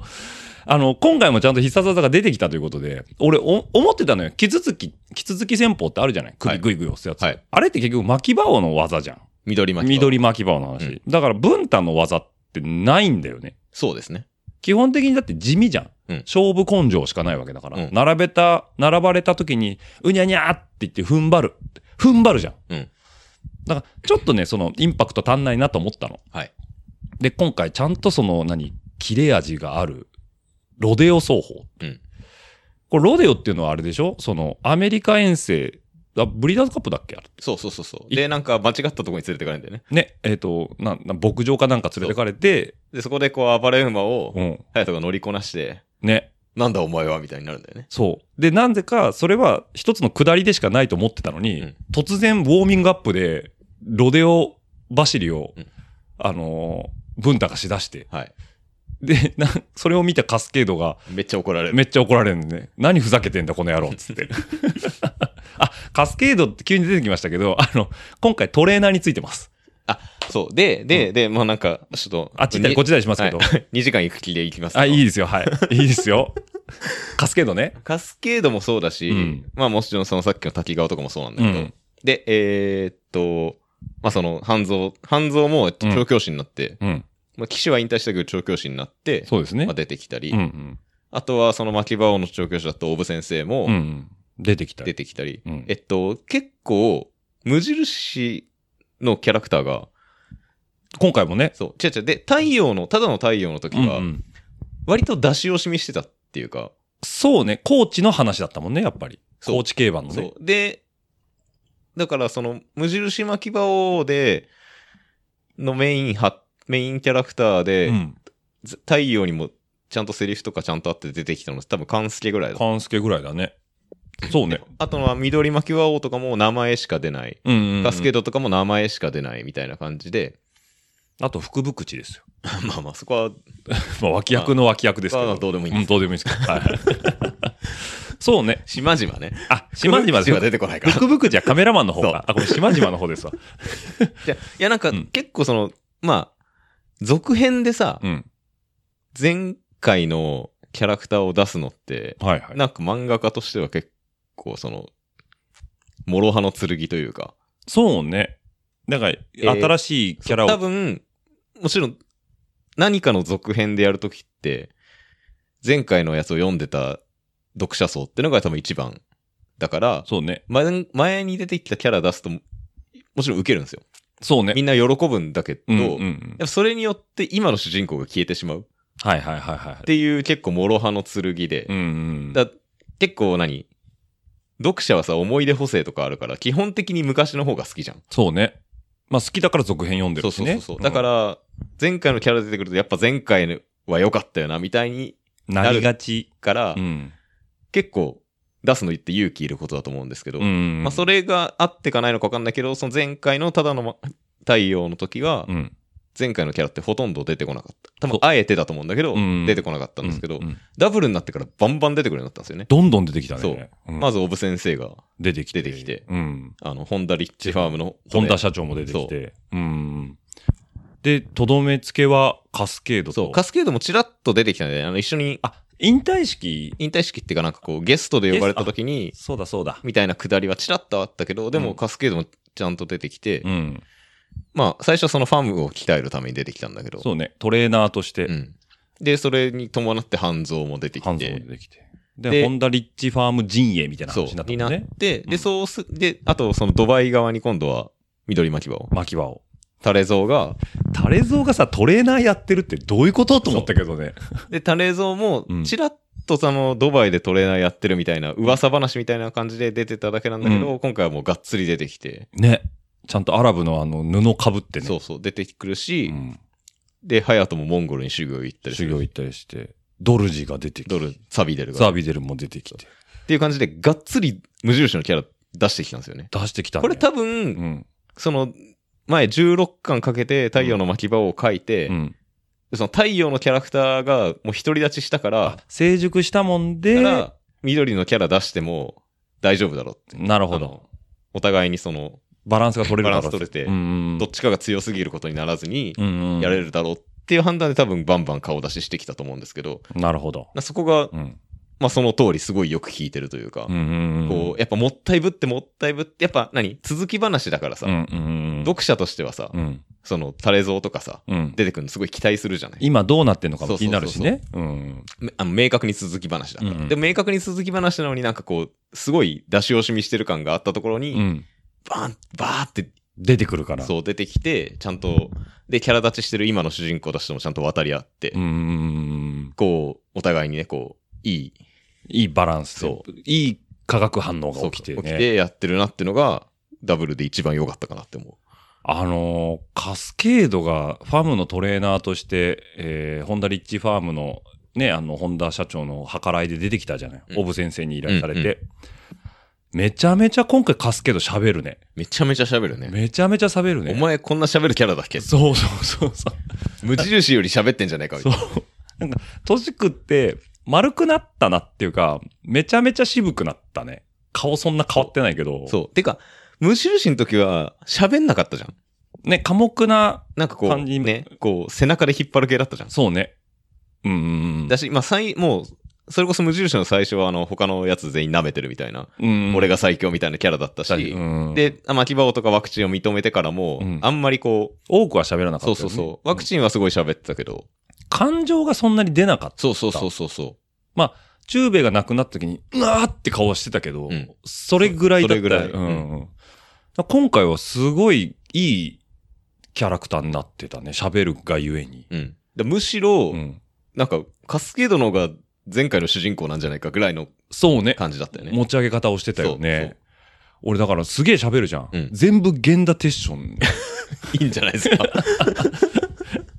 [SPEAKER 4] あの、今回もちゃんと必殺技が出てきたということで、俺、お思ってたのよ。木続き、木続き戦法ってあるじゃない
[SPEAKER 5] は
[SPEAKER 4] 首
[SPEAKER 5] い
[SPEAKER 4] グイグイ押すやつ。
[SPEAKER 5] はい
[SPEAKER 4] あれって結局巻き場王の技じゃん。
[SPEAKER 5] 緑巻き。。
[SPEAKER 4] 緑巻き場王の話。
[SPEAKER 5] うん
[SPEAKER 4] だから、文太の技ってないんだよね。
[SPEAKER 5] そうですね。
[SPEAKER 4] 基本的にだって地味じゃん。
[SPEAKER 5] うん
[SPEAKER 4] 勝負根性しかないわけだから、
[SPEAKER 5] うん
[SPEAKER 4] 並べた、並ばれた時に、うにゃにゃーって言って踏ん張る。踏ん張るじゃん。
[SPEAKER 5] うん
[SPEAKER 4] だから、ちょっとね、その、インパクト足んないなと思ったの。
[SPEAKER 5] はい
[SPEAKER 4] で、今回、ちゃんとその、何、切れ味がある、ロデオ奏法。
[SPEAKER 5] うん
[SPEAKER 4] これ、ロデオっていうのはあれでしょその、アメリカ遠征、あブリーダーズカップだっけあれ
[SPEAKER 5] そうそうそうそう。で、なんか間違ったとこに連れてかれるんだよね。
[SPEAKER 4] ね、えっ、とな、な、牧場かなんか連れてかれて、
[SPEAKER 5] で、そこでこう暴れ馬を
[SPEAKER 4] う、ん。
[SPEAKER 5] 隼人が乗りこなして、
[SPEAKER 4] ね、
[SPEAKER 5] なんだお前はみたいになるんだよね。
[SPEAKER 4] そう。で、なんでか、それは一つの下りでしかないと思ってたのに、
[SPEAKER 5] うん
[SPEAKER 4] 突然ウォーミングアップで、ロデオ走りを、
[SPEAKER 5] うん
[SPEAKER 4] あのー文太がしだして。
[SPEAKER 5] はい。
[SPEAKER 4] で、なそれを見たカスケードが、
[SPEAKER 5] めっちゃ怒られる。
[SPEAKER 4] めっちゃ怒られるんでね。何ふざけてんだ、この野郎っ つって。あ、カスケードって急に出てきましたけど、あの、今回トレーナーについてます。
[SPEAKER 5] そう。で、で、で、まあなんか、ちょっと。
[SPEAKER 4] あっち行ったりこっち行ったりしますけど。
[SPEAKER 5] 2時間行く気で行きますけど
[SPEAKER 4] あ、いいですよ、はい。いいですよ。カスケードね。
[SPEAKER 5] カスケードもそうだし、
[SPEAKER 4] うん
[SPEAKER 5] まあもちろんそのさっきの滝川とかもそうなんだ
[SPEAKER 4] う
[SPEAKER 5] けど、
[SPEAKER 4] ん。
[SPEAKER 5] で、えーっと、まあその半蔵、半蔵も調教師になって、
[SPEAKER 4] うん。
[SPEAKER 5] まあ騎士は引退したけど調教師になって、
[SPEAKER 4] そうですね
[SPEAKER 5] まあ。出てきたり、
[SPEAKER 4] うんうん。
[SPEAKER 5] あとはその巻き場王の調教師だと大部先生
[SPEAKER 4] うんう
[SPEAKER 5] も
[SPEAKER 4] ん。出てきた。
[SPEAKER 5] 出てきたり、
[SPEAKER 4] うん
[SPEAKER 5] えっと、結構、無印のキャラクターが、
[SPEAKER 4] 今回もね。
[SPEAKER 5] そう、違う違う、で、太陽の、ただの太陽の時は
[SPEAKER 4] うんう、ん
[SPEAKER 5] 割と出し惜しみしてたっていうか、
[SPEAKER 4] そうね、高知の話だったもんね、やっぱり。
[SPEAKER 5] そう
[SPEAKER 4] 高知競馬の
[SPEAKER 5] そ
[SPEAKER 4] ね
[SPEAKER 5] う。。で、だからその、無印巻き場王で、のメインは、メインキャラクターで、
[SPEAKER 4] うん。
[SPEAKER 5] ず太陽にもちゃんとセリフとかちゃんとあって出てきたの多分勘助ぐらいだ。
[SPEAKER 4] 勘助ぐらいだね。そうね。
[SPEAKER 5] あとは緑巻き和王とかも名前しか出ない。
[SPEAKER 4] うんうんうん。
[SPEAKER 5] カスケードとかも名前しか出ないみたいな感 じで、
[SPEAKER 4] あと、福口ですよ。
[SPEAKER 5] まあまあそこは、
[SPEAKER 4] まあ、脇役の脇役ですけ
[SPEAKER 5] まあま
[SPEAKER 4] ど。
[SPEAKER 5] あどうでもいいん
[SPEAKER 4] う
[SPEAKER 5] で
[SPEAKER 4] ん
[SPEAKER 5] す。
[SPEAKER 4] どうでもいいですけど。はい。 そうね。
[SPEAKER 5] 島々ね。
[SPEAKER 4] あ、島々です
[SPEAKER 5] 島々出てこないから。
[SPEAKER 4] 福口はカメラマンの方
[SPEAKER 5] そ
[SPEAKER 4] か。あ、これ島々の方ですわ。
[SPEAKER 5] じゃいやなんか
[SPEAKER 4] うん
[SPEAKER 5] 結構その、まあ、続編でさ、
[SPEAKER 4] うん。
[SPEAKER 5] 前回のキャラクターを出すのって、
[SPEAKER 4] はいはい。
[SPEAKER 5] なんか漫画家としては結構その、諸刃の剣というか、
[SPEAKER 4] そうね。だから、
[SPEAKER 5] ー
[SPEAKER 4] 新しいキャラ
[SPEAKER 5] 多
[SPEAKER 4] を。
[SPEAKER 5] 分、もちろん、何かの続編でやるときって、前回のやつを読んでた読者層ってのが多分一番。だから、
[SPEAKER 4] そうね。
[SPEAKER 5] 前前に出てきたキャラ出すとも、もちろん受けるんですよ。
[SPEAKER 4] そうね
[SPEAKER 5] み。んな喜ぶんだけど、
[SPEAKER 4] うんうんう
[SPEAKER 5] やっ
[SPEAKER 4] ん。
[SPEAKER 5] ぱそれによって今の主人公が消えてしまうっ
[SPEAKER 4] はいはいはいはい。
[SPEAKER 5] ていう結構諸刃の剣で、
[SPEAKER 4] うんうん。
[SPEAKER 5] だ結構何読者はさ、思い出補正とかあるから、基本的に昔の方が好きじゃん。
[SPEAKER 4] そうね。まあ、好きだから続編読んで
[SPEAKER 5] そ
[SPEAKER 4] る
[SPEAKER 5] うそ
[SPEAKER 4] し
[SPEAKER 5] うそ
[SPEAKER 4] ね。
[SPEAKER 5] うそう、だから、前回のキャラ出てくると、やっぱ前回は良かったよな、みたいに
[SPEAKER 4] うん、なりがち。
[SPEAKER 5] から、
[SPEAKER 4] うん。
[SPEAKER 5] 結構出すの言って勇気いることだと思うんですけど、
[SPEAKER 4] うん。
[SPEAKER 5] まあ、それがあってかないのか分かんないけど、その前回のただのま太陽の時は
[SPEAKER 4] う、ん。
[SPEAKER 5] 前回のキャラってほとんど出てこなかっ
[SPEAKER 4] そ
[SPEAKER 5] た。多分
[SPEAKER 4] う
[SPEAKER 5] あえてだと思うんだけど、
[SPEAKER 4] うん
[SPEAKER 5] 出てこなかったんですけど、
[SPEAKER 4] うんうん
[SPEAKER 5] ダブルになってからバンバン出てくるようになったんですよね。
[SPEAKER 4] どんどん出てきたね。
[SPEAKER 5] そう
[SPEAKER 4] うん
[SPEAKER 5] まず、オブ先生が、
[SPEAKER 4] 出てきて。
[SPEAKER 5] 出てきて
[SPEAKER 4] うん。
[SPEAKER 5] あの、ホンダリッチファームの、
[SPEAKER 4] 本田社長も出てきて。うん。で、とどめつけはカスケードと。
[SPEAKER 5] そう、カスケードもちらっと出てきたんで、あの、一緒に、
[SPEAKER 4] あ、引退式。
[SPEAKER 5] 引退式っていうかなんかこう、ゲストで呼ばれた時に、
[SPEAKER 4] そうだそうだ。
[SPEAKER 5] みたいなくだりはちらっとあったけど、で
[SPEAKER 4] う
[SPEAKER 5] も
[SPEAKER 4] ん
[SPEAKER 5] カスケードもちゃんと出てきて、
[SPEAKER 4] うん。
[SPEAKER 5] まあ最初はそのファームを鍛えるために出てきたんだけど、
[SPEAKER 4] そうね。トレーナーとして
[SPEAKER 5] う、んで、それに伴って半蔵も出て
[SPEAKER 4] ハ
[SPEAKER 5] き
[SPEAKER 4] ンズも出
[SPEAKER 5] て、
[SPEAKER 4] てきて。で、
[SPEAKER 5] で
[SPEAKER 4] ホンダリッチファーム陣営みたいな
[SPEAKER 5] そう
[SPEAKER 4] 話にな、った
[SPEAKER 5] に
[SPEAKER 4] も
[SPEAKER 5] なんっ
[SPEAKER 4] ね。
[SPEAKER 5] て、
[SPEAKER 4] う
[SPEAKER 5] で、
[SPEAKER 4] ん
[SPEAKER 5] そうす、で、あとそのドバイ側に今度は緑巻き場を、
[SPEAKER 4] 巻き場を。
[SPEAKER 5] タレゾウが、
[SPEAKER 4] タレゾウがさ、トレーナーやってるってどういうことと思ったけどね。
[SPEAKER 5] で、タレゾウも
[SPEAKER 4] うん
[SPEAKER 5] ちらっとそのドバイでトレーナーやってるみたいな噂話みたいな感じで出てただけなんだけど、今回はもうがっつり出てきて、
[SPEAKER 4] ね。ちゃんとアラブのあの布かぶってね。
[SPEAKER 5] そうそう出てくるし、
[SPEAKER 4] うん
[SPEAKER 5] で、ハヤトもモンゴルに修行行ったりす
[SPEAKER 4] 修
[SPEAKER 5] る
[SPEAKER 4] 行行ったりして。ドルジが出てき
[SPEAKER 5] ドル
[SPEAKER 4] て。、
[SPEAKER 5] サビ出るか
[SPEAKER 4] ザ
[SPEAKER 5] ら。
[SPEAKER 4] ー
[SPEAKER 5] っ
[SPEAKER 4] ビデルも出てきて。
[SPEAKER 5] ていう感じで、がっつり無印のキャラ出してきたんですよね。
[SPEAKER 4] 出してきたね。
[SPEAKER 5] これ
[SPEAKER 4] う
[SPEAKER 5] 多分、
[SPEAKER 4] ん。
[SPEAKER 5] その、前16巻かけて太陽の巻き場を書いて、
[SPEAKER 4] うん。
[SPEAKER 5] その太陽のキャラクターがもう独り立ちしたから、
[SPEAKER 4] 成熟したもん
[SPEAKER 5] だか
[SPEAKER 4] で、
[SPEAKER 5] ら緑のキャラ出しても大丈夫だろうって。
[SPEAKER 4] なるほ
[SPEAKER 5] あ
[SPEAKER 4] ど。
[SPEAKER 5] の。お互いにその、
[SPEAKER 4] バランスが取れるだろう
[SPEAKER 5] バランス取れて
[SPEAKER 4] うんうんうん
[SPEAKER 5] どっちかが強すぎることにならずに、
[SPEAKER 4] うんうん
[SPEAKER 5] やれるだろうっていう判断で多分バンバン顔出ししてきたと思うんですけど、
[SPEAKER 4] なるほど。
[SPEAKER 5] なそこが、
[SPEAKER 4] うん。
[SPEAKER 5] まあその通りすごいよく効いてるというか、
[SPEAKER 4] うんうんうん。
[SPEAKER 5] こう、やっぱもったいぶってもったいぶって、やっぱ何続き話だからさ、
[SPEAKER 4] うんうんうんうん。
[SPEAKER 5] 読者としてはさ、
[SPEAKER 4] うん。
[SPEAKER 5] その、タレゾウとかさ、
[SPEAKER 4] うん。
[SPEAKER 5] 出てくるのすごい期待するじゃない
[SPEAKER 4] 今どうなってんのかも気になるしね。うん。
[SPEAKER 5] めあの明確に続き話だから。
[SPEAKER 4] うんうん
[SPEAKER 5] でも明確に続き話なのになんかこう、すごい出し惜しみしてる感があったところに、
[SPEAKER 4] うん。
[SPEAKER 5] バーン、バーって、
[SPEAKER 4] 出てくるから。
[SPEAKER 5] そう出てきて、ちゃんと、で、キャラ立ちしてる今の主人公たちともちゃんと渡り合って、
[SPEAKER 4] うんうんうんうん。
[SPEAKER 5] こう、お互いにね、こう、いい、
[SPEAKER 4] いいバランスで
[SPEAKER 5] そ。
[SPEAKER 4] いい化学反応が
[SPEAKER 5] そう
[SPEAKER 4] 起きてね。
[SPEAKER 5] やってるなってのが、ダブルで一番良かったかなって思
[SPEAKER 4] あのーカスケードがファームのトレーナーとして、えーホンダリッチファームのね、あの、ホンダ社長の計らいで出てきたじゃない。
[SPEAKER 5] うん
[SPEAKER 4] オブ先生に依頼されて。
[SPEAKER 5] うんう
[SPEAKER 4] めちゃめちゃ今回カスケード喋るね。
[SPEAKER 5] う。めちゃめちゃ喋るね。
[SPEAKER 4] めちゃめちゃ喋るね。
[SPEAKER 5] お前こんな喋るキャラだっけ
[SPEAKER 4] そうそうそうそう。
[SPEAKER 5] 無印より喋ってんじゃないかみた
[SPEAKER 4] そ
[SPEAKER 5] いう
[SPEAKER 4] な
[SPEAKER 5] な。。
[SPEAKER 4] んか、トシクって丸くなったなっていうか、めちゃめちゃ渋くなったね。顔そんな変わってないけど。
[SPEAKER 5] そう。てか、無印の時は喋んなかったじゃん。
[SPEAKER 4] ね、寡黙な、
[SPEAKER 5] なんかこう、
[SPEAKER 4] 感じ
[SPEAKER 5] ね、こう、背中で引っ張る系だったじゃん。
[SPEAKER 4] そうね。うんうんうん。
[SPEAKER 5] だし、まあ、最、もう、それこそ無印の最初は、あの、他のやつ全員舐めてるみたいな、
[SPEAKER 4] うん、
[SPEAKER 5] 俺
[SPEAKER 4] が
[SPEAKER 5] が最強みたいなキャラだったし、
[SPEAKER 4] うん、
[SPEAKER 5] で、あ巻き場をとかワクチンを認めてからも、
[SPEAKER 4] うん
[SPEAKER 5] あんまりこう、
[SPEAKER 4] 多くは喋らなかった
[SPEAKER 5] そ
[SPEAKER 4] よ
[SPEAKER 5] う
[SPEAKER 4] ね、
[SPEAKER 5] そうそう、ワクチンはすごい喋ってたけど、
[SPEAKER 4] 感情がそんなに出なかった。
[SPEAKER 5] そうそうそうそうそう。
[SPEAKER 4] 中米が亡くなった時に、うわーって顔してたけど、
[SPEAKER 5] うん
[SPEAKER 4] それぐらいだったよ
[SPEAKER 5] それぐらい
[SPEAKER 4] うんうんだから今回はすごいいいキャラクターになってたね。喋るがゆえに。
[SPEAKER 5] うん。でむしろ、
[SPEAKER 4] うん
[SPEAKER 5] なんか、カスケードの方が前回の主人公なんじゃないかぐらいの
[SPEAKER 4] そうね。
[SPEAKER 5] 感じだったよね。
[SPEAKER 4] 持ち上げ方をしてたよね。俺だからすげえ喋るじゃん。
[SPEAKER 5] うん
[SPEAKER 4] 全部源田テッショ ン。
[SPEAKER 5] いいんじゃない ですか。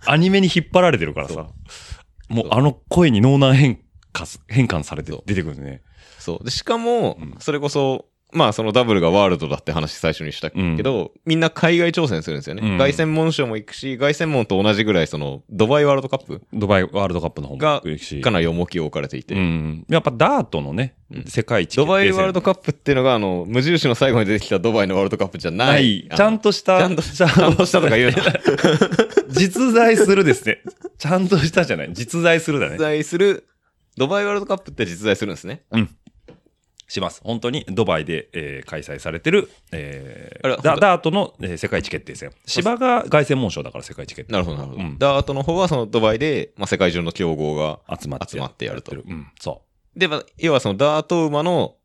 [SPEAKER 4] アニメに引っ張られてるからさ。もう
[SPEAKER 5] そう
[SPEAKER 4] あの声に脳内変化す、変換されて
[SPEAKER 5] そう
[SPEAKER 4] 出てくるね。
[SPEAKER 5] そう。で、しかも
[SPEAKER 4] うん、
[SPEAKER 5] それこそ、まあそのダブルがワールドだって話最初にしたけど、みんな海外挑戦するんですよね。
[SPEAKER 4] うん
[SPEAKER 5] 凱旋門賞も行くし、凱旋門と同じぐらいその、ドバイワールドカップ
[SPEAKER 4] ドバイワールドカップの方も
[SPEAKER 5] が
[SPEAKER 4] 行くし
[SPEAKER 5] かなり重きを置かれていて、
[SPEAKER 4] うん。やっぱダートのね、
[SPEAKER 5] うん
[SPEAKER 4] 世界一
[SPEAKER 5] ドバイワール
[SPEAKER 4] ド
[SPEAKER 5] ドカップっていうのが、あの、無印の最後に出てきたドバイのワールドカップじゃない。
[SPEAKER 4] ない。ちゃん
[SPEAKER 5] と、
[SPEAKER 4] とした、
[SPEAKER 5] ちゃんと
[SPEAKER 4] ちゃん
[SPEAKER 5] ちゃんとしたとか言うな。
[SPEAKER 4] 実在するですね。ちゃんとしたじゃない。実在するだ
[SPEAKER 5] 実
[SPEAKER 4] ね。
[SPEAKER 5] 在する、ドバイワールドカップって実在するんですね。
[SPEAKER 4] します。本当にドバイで、えー開催されてる、えー
[SPEAKER 5] あれ
[SPEAKER 4] ダダートの、えー世界一決定戦。芝が凱旋門賞だから世界一決定
[SPEAKER 5] なるほど、なるほど。
[SPEAKER 4] うん
[SPEAKER 5] ダートの方はそのドバイで、まあ、世界中の強豪が、
[SPEAKER 4] 集まって
[SPEAKER 5] 集まってやると
[SPEAKER 4] るうん、そ
[SPEAKER 5] で、まあ要はそのダート馬の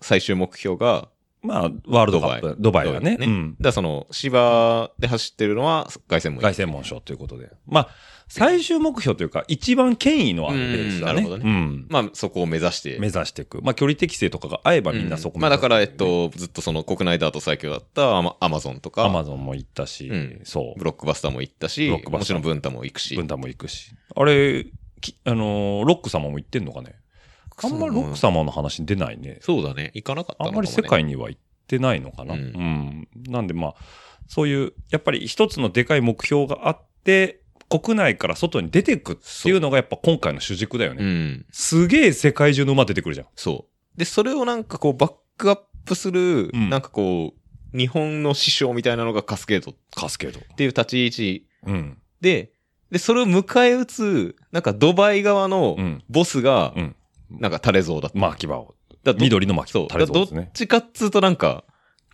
[SPEAKER 5] 最終目標が、
[SPEAKER 4] う。まあ、ワールドカップ、ドバイがね、
[SPEAKER 5] ド
[SPEAKER 4] うん
[SPEAKER 5] だからその芝で走ってるのは凱旋門。
[SPEAKER 4] 凱旋門賞ということで。まあ、最終目標というか、一番権威のあるレースだね。
[SPEAKER 5] うんなるほど
[SPEAKER 4] うん
[SPEAKER 5] まあそこを目指して。
[SPEAKER 4] 目指していく。まあ、距離適正とかが合えばみんなそこ
[SPEAKER 5] うんまあだから、えっ
[SPEAKER 4] 目指していくよね、
[SPEAKER 5] と、ずっとその国内ダート最強だったアマアマゾンとか、
[SPEAKER 4] アマゾンも行ったし、
[SPEAKER 5] うん
[SPEAKER 4] そう。
[SPEAKER 5] ブロックバスターも行ったし、
[SPEAKER 4] ブロックバ
[SPEAKER 5] も
[SPEAKER 4] ス
[SPEAKER 5] ち
[SPEAKER 4] ター
[SPEAKER 5] ろんブンタも行くし。
[SPEAKER 4] 文太も行くし。あれ、きあのーロック様も行ってんのかねあんまりロック様の話出ないね。
[SPEAKER 5] そうだね。行かなかった
[SPEAKER 4] あ
[SPEAKER 5] のか
[SPEAKER 4] ん
[SPEAKER 5] も
[SPEAKER 4] まり
[SPEAKER 5] ね
[SPEAKER 4] 世界には行ってないのかな。う
[SPEAKER 5] うん
[SPEAKER 4] ん。なんでまあ、そういう、やっぱり一つのでかい目標があって、国内から外に出てくっていうのがやっぱ今回の主軸だよね。
[SPEAKER 5] うん。
[SPEAKER 4] すげえ世界中の馬出てくるじゃん。
[SPEAKER 5] そう。で、それをなんかこう、バックアップする、
[SPEAKER 4] うん
[SPEAKER 5] なんかこう、日本の師匠みたいなのがカスケードっ
[SPEAKER 4] カスケード。
[SPEAKER 5] ていう立ち位置
[SPEAKER 4] うん。
[SPEAKER 5] で、で、それを迎え撃つ、なんかドバイ側の
[SPEAKER 4] うん。
[SPEAKER 5] ボスが
[SPEAKER 4] う、ん。
[SPEAKER 5] なんかタレ像だった。
[SPEAKER 4] まあ、牙を。
[SPEAKER 5] だど
[SPEAKER 4] 緑の巻き
[SPEAKER 5] そう。
[SPEAKER 4] タレ
[SPEAKER 5] だ
[SPEAKER 4] ゾ
[SPEAKER 5] ど
[SPEAKER 4] ウ
[SPEAKER 5] っ
[SPEAKER 4] ですね。
[SPEAKER 5] ちかっつうとなんか、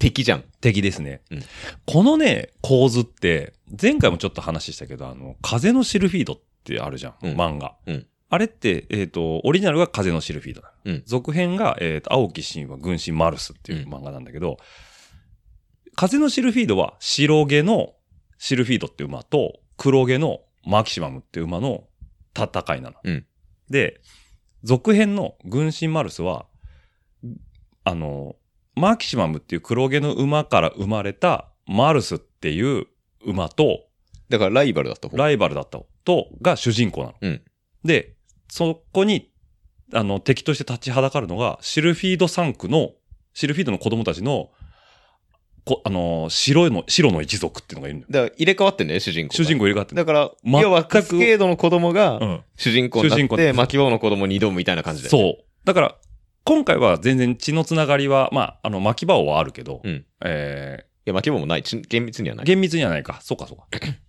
[SPEAKER 5] 敵じゃん。
[SPEAKER 4] 敵ですね。
[SPEAKER 5] うん
[SPEAKER 4] このね、構図って、前回もちょっと話したけど、あの、風のシルフィードってあるじゃん、
[SPEAKER 5] うん
[SPEAKER 4] 漫画。
[SPEAKER 5] うん
[SPEAKER 4] あれって、えっ、と、オリジナルが風のシルフィードなの、
[SPEAKER 5] うん
[SPEAKER 4] 続編が、えっ、と、青木真は軍神マルスっていう漫画なんだけど、風のシルフィードは白毛のシルフィードっていう馬と黒毛のマキシマムっていう馬の戦いなの。
[SPEAKER 5] うん
[SPEAKER 4] で、続編の軍神マルスは、あの、マキシマムっていう黒毛の馬から生まれたマルスっていう馬と、
[SPEAKER 5] だからライバルだった方
[SPEAKER 4] ライバルだったと、が主人公なの。
[SPEAKER 5] うん
[SPEAKER 4] で、そこに、あの、敵として立ちはだかるのが、シルフィード3区の、シルフィードの子供たちの、こあの、白いの、白の一族っていうのがいるのよ。
[SPEAKER 5] だから入れ替わってんだよね、主人公が。
[SPEAKER 4] 主人公入れ替わってんの
[SPEAKER 5] だから、
[SPEAKER 4] 全く
[SPEAKER 5] 要は、カスケードの子供
[SPEAKER 4] う
[SPEAKER 5] が
[SPEAKER 4] ん。
[SPEAKER 5] 主人公
[SPEAKER 4] 主
[SPEAKER 5] にな
[SPEAKER 4] 人
[SPEAKER 5] っ
[SPEAKER 4] 公
[SPEAKER 5] て、マキオの子供に挑むみたいな感じで。う。
[SPEAKER 4] そう。だから、今回は全然血のつながりは、まあ、あの、巻き場はあるけど、
[SPEAKER 5] うん
[SPEAKER 4] え
[SPEAKER 5] いや、マキオもない。ち厳密にはな
[SPEAKER 4] ー
[SPEAKER 5] い。
[SPEAKER 4] 厳密にはないか。そうか、 そうか。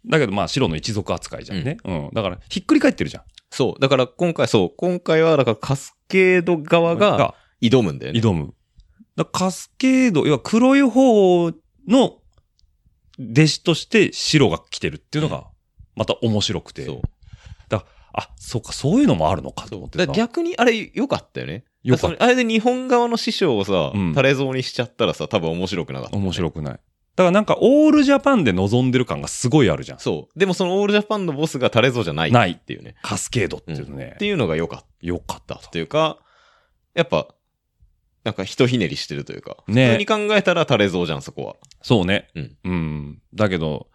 [SPEAKER 4] だけど、まあ、白の一族扱いじゃんね。うん。だから、ひっくり返ってるじゃん。
[SPEAKER 5] そう。だから今回、そう。今回は、だからカスケード側が
[SPEAKER 4] が
[SPEAKER 5] 挑むんだよね。
[SPEAKER 4] 挑む。だからカスケード、要は黒い方の弟子として白が来てるっていうのが、また面白くて。
[SPEAKER 5] そう。
[SPEAKER 4] あ、そうか、そういうのもあるのかと
[SPEAKER 5] そう
[SPEAKER 4] 思って
[SPEAKER 5] だ
[SPEAKER 4] さ
[SPEAKER 5] から逆にあれ良かったよね。
[SPEAKER 4] よかっ
[SPEAKER 5] だらそれあれで日本側の師匠をさ、
[SPEAKER 4] うん
[SPEAKER 5] タレ像にしちゃったらさ、多分面白くなかった
[SPEAKER 4] た。。面白くない。だからなんか、オールジャパンで望んでる感がすごいあるじゃん。
[SPEAKER 5] そう。でもそのオールジャパンのボスがタレ像じゃない。
[SPEAKER 4] ない
[SPEAKER 5] っていうね。
[SPEAKER 4] カスケードっていうのね
[SPEAKER 5] っ。ていうのが良かっ
[SPEAKER 4] よかった
[SPEAKER 5] た。というか、やっぱ、なんかひとひねりしてるというか。
[SPEAKER 4] ね
[SPEAKER 5] 普通に考えたらタレ像じゃん、そこは。
[SPEAKER 4] そうね。
[SPEAKER 5] うん。
[SPEAKER 4] だけど、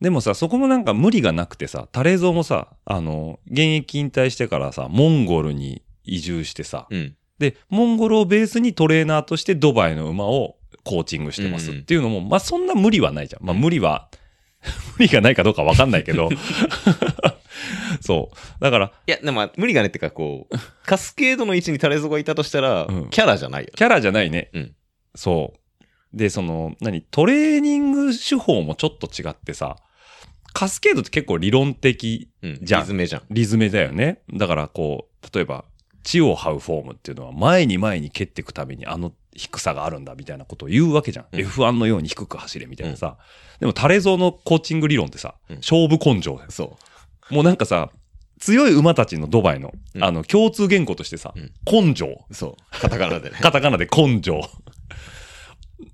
[SPEAKER 4] でもさ、そこもなんか無理がなくてさ、タレゾもさ、あの、現役引退してからさ、モンゴルに移住してさ、
[SPEAKER 5] うん。
[SPEAKER 4] で、モンゴルをベースにトレーナーとしてドバイの馬をコーチングしてます
[SPEAKER 5] う
[SPEAKER 4] っ
[SPEAKER 5] ん
[SPEAKER 4] ていうのも、まあそんな無理はないじゃん。まあ無理は、 無理がないかどうかわかんない けど。そう。だから、
[SPEAKER 5] いや、でもまあ無理がねってか、こ う、カスケードの位置にタレ像がいたとしたら、
[SPEAKER 4] うん
[SPEAKER 5] キャラじゃないよね。
[SPEAKER 4] キャラじゃないね。
[SPEAKER 5] うん
[SPEAKER 4] そう。で、その、何トレーニング手法もちょっと違ってさ、カスケードって結構理論的
[SPEAKER 5] うん。
[SPEAKER 4] じゃん
[SPEAKER 5] リズメじゃん。
[SPEAKER 4] リズムだよね。だからこう、例えば、地を這うフォームっていうのは前に前に蹴っていくためにあの低さがあるんだみたいなことを言うわけじゃん。
[SPEAKER 5] うん
[SPEAKER 4] F1 のように低く走れみたいなさ。でも、タレゾのコーチング理論ってさ、
[SPEAKER 5] うん
[SPEAKER 4] 勝負根性だよ
[SPEAKER 5] そ
[SPEAKER 4] もうなんかさ、強い馬たちのドバイの、
[SPEAKER 5] うん
[SPEAKER 4] あの、共通言語としてさ、
[SPEAKER 5] うん
[SPEAKER 4] 根性。
[SPEAKER 5] う。そう。カタ カナでね。
[SPEAKER 4] カタカナで根性。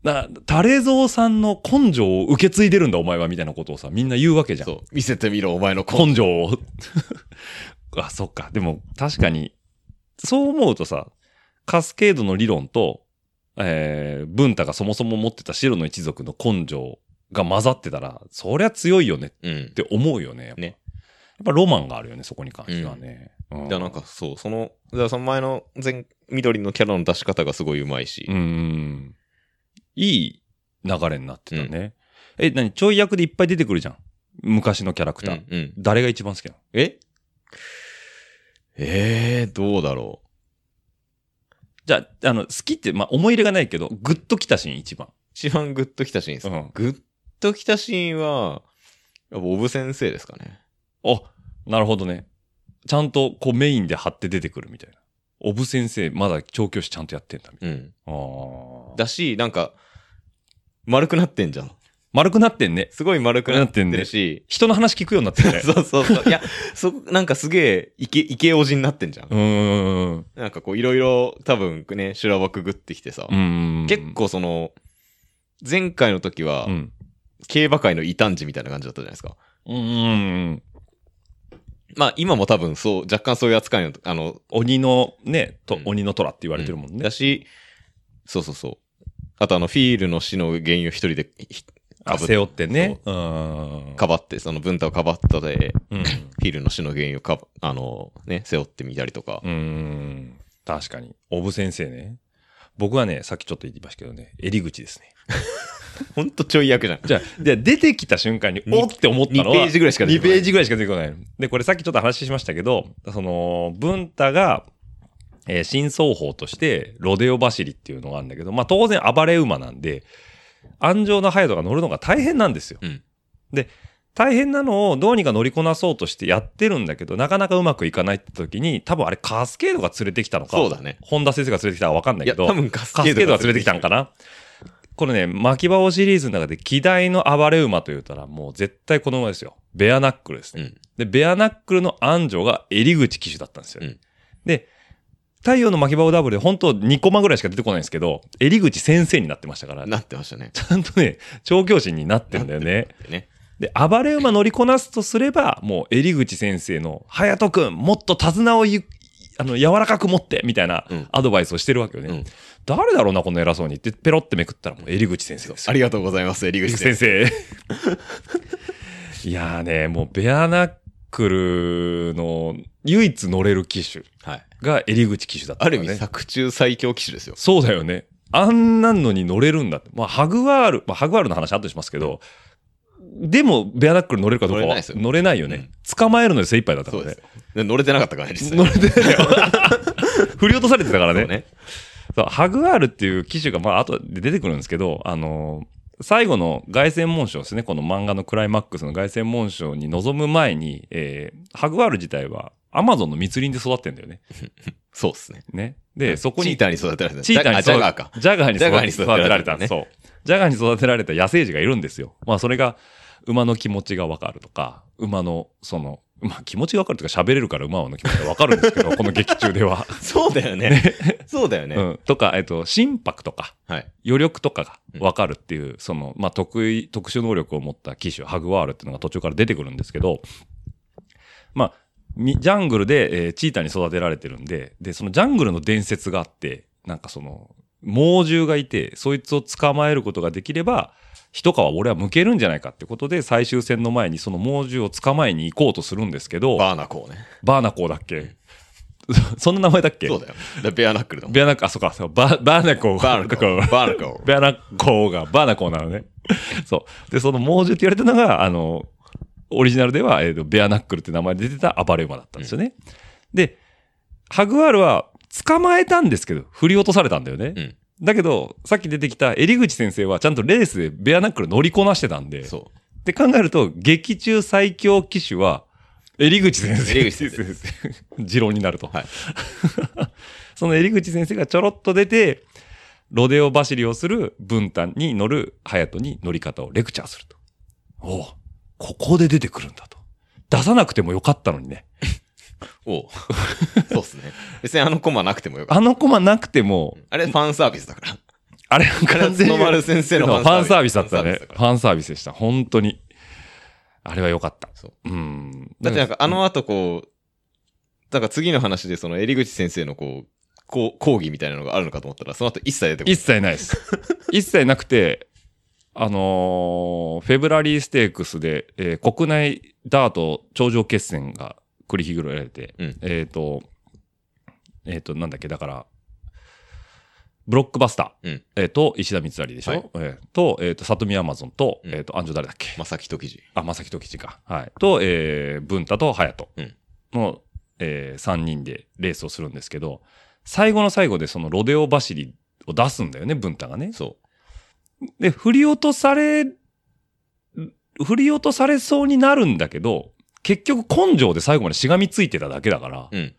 [SPEAKER 4] な、タレゾさんの根性を受け継いでるんだお前はみたいなことをさ、みんな言うわけじゃん。
[SPEAKER 5] そう。見せてみろ、お前の根
[SPEAKER 4] 根性を。 あ、そっか。でも、確かに、そう思うとさ、カスケードの理論と、えー、文太がそもそも持ってた白の一族の根性が混ざってたら、そりゃ強いよねっ
[SPEAKER 5] うん。
[SPEAKER 4] て思うよね。やっぱ
[SPEAKER 5] ね
[SPEAKER 4] やっぱロマンがあるよね、そこに関してはね。うん
[SPEAKER 5] じゃあなんかそう、その、だからその前の前、緑のキャラの出し方がすごいうまいし、
[SPEAKER 4] うんうんうん。いい流れになってたね。え、何ちょい役でいっぱい出てくるじゃん。昔のキャラクター。
[SPEAKER 5] うんうん
[SPEAKER 4] 誰が一番好きなの
[SPEAKER 5] ええー、どうだろう。
[SPEAKER 4] じゃあ、あの、好きって、まあ、思い入れがないけど、グッときたシーン一番。
[SPEAKER 5] 一番グッときたシーンですか、
[SPEAKER 4] うん
[SPEAKER 5] グッときたシーンは、やっぱオブ先生ですかね。
[SPEAKER 4] あ、なるほどね。ちゃんとこうメインで貼って出てくるみたいな。オブ先生、まだ調教師ちゃんとやってんだ。みたい
[SPEAKER 5] うん。
[SPEAKER 4] なああ。
[SPEAKER 5] だし、なんか、丸くなってんじゃん。
[SPEAKER 4] 丸くなってんね。
[SPEAKER 5] すごい丸く
[SPEAKER 4] な
[SPEAKER 5] なって
[SPEAKER 4] ってんね
[SPEAKER 5] るし、
[SPEAKER 4] 人の話聞くようになってるね。
[SPEAKER 5] そう そうそう。いや、そ、なんかすげえ、イケ、イケおじになってんじゃん。
[SPEAKER 4] うーん。
[SPEAKER 5] なんかこう、いろいろ、多分ね、修羅場くぐってきてさ、
[SPEAKER 4] うん。
[SPEAKER 5] 結構その、前回の時は、
[SPEAKER 4] うん。
[SPEAKER 5] 競馬界の異端児みたいな感じだったじゃないですか。
[SPEAKER 4] うんうん。
[SPEAKER 5] まあ今も多分そう、若干そういう扱いの、あの、
[SPEAKER 4] 鬼のね、と
[SPEAKER 5] う、ん
[SPEAKER 4] 鬼の虎って言われてるもんね。
[SPEAKER 5] だし、そうそうそう。あとあの、フィールの死の原因を一人でひ
[SPEAKER 4] あ、
[SPEAKER 5] ぶ
[SPEAKER 4] 背負ってね。うーん。
[SPEAKER 5] かばって、その文太をかばったで、
[SPEAKER 4] うん。
[SPEAKER 5] フィールの死の原因をかば、あの、ね、背負ってみたりとか
[SPEAKER 4] う。ーん。確かに。オブ先生ね。僕はね、さっきちょっと言いましたけどね、襟口ですね。
[SPEAKER 5] ほんとちょい役じゃん。
[SPEAKER 4] じゃあ、で出てきた瞬間に、
[SPEAKER 5] に
[SPEAKER 4] おって思ったのは、
[SPEAKER 5] 2ページぐらいしか出て
[SPEAKER 4] 2
[SPEAKER 5] こない
[SPEAKER 4] ページぐらいしか出てこない。で、これさっきちょっと話しましたけど、その、文太が、えー新奏法として、ロデオ走りっていうのがあるんだけど、まあ当然暴れ馬なんで、安城のハヤドが乗るのが大変なんですよ。
[SPEAKER 5] うん
[SPEAKER 4] で、大変なのをどうにか乗りこなそうとしてやってるんだけど、なかなかうまくいかないって時に、多分あれカスケードが連れてきたのか、
[SPEAKER 5] そうだね
[SPEAKER 4] 本田先生が連れてきたかわかんないけ
[SPEAKER 5] いや、
[SPEAKER 4] ど、
[SPEAKER 5] 多分カスケ
[SPEAKER 4] カスケ
[SPEAKER 5] ー
[SPEAKER 4] ー
[SPEAKER 5] ド
[SPEAKER 4] ドが連れてきたんかな。これね、巻き場をシリーズの中で、希代の暴れ馬と言ったら、もう絶対この馬ですよ。ベアナックルですね。
[SPEAKER 5] うん
[SPEAKER 4] で、ベアナックルの安城が襟口騎手だったんですよ。
[SPEAKER 5] うん
[SPEAKER 4] で、太陽の巻き場をダブルで、本当2コマぐらいしか出てこないんですけど、襟口先生になってましたから、ち
[SPEAKER 5] なってましたね。
[SPEAKER 4] ゃんとね、調教師になってんだよね。
[SPEAKER 5] ね。
[SPEAKER 4] で、暴れ馬乗りこなすとすれば、もう、襟口先生の、隼人くん、もっと手綱をゆあの、柔らかく持って、みたいな
[SPEAKER 5] うん
[SPEAKER 4] アドバイスをしてるわけよね。
[SPEAKER 5] うん
[SPEAKER 4] 誰だろうな、この偉そうにって、ペロってめくったら、もう、襟口 先生ですよ
[SPEAKER 5] ありがとうございます、入
[SPEAKER 4] 江
[SPEAKER 5] 口
[SPEAKER 4] 口先
[SPEAKER 5] 先生。
[SPEAKER 4] 生。いやーね、もうベアナックルの唯一乗れる機種
[SPEAKER 5] はい。
[SPEAKER 4] が襟口機種だった
[SPEAKER 5] あ
[SPEAKER 4] から
[SPEAKER 5] る
[SPEAKER 4] ね、
[SPEAKER 5] 意味、作中最強機種ですよ。
[SPEAKER 4] そうだよね。あんなんのに乗れるんだって。まあ、ハグワール、まあ、ハグワールの話後でしますけど、でも、ベアナックル乗れるかどうか
[SPEAKER 5] 乗れな
[SPEAKER 4] は
[SPEAKER 5] いですよ
[SPEAKER 4] 乗れないよね。捕まえるので精一杯だったか
[SPEAKER 5] そう
[SPEAKER 4] らね
[SPEAKER 5] です。。で乗れてなかったからね、実際
[SPEAKER 4] 乗れてないよ。振り落とされてたから
[SPEAKER 5] そ
[SPEAKER 4] ね
[SPEAKER 5] う。ね。
[SPEAKER 4] そうハグアールっていう機種が、まあ、後で出てくるんですけど、あのー最後の凱旋門賞ですね、この漫画のクライマックスの凱旋門賞に臨む前に、えーハグアール自体はアマゾンの密林で育ってんだよね。
[SPEAKER 5] そうですね。
[SPEAKER 4] ね。で、そこ
[SPEAKER 5] チ
[SPEAKER 4] に
[SPEAKER 5] ー、ターに育てられた。
[SPEAKER 4] チーターに
[SPEAKER 5] あジャガーか。
[SPEAKER 4] ジャガーに
[SPEAKER 5] ジャガーに
[SPEAKER 4] 育て
[SPEAKER 5] 育て
[SPEAKER 4] ら
[SPEAKER 5] ら
[SPEAKER 4] れ
[SPEAKER 5] れ
[SPEAKER 4] た
[SPEAKER 5] た
[SPEAKER 4] んで
[SPEAKER 5] ね
[SPEAKER 4] す。そう。ジャガーに育てられた野生児がいるんですよ。まあ、それが、馬の気持ちがわかるとか、馬の、その、まあ、気持ちがわかるというか喋れるから馬の気持ちがわかるんですけど、この劇中では。
[SPEAKER 5] そうだよね。そう だよね。
[SPEAKER 4] うん。とか、えっと、心拍とか、
[SPEAKER 5] はい。
[SPEAKER 4] 余力とかが分かるっていう、その、まあ、得意、特殊能力を持った機種、ハグワールっていうのが途中から出てくるんですけど、まあ、みジャングルで、えーチーターに育てられてるんで、で、そのジャングルの伝説があって、なんかその、猛獣がいて、そいつを捕まえることができれば、一皮俺は向けるんじゃないかってことで、最終戦の前にその猛獣を捕まえに行こうとするんですけど、
[SPEAKER 5] バーナコーね。
[SPEAKER 4] バーナコーだっけ そんな名前だっけ
[SPEAKER 5] そうだよ。でベアナックルだもん。
[SPEAKER 4] ベアナコ、あ、そうか、そうババーナコー。
[SPEAKER 5] バーナコー。バーナコー。
[SPEAKER 4] ベアナコがバーナコなのね。 そう。で、その猛獣って言われたのが、あの、オリジナルでは、えーとベアナックルって名前で出てた暴れ馬だったんですよね。で、ハグワールは捕まえたんですけど、振り落とされたんだよね。
[SPEAKER 5] うん
[SPEAKER 4] だけど、さっき出てきた襟口先生はちゃんとレースでベアナックル乗りこなしてたんで、っ
[SPEAKER 5] そ
[SPEAKER 4] て考えると、劇中最強騎手は、襟口先生。
[SPEAKER 5] 襟口先生
[SPEAKER 4] 持論になると。
[SPEAKER 5] はい
[SPEAKER 4] その襟口先生がちょろっと出て、ロデオ走りをする分担に乗る隼人に乗り方をレクチャーすると。おうここで出てくるんだと。出さなくてもよかったのにね。
[SPEAKER 5] う。おうそうっすね。別にあのコマなくてもよかっ
[SPEAKER 4] あ
[SPEAKER 5] た。
[SPEAKER 4] のコマなくても、
[SPEAKER 5] あれファンサービスだから。
[SPEAKER 4] あれ、
[SPEAKER 5] あれは
[SPEAKER 4] 完全に
[SPEAKER 5] 角丸先生の
[SPEAKER 4] ファンサービスだった
[SPEAKER 5] ファンサービ
[SPEAKER 4] ね
[SPEAKER 5] スだ。か
[SPEAKER 4] ファンサービスでした。本当に。あれはよかった。
[SPEAKER 5] そう
[SPEAKER 4] うん。
[SPEAKER 5] らだってなんかあの後こう、なんか次の話でその、襟口先生のこう、こう講義みたいなのがあるのかと思ったら、その後一切出てこない。
[SPEAKER 4] 一切ないです。一切なくて、あのーフェブラリーステークスで、えー国内ダート頂上決戦が繰り広げられて、
[SPEAKER 5] うん
[SPEAKER 4] えっ、と、えっ、と、なんだっけ、だから、ブロックバスター、
[SPEAKER 5] うん
[SPEAKER 4] えーと、石田三成でしょ、
[SPEAKER 5] はい
[SPEAKER 4] えーと、えっ、と、里見アマゾンと、
[SPEAKER 5] うん
[SPEAKER 4] えっ、と、安城誰だっけ、
[SPEAKER 5] まさきと記事。
[SPEAKER 4] あ、正木と吉か。はい。と、えー、文太と隼人の、えー、3人でレースをするんですけど、最後の最後でそのロデオ走りを出すんだよね、文太がね。
[SPEAKER 5] そ
[SPEAKER 4] で、振り落とされ、振り落とされそうになるんだけど、結局根性で最後までしがみついてただけだから、
[SPEAKER 5] う。うん。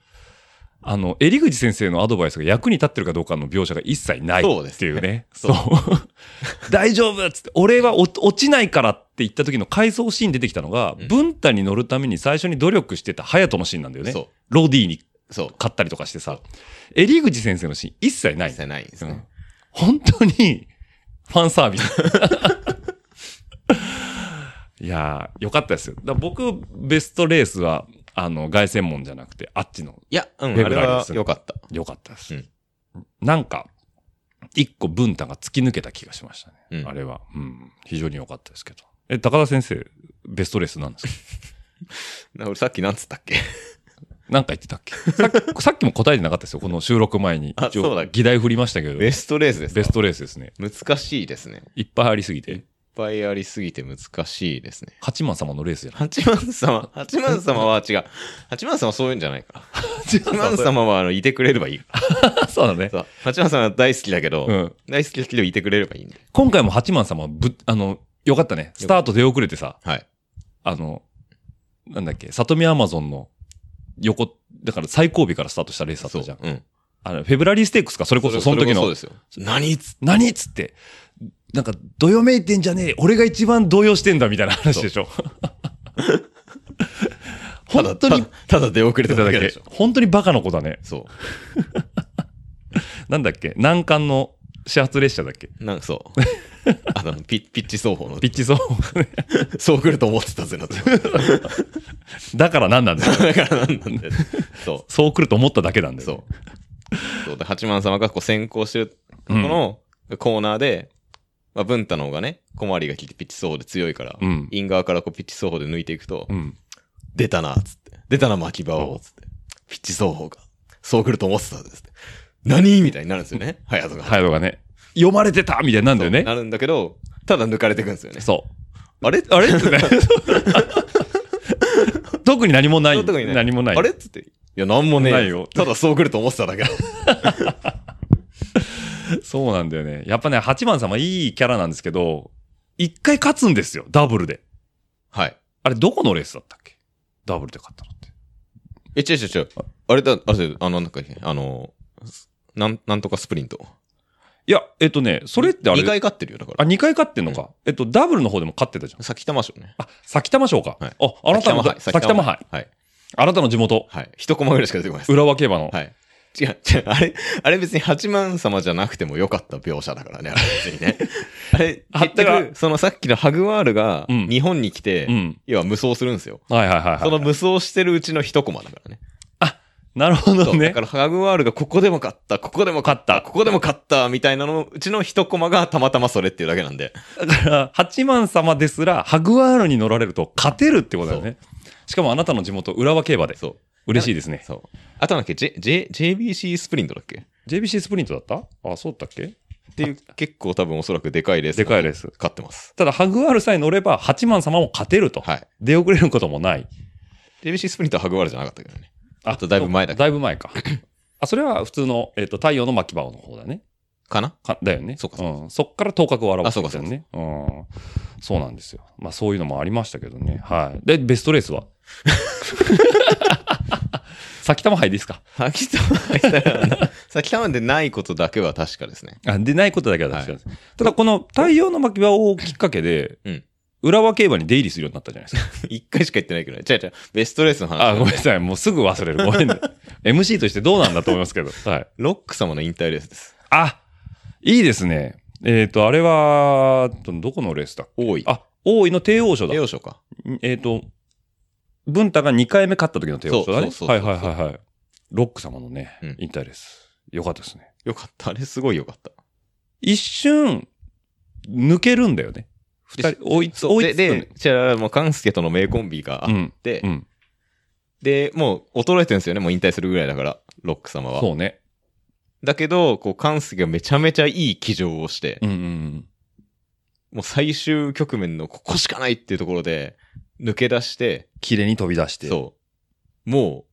[SPEAKER 4] あの、襟口先生のアドバイスが役に立ってるかどうかの描写が一切ない
[SPEAKER 5] そうで
[SPEAKER 4] っ
[SPEAKER 5] す
[SPEAKER 4] ていうね。そ
[SPEAKER 5] そう
[SPEAKER 4] う。大丈夫っつって、俺はお落ちないからって言った時の回想シーン出てきたのが、
[SPEAKER 5] うん
[SPEAKER 4] 文太に乗るために最初に努力してた隼人のシーンなんだよね。
[SPEAKER 5] そ
[SPEAKER 4] ロディに
[SPEAKER 5] う。そう。
[SPEAKER 4] 勝ったりとかしてさ、襟口先生のシーン一切ない
[SPEAKER 5] 一。切ないんです
[SPEAKER 4] うん
[SPEAKER 5] ね。
[SPEAKER 4] 本当に、ファンサービス。 いやー、よかったですよ。だから僕、ベストレースは、あの、凱旋門じゃなくて、あっちの、
[SPEAKER 5] いや、うん、
[SPEAKER 4] フェブ
[SPEAKER 5] あれ
[SPEAKER 4] ラリー
[SPEAKER 5] は
[SPEAKER 4] です
[SPEAKER 5] 良かった。
[SPEAKER 4] よかったです。
[SPEAKER 5] うん
[SPEAKER 4] なんか、一個文太が突き抜けた気がしましたね。
[SPEAKER 5] うん
[SPEAKER 4] あれは。うん。非常に良かったですけど。え、高田先生、ベストレースなんですか
[SPEAKER 5] な俺さっきなんつったっけ
[SPEAKER 4] なんか言ってたっけさっきさっ きも答えてなかったですよ。この収録前に。
[SPEAKER 5] あ
[SPEAKER 4] 一応
[SPEAKER 5] そうだっけ
[SPEAKER 4] 議題振りましたけど。
[SPEAKER 5] ベ
[SPEAKER 4] ベ
[SPEAKER 5] ストレースですか。
[SPEAKER 4] ストレースですね。
[SPEAKER 5] 難しいですね。いっ
[SPEAKER 4] いっぱいありすぎて。
[SPEAKER 5] ぱいありすぎて難しいですね。
[SPEAKER 4] 八幡様のレースじゃない
[SPEAKER 5] 八幡様、 八幡様は違う。八幡様はそういうんじゃない か。
[SPEAKER 4] 八
[SPEAKER 5] 八幡様はあのいてくれればいい。
[SPEAKER 4] そうだね。
[SPEAKER 5] そう八幡様は大好きだけど、
[SPEAKER 4] うん
[SPEAKER 5] 大好きだけどいてくれればいいんで。
[SPEAKER 4] 今回も八幡様はぶ、あの、よかったね。スタート出遅れてさ、
[SPEAKER 5] はい。
[SPEAKER 4] あの、なんだっけ、里見アマゾンの横、だから最後尾からスタートしたレースだっ
[SPEAKER 5] そ
[SPEAKER 4] た
[SPEAKER 5] う
[SPEAKER 4] じゃん。
[SPEAKER 5] うん。
[SPEAKER 4] あの、フェブラリーステークスか、それこそ、その時
[SPEAKER 5] れ
[SPEAKER 4] の
[SPEAKER 5] も、そうですよ。何つ
[SPEAKER 4] 何っつって、なんか、どよめいてんじゃねえ、俺が一番動揺してんだ、みたいな話でしょ。
[SPEAKER 5] ただ
[SPEAKER 4] 本当に、
[SPEAKER 5] ただただ出遅れてただけでしょ。
[SPEAKER 4] 本当にバカな子だね。
[SPEAKER 5] そ
[SPEAKER 4] なんだっけ、難関の始発列車だっけ。
[SPEAKER 5] う。なんかそう。 あ、でもピピッチ奏法の
[SPEAKER 4] ピ。ッチそう。
[SPEAKER 5] そう来ると思ってたぜな って。
[SPEAKER 4] だから何なんだよ。
[SPEAKER 5] だからなんなんだよ。そ
[SPEAKER 4] そう来ると思っただけなん
[SPEAKER 5] う。
[SPEAKER 4] だよ。
[SPEAKER 5] そう。そうで、八幡様がこう先行してる、このコーナーで、まあ、文太の方がね、小回りが効いてピッチ奏法で強いから、
[SPEAKER 4] うん
[SPEAKER 5] イン側からこうピッチ奏法で抜いていくと、
[SPEAKER 4] うん。
[SPEAKER 5] 出たな、つって。出たな、巻き場を、つって。ピッチ奏法が。そう来ると思ってたんですって。何みたいになるんですよね。早とが。
[SPEAKER 4] ハヤドがね、読まれてたみたいになるんだよね
[SPEAKER 5] な。るんだけど、ただ抜かれていくんですよね。
[SPEAKER 4] そう。
[SPEAKER 5] あれ
[SPEAKER 4] あれってね。 特に何もない。
[SPEAKER 5] 特にね
[SPEAKER 4] 何もない。
[SPEAKER 5] あれっつって。いや、なんもねえ
[SPEAKER 4] ないよ
[SPEAKER 5] ただそう来ると思ってただけだ。
[SPEAKER 4] そうなんだよね。やっぱね、八幡様いいキャラなんですけど、一回勝つんですよ、ダブルで。
[SPEAKER 5] はい。
[SPEAKER 4] あれ、どこのレースだったっけダブルで勝ったのって。
[SPEAKER 5] え、違う違う違う。あれだ、あ、そうあの、なんか、あの、なん、なんとかスプリント。
[SPEAKER 4] いや、えっとね、それってあれ、
[SPEAKER 5] 二回勝ってるよ、だか
[SPEAKER 4] あ、
[SPEAKER 5] ら。
[SPEAKER 4] 2回勝ってんのか。えっと、ダブルの方でも勝ってたじゃん。
[SPEAKER 5] 先玉賞ね。
[SPEAKER 4] あ、先玉賞か。
[SPEAKER 5] はい
[SPEAKER 4] あ、あなたの、先玉杯。
[SPEAKER 5] はい。
[SPEAKER 4] あなたの地元、
[SPEAKER 5] はい。一コマぐらいしか出てこないです。
[SPEAKER 4] 浦和競馬の。
[SPEAKER 5] はい。違う、違う、あれ、あれ別に八幡様じゃなくてもよかった描写だからね、あれ別 にね。あれ、
[SPEAKER 4] あ
[SPEAKER 5] 結
[SPEAKER 4] だから
[SPEAKER 5] 局、そのさっきのハグワールが
[SPEAKER 4] うん
[SPEAKER 5] 日本に来て、
[SPEAKER 4] うん。
[SPEAKER 5] 要は無双するんですよ。
[SPEAKER 4] はいはいはい、はい。
[SPEAKER 5] その無双してるうちの一コマだからね。
[SPEAKER 4] なるほど
[SPEAKER 5] そう
[SPEAKER 4] ね
[SPEAKER 5] だか。らハグワールがここでも勝った、ここでも勝った、ここでも勝った、みたいなのうちの一コマがたまたまそれっていうだけなんで。
[SPEAKER 4] 八幡様ですら、ハグワールに乗られると勝てるってことだよね。しかもあなたの地元、浦和競馬で。
[SPEAKER 5] そう。
[SPEAKER 4] 嬉しいですね。
[SPEAKER 5] そう。あとなんだっけ、J J、JBC スプリントだっけ
[SPEAKER 4] JBC スプリントだったあ、そうだったっけ
[SPEAKER 5] って いう結構多分おそらくでかいレース。
[SPEAKER 4] でかいレース。
[SPEAKER 5] 勝ってます。
[SPEAKER 4] ただ、ハグワールさえ乗れば、八幡様も勝てると。
[SPEAKER 5] はい。
[SPEAKER 4] 出遅れることもない。
[SPEAKER 5] JBC スプリントはハグワールじゃなかったけどね。
[SPEAKER 4] あ
[SPEAKER 5] あとだいぶ前だけど
[SPEAKER 4] だいぶ前か。あ、それは普通の、えっ、と、太陽の巻き場の方だね。
[SPEAKER 5] かな
[SPEAKER 4] かだよね。
[SPEAKER 5] そうか
[SPEAKER 4] ん。そっから頭角を現
[SPEAKER 5] あ
[SPEAKER 4] す
[SPEAKER 5] そう
[SPEAKER 4] み
[SPEAKER 5] か
[SPEAKER 4] たいなね。うん。そうなんですよ。まあ、そういうのもありましたけどね。はい。で、ベストレー スは 先玉杯ですか
[SPEAKER 5] 先玉 は、先玉でないことだけは確かですね。
[SPEAKER 4] あでないことだけは確かです。ただ、この太陽の巻き場をきっかけで、
[SPEAKER 5] うん
[SPEAKER 4] 浦和競馬に出入りするようになったじゃないですか。
[SPEAKER 5] 一回しか言ってないけどね。違う違う。ベストレースの
[SPEAKER 4] あ、ごめん
[SPEAKER 5] 話。
[SPEAKER 4] なさい。もうすぐ忘れる。ご めんね。MC としてどうなんだと思いますけど。はい。
[SPEAKER 5] ロック様の引退レースです。
[SPEAKER 4] あ、いいですね。えっ、と、あれは、どこのレースだ
[SPEAKER 5] 多い。
[SPEAKER 4] あ、大井の帝王賞だ
[SPEAKER 5] 栄。養賞か。
[SPEAKER 4] えっ、と、文太が2回目勝った時の帝王賞だね。
[SPEAKER 5] そうそうそう
[SPEAKER 4] は
[SPEAKER 5] そ
[SPEAKER 4] いうはいはいはい。ロック様のね
[SPEAKER 5] うん、
[SPEAKER 4] 引退です。よかったですね。
[SPEAKER 5] よかった。あれすごいよかった。
[SPEAKER 4] 一瞬、抜けるんだよね。二
[SPEAKER 5] で
[SPEAKER 4] 人、追いつ、追い
[SPEAKER 5] で、
[SPEAKER 4] つくんだ
[SPEAKER 5] で、じゃあ、もう、カンスケとの名コンビがあ
[SPEAKER 4] う
[SPEAKER 5] っ
[SPEAKER 4] ん。
[SPEAKER 5] て、
[SPEAKER 4] うん。
[SPEAKER 5] で、もう、衰えてるんですよね。もう引退するぐらいだから、ロック様は。
[SPEAKER 4] そうね。
[SPEAKER 5] だけど、こう、カンスケがめちゃめちゃいい騎乗をして、
[SPEAKER 4] うんうんうん。
[SPEAKER 5] もう最終局面のここしかないっていうところで、抜け出して、
[SPEAKER 4] 綺麗に飛び出して。
[SPEAKER 5] そう。も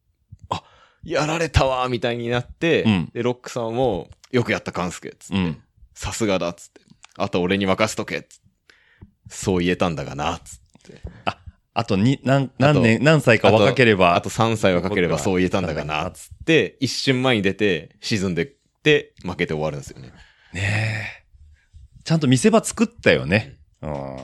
[SPEAKER 5] う、あ、やられたわみたいになって、
[SPEAKER 4] うん
[SPEAKER 5] で、ロックさんも、よくやった、カンスケ、つって、
[SPEAKER 4] うん。
[SPEAKER 5] さすがだ、つって。あと俺に任せとけ、つって。そう言えたんだがな、つって。
[SPEAKER 4] あとに、何、何年、何歳か
[SPEAKER 5] あと
[SPEAKER 4] 若ければ。
[SPEAKER 5] あと3歳はかければそう言えたんだがな、つって、一瞬前に出て、沈んでって、負けて終わるんですよね。
[SPEAKER 4] ねえ。ちゃんと見せ場作ったよね。うん。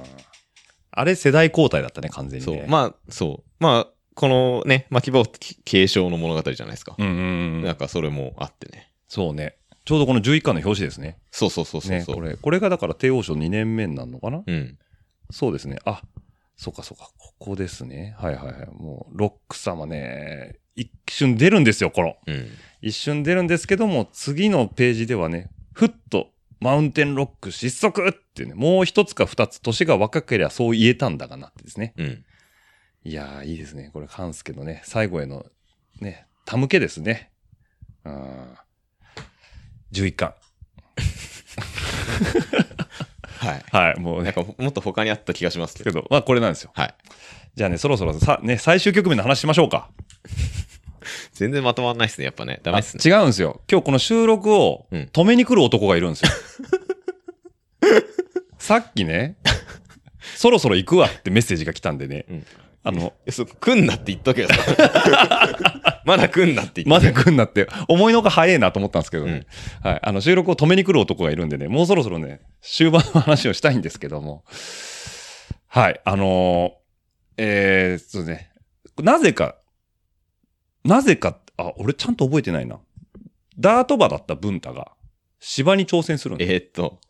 [SPEAKER 4] あれ世代交代だったね、完全に
[SPEAKER 5] そ
[SPEAKER 4] ね。
[SPEAKER 5] う。まあ、そう。まあ、このね、巻き棒って継承の物語じゃないですか。
[SPEAKER 4] うんうんう
[SPEAKER 5] なん
[SPEAKER 4] ん。
[SPEAKER 5] かそれもあってね。
[SPEAKER 4] そうね。ちょうどこの11巻の表紙ですね。
[SPEAKER 5] そうそうそうそう
[SPEAKER 4] ね、
[SPEAKER 5] そう、
[SPEAKER 4] これ。これがだから帝王賞2年目になるのかな、
[SPEAKER 5] うん。
[SPEAKER 4] そうですね。あ、そうかそうか。ここですね。はいはいはい。もう、ロック様ね、一瞬出るんですよ、この。
[SPEAKER 5] うん。
[SPEAKER 4] 一瞬出るんですけども、次のページではね、ふっと、マウンテンロック失速ってね、もう一つか二つ、年が若ければそう言えたんだがなってですね。
[SPEAKER 5] うん。
[SPEAKER 4] いやー、いいですね。これ、カンスケのね、最後への、ね、たむけですね。うん。11巻。
[SPEAKER 5] はい。
[SPEAKER 4] はい、もう
[SPEAKER 5] なん
[SPEAKER 4] ね。
[SPEAKER 5] かもっと他にあった気がしますけ
[SPEAKER 4] け
[SPEAKER 5] ど。
[SPEAKER 4] ど、まあ、これなんですよ。
[SPEAKER 5] はい。
[SPEAKER 4] じゃあね、そろそろさ、ね、最終局面の話しましょうか。
[SPEAKER 5] 全然まとまんないっすね、やっぱね。ダメっすね。
[SPEAKER 4] あ違うんですよ。今日この収録を
[SPEAKER 5] うん
[SPEAKER 4] 止めに来る男がいるんですよ。 さっきね、 そろそろ行くわってメッセージが来たんでね、
[SPEAKER 5] うん
[SPEAKER 4] あの、
[SPEAKER 5] えそう、来んなって言っ とけよ。まだ来んなって言
[SPEAKER 4] ま
[SPEAKER 5] っとけ
[SPEAKER 4] だ来んなって、思いのほか早いなと思ったんですけどね、はい、あの収録を止めに来る男がいるんでね、もうそろそろね、終盤の話をしたいんですけども、はい、あのーえー、そうね、なぜか、なぜか、あ、俺ちゃんと覚えてないな。ダート馬だった文太が、芝に挑戦するんです
[SPEAKER 5] えーっと、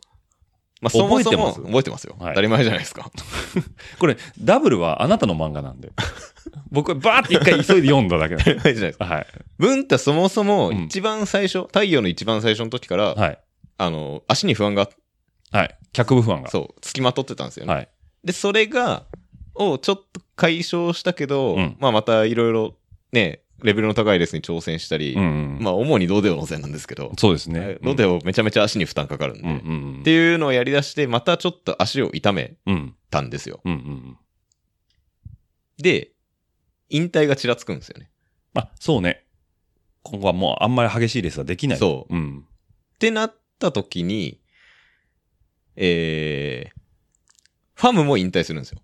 [SPEAKER 5] まあ、そもそも
[SPEAKER 4] 覚えてます
[SPEAKER 5] 覚えてますよ。
[SPEAKER 4] はい
[SPEAKER 5] 当たり前じゃない ですか。
[SPEAKER 4] これ、ダブルはあなたの漫画 なんで。僕はバーって一回急いで読んだだけなん
[SPEAKER 5] 当た
[SPEAKER 4] で。
[SPEAKER 5] り前じゃないですか。
[SPEAKER 4] はい。
[SPEAKER 5] 文太そもそも
[SPEAKER 4] うん
[SPEAKER 5] 一番最初、太陽の一番最初の時から、
[SPEAKER 4] はい。
[SPEAKER 5] あの、足に不安が、
[SPEAKER 4] はい。脚部不安が。
[SPEAKER 5] そう、つきまとってたんですよね。
[SPEAKER 4] はい。
[SPEAKER 5] で、それが、をちょっと解消したけど、
[SPEAKER 4] うん
[SPEAKER 5] まあまたいろいろね、レベルの高いレースに挑戦したり、
[SPEAKER 4] うんうん、
[SPEAKER 5] まあ主にロデオのせいなんですけど、
[SPEAKER 4] そうですね。
[SPEAKER 5] ロデオめちゃめちゃ足に負担かかるんで、
[SPEAKER 4] うんうん
[SPEAKER 5] っ
[SPEAKER 4] うん。
[SPEAKER 5] ていうのをやりだして、またちょっと足を痛め
[SPEAKER 4] うん。
[SPEAKER 5] たんですよ。
[SPEAKER 4] うんうんうん。
[SPEAKER 5] で、引退がちらつくんですよね。
[SPEAKER 4] まあ、そうね。今後はもうあんまり激しいレースはできない。。
[SPEAKER 5] そう
[SPEAKER 4] うん。
[SPEAKER 5] ってなった時に、えー、ファムも引退するんですよ。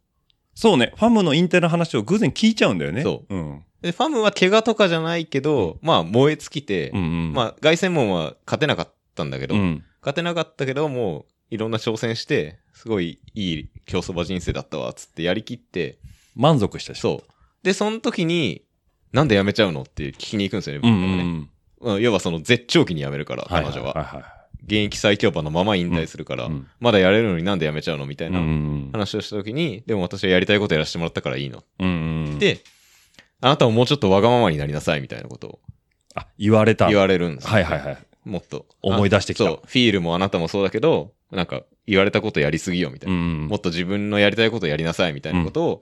[SPEAKER 4] そうね。ファムの引退の話を偶然聞いちゃうんだよね。。
[SPEAKER 5] そう
[SPEAKER 4] うん。
[SPEAKER 5] で、ファムは怪我とかじゃないけど、まあ燃え尽きて、
[SPEAKER 4] うんうん。
[SPEAKER 5] まあ凱旋門は勝てなかったんだけど、
[SPEAKER 4] うん。
[SPEAKER 5] 勝てなかったけど、もういろんな挑戦して、すごいいい競走馬人生だったわ、つってやりきって、
[SPEAKER 4] 満足したし。
[SPEAKER 5] そう。で、その時に、なんで辞めちゃうのって聞きに行くんですよね、
[SPEAKER 4] うん
[SPEAKER 5] 僕
[SPEAKER 4] うんう
[SPEAKER 5] らがね
[SPEAKER 4] ん。
[SPEAKER 5] まあ要はその絶頂期に辞めるから、彼
[SPEAKER 4] いい
[SPEAKER 5] 女は。
[SPEAKER 4] はいはい。
[SPEAKER 5] 現役最強馬のまま引退するから、
[SPEAKER 4] うん
[SPEAKER 5] まだやれるのになんで辞めちゃうのみたい
[SPEAKER 4] うんう
[SPEAKER 5] なん話をした時に、でも私はやりたいことやらせてもらったからいいの。
[SPEAKER 4] うん。うんうん。、
[SPEAKER 5] で、あなたももうちょっとわがままになりなさいみたいなことを
[SPEAKER 4] あ、言われた。
[SPEAKER 5] 言われるんですよ
[SPEAKER 4] はいはいはい。
[SPEAKER 5] もっと。
[SPEAKER 4] 思い出してきた
[SPEAKER 5] そう。フィールもあなたもそうだけど、なんか言われたことやりすぎよみたい
[SPEAKER 4] うん
[SPEAKER 5] な。
[SPEAKER 4] うん。
[SPEAKER 5] もっと自分のやりたいことやりなさいみたいなことを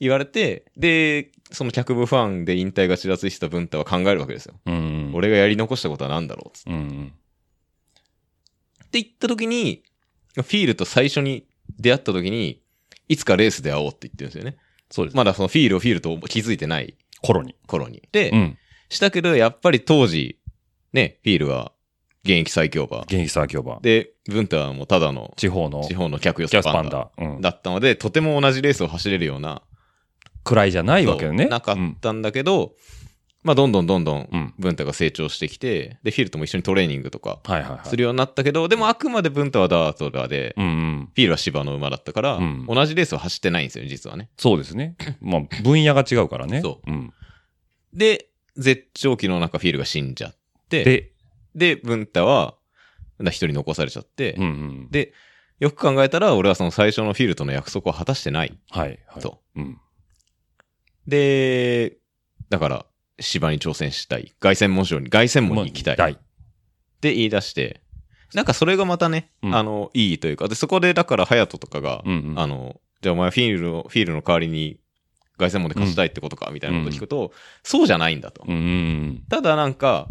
[SPEAKER 5] 言われて、で、その客部ファンで引退がちらついてた文太は考えるわけですよ。
[SPEAKER 4] うんうん。
[SPEAKER 5] 俺がやり残したことは何だろうっつって
[SPEAKER 4] うんうん。
[SPEAKER 5] って言った時に、フィールと最初に出会った時に、いつかレースで会おうって言ってるんですよね。
[SPEAKER 4] そうです。
[SPEAKER 5] まだそのフィールをフィールと気づいてない
[SPEAKER 4] 頃に。
[SPEAKER 5] 頃に。で、
[SPEAKER 4] うん。
[SPEAKER 5] したけど、やっぱり当時、ね、フィールは現役最強馬。
[SPEAKER 4] 現役サーキョーバー。
[SPEAKER 5] で、文太はもうただの
[SPEAKER 4] 地方の
[SPEAKER 5] 地方の客寄
[SPEAKER 4] キ
[SPEAKER 5] せ
[SPEAKER 4] ャス
[SPEAKER 5] パ
[SPEAKER 4] パ
[SPEAKER 5] ン
[SPEAKER 4] ン
[SPEAKER 5] ダ
[SPEAKER 4] ダ。うん。
[SPEAKER 5] だったので、とても同じレースを走れるような、
[SPEAKER 4] くらいじゃないわけよね。
[SPEAKER 5] そうなか
[SPEAKER 4] う
[SPEAKER 5] っ
[SPEAKER 4] ん
[SPEAKER 5] たんだけど、まあ、どんどんどんど
[SPEAKER 4] うんん、
[SPEAKER 5] 文太が成長してきて、で、フィールとも一緒にトレーニングとか
[SPEAKER 4] はいはいはい。
[SPEAKER 5] するようになったけど、でもあくまで文太はダートラで、
[SPEAKER 4] うんうん。
[SPEAKER 5] フィールは芝の馬だったから、
[SPEAKER 4] うん
[SPEAKER 5] 同じレースを走ってないんですよね、実はね。
[SPEAKER 4] そうですね。まあ、分野が違うからね。。
[SPEAKER 5] そう
[SPEAKER 4] うん。
[SPEAKER 5] で、絶頂期の中、フィールが死んじゃって、で、
[SPEAKER 4] で、
[SPEAKER 5] 文太は、一人残されちゃって、
[SPEAKER 4] うんうん。
[SPEAKER 5] で、よく考えたら、俺はその最初のフィールとの約束を果たしてない。
[SPEAKER 4] はいはい。
[SPEAKER 5] と。
[SPEAKER 4] うん。
[SPEAKER 5] で、だから、芝に挑戦したい。凱旋門賞に、凱旋門に行きたい。
[SPEAKER 4] 大
[SPEAKER 5] って言い出して、なんかそれがまたね、
[SPEAKER 4] うん
[SPEAKER 5] あの、いいというか、で、そこで、だから、隼人とかが、
[SPEAKER 4] うんうん。
[SPEAKER 5] あの、じゃあお前フィールの、フィールの代わりに、凱旋門で勝ちたいってことか、みたいなこと聞くと、そうじゃないんだと。
[SPEAKER 4] うんうん
[SPEAKER 5] ただなんか、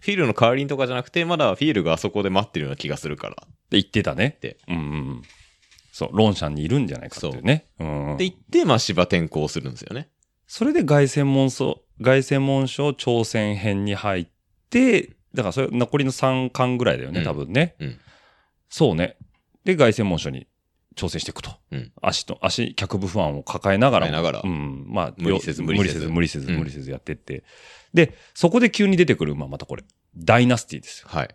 [SPEAKER 5] フィールの代わりにとかじゃなくて、まだフィールがあそこで待ってるような気がするから。っ
[SPEAKER 4] で言ってたね。
[SPEAKER 5] で
[SPEAKER 4] うんうんうん。そう、ロンシャンにいるんじゃないかっていうね。うん。
[SPEAKER 5] て言って、まあ芝転校するんですよね。
[SPEAKER 4] それで凱旋門賞、凱旋門賞挑戦編に入って、だからそれ残りの3巻ぐらいだよね、
[SPEAKER 5] うん
[SPEAKER 4] 多分ね。
[SPEAKER 5] うん
[SPEAKER 4] そうね。で、凱旋門賞に挑戦していくと。
[SPEAKER 5] うん
[SPEAKER 4] 足と、足、脚部不安を抱えながらも。
[SPEAKER 5] 抱えなが
[SPEAKER 4] う
[SPEAKER 5] ら
[SPEAKER 4] ん。まあ、
[SPEAKER 5] 無理せず
[SPEAKER 4] よ
[SPEAKER 5] 無
[SPEAKER 4] 無理
[SPEAKER 5] 理せ
[SPEAKER 4] せ
[SPEAKER 5] ず
[SPEAKER 4] ず、無理せず、
[SPEAKER 5] うん
[SPEAKER 4] 無理せずやってって。で、そこで急に出てくる、まあ、またこれ、ダイナスティですよ。
[SPEAKER 5] はい。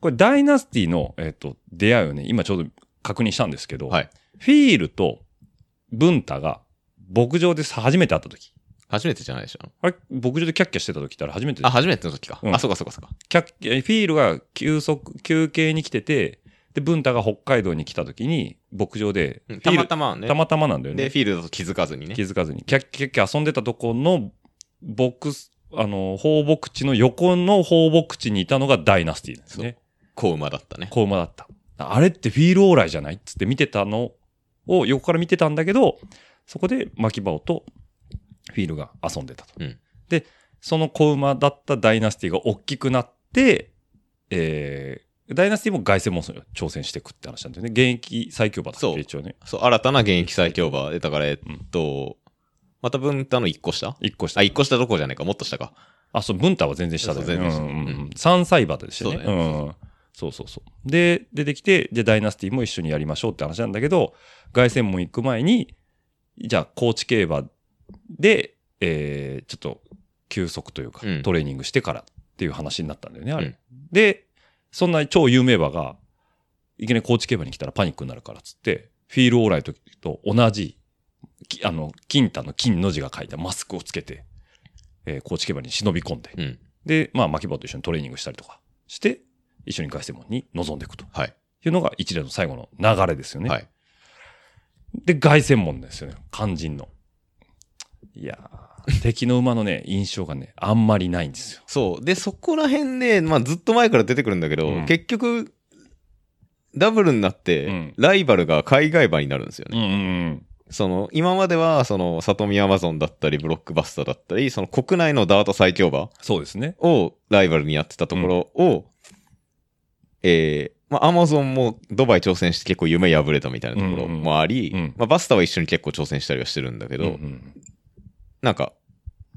[SPEAKER 4] これ、ダイナスティの、えっ、と、出会いをね、今ちょうど確認したんですけど、
[SPEAKER 5] はい
[SPEAKER 4] フィールと文太が牧場でさ初めて会った時。
[SPEAKER 5] 初めてじゃないでしょ。
[SPEAKER 4] あれ、牧場でキャッキャしてた時ってあれ初めて
[SPEAKER 5] あ、初めての時か。
[SPEAKER 4] うん
[SPEAKER 5] あ、そうかそうかそうか。
[SPEAKER 4] キャッキャ、フィールが休息、休憩に来てて、で、文太が北海道に来た時に、牧場で、
[SPEAKER 5] うん
[SPEAKER 4] フ
[SPEAKER 5] た
[SPEAKER 4] ィー
[SPEAKER 5] ま
[SPEAKER 4] ル
[SPEAKER 5] たまね。
[SPEAKER 4] たまたまなんだよ
[SPEAKER 5] で、
[SPEAKER 4] ね。
[SPEAKER 5] フィールだと気づかずにね
[SPEAKER 4] 気。づかずに。キャッキャキャッキャ遊んでたとこの、牧す、あの、放牧地の横の放牧地にいたのがダイナスティなんですね。
[SPEAKER 5] 子馬だったね。
[SPEAKER 4] 子馬だった。あれってフィールオーライじゃないっつって見てたのを横から見てたんだけど、そこで牧場とフィールが遊んでたと。
[SPEAKER 5] うん
[SPEAKER 4] で、その子馬だったダイナスティが大きくなって、えー、ダイナスティも凱旋門に挑戦していくって話なんだよね。現役最強馬だっ
[SPEAKER 5] そう
[SPEAKER 4] け一応ね。
[SPEAKER 5] そう、新たな現役最強馬。えだから、えっと、また文太の一個下
[SPEAKER 4] 一個下。
[SPEAKER 5] あ、一個下どころじゃないか。もっと下か。
[SPEAKER 4] あ、そう、文太は全然下だよね。
[SPEAKER 5] そう全然下
[SPEAKER 4] うんうんう
[SPEAKER 5] うん
[SPEAKER 4] ん三歳馬でしたね。
[SPEAKER 5] そうだね
[SPEAKER 4] うん。そうそうそう。で、出てきて、で、ダイナスティも一緒にやりましょうって話なんだけど、凱旋門行く前に、じゃあ、高知競馬で、えーちょっと、休息というか
[SPEAKER 5] うん、
[SPEAKER 4] トレーニングしてからっていう話になったんだよね、あ
[SPEAKER 5] うん
[SPEAKER 4] れ。で、そんな超有名馬が、いきなり高知競馬に来たらパニックになるからっつって、フィールオーライとと同じ、きあの、金太の金の字が書いたマスクをつけて、えー高知競馬に忍び込んで、
[SPEAKER 5] うん。
[SPEAKER 4] で、まあ、牧場と一緒にトレーニングしたりとかして、一緒に凱旋門に臨んでいくと
[SPEAKER 5] はい。
[SPEAKER 4] いうのが一連の最後の流れですよね。
[SPEAKER 5] はい。
[SPEAKER 4] で、凱旋門ですよね。肝心の。いやー、敵の馬のね、 印象がね、あんまりないんですよ。
[SPEAKER 5] そう。で、そこら辺ね、まあずっと前から出てくるんだけど、
[SPEAKER 4] うん
[SPEAKER 5] 結局、ダブルになって、
[SPEAKER 4] うん
[SPEAKER 5] ライバルが海外馬になるんですよね。
[SPEAKER 4] んうん
[SPEAKER 5] その、今までは、その、里見アマゾンだったり、ブロックバスターだったり、その国内のダート最強馬
[SPEAKER 4] そうですね。
[SPEAKER 5] をライバルにやってたところを、えーまあ、アマゾンもドバイ挑戦して結構夢破れたみたいなところもあり、
[SPEAKER 4] うんうんうん
[SPEAKER 5] まあ、バスターは一緒に結構挑戦したりはしてるんだけ
[SPEAKER 4] う
[SPEAKER 5] ど、
[SPEAKER 4] んうん
[SPEAKER 5] なんか、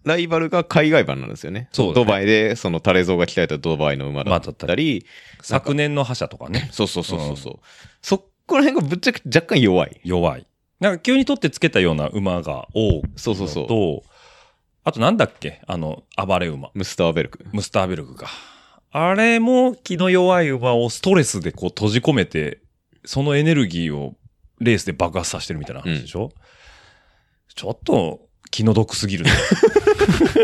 [SPEAKER 5] ライバルが海外版なんですよね。
[SPEAKER 4] そうだね
[SPEAKER 5] ドバイで、そのタレゾウが鍛えたドバイの馬だ
[SPEAKER 4] まあ
[SPEAKER 5] っ
[SPEAKER 4] だった
[SPEAKER 5] たり、
[SPEAKER 4] 昨年の覇者とかね、
[SPEAKER 5] そうそうそうそうそう。そこら辺がぶっちゃけ若干弱い。
[SPEAKER 4] 弱い。なんか急に取ってつけたような馬が多く
[SPEAKER 5] そうそうそう。
[SPEAKER 4] と、あとなんだっけあの、暴れ馬。
[SPEAKER 5] ムスターベルク。
[SPEAKER 4] ムスターベルグか。あれも気の弱い馬をストレスでこう閉じ込めて、そのエネルギーをレースで爆発させてるみたいな話でしょ、ちょっと気の毒すぎるね。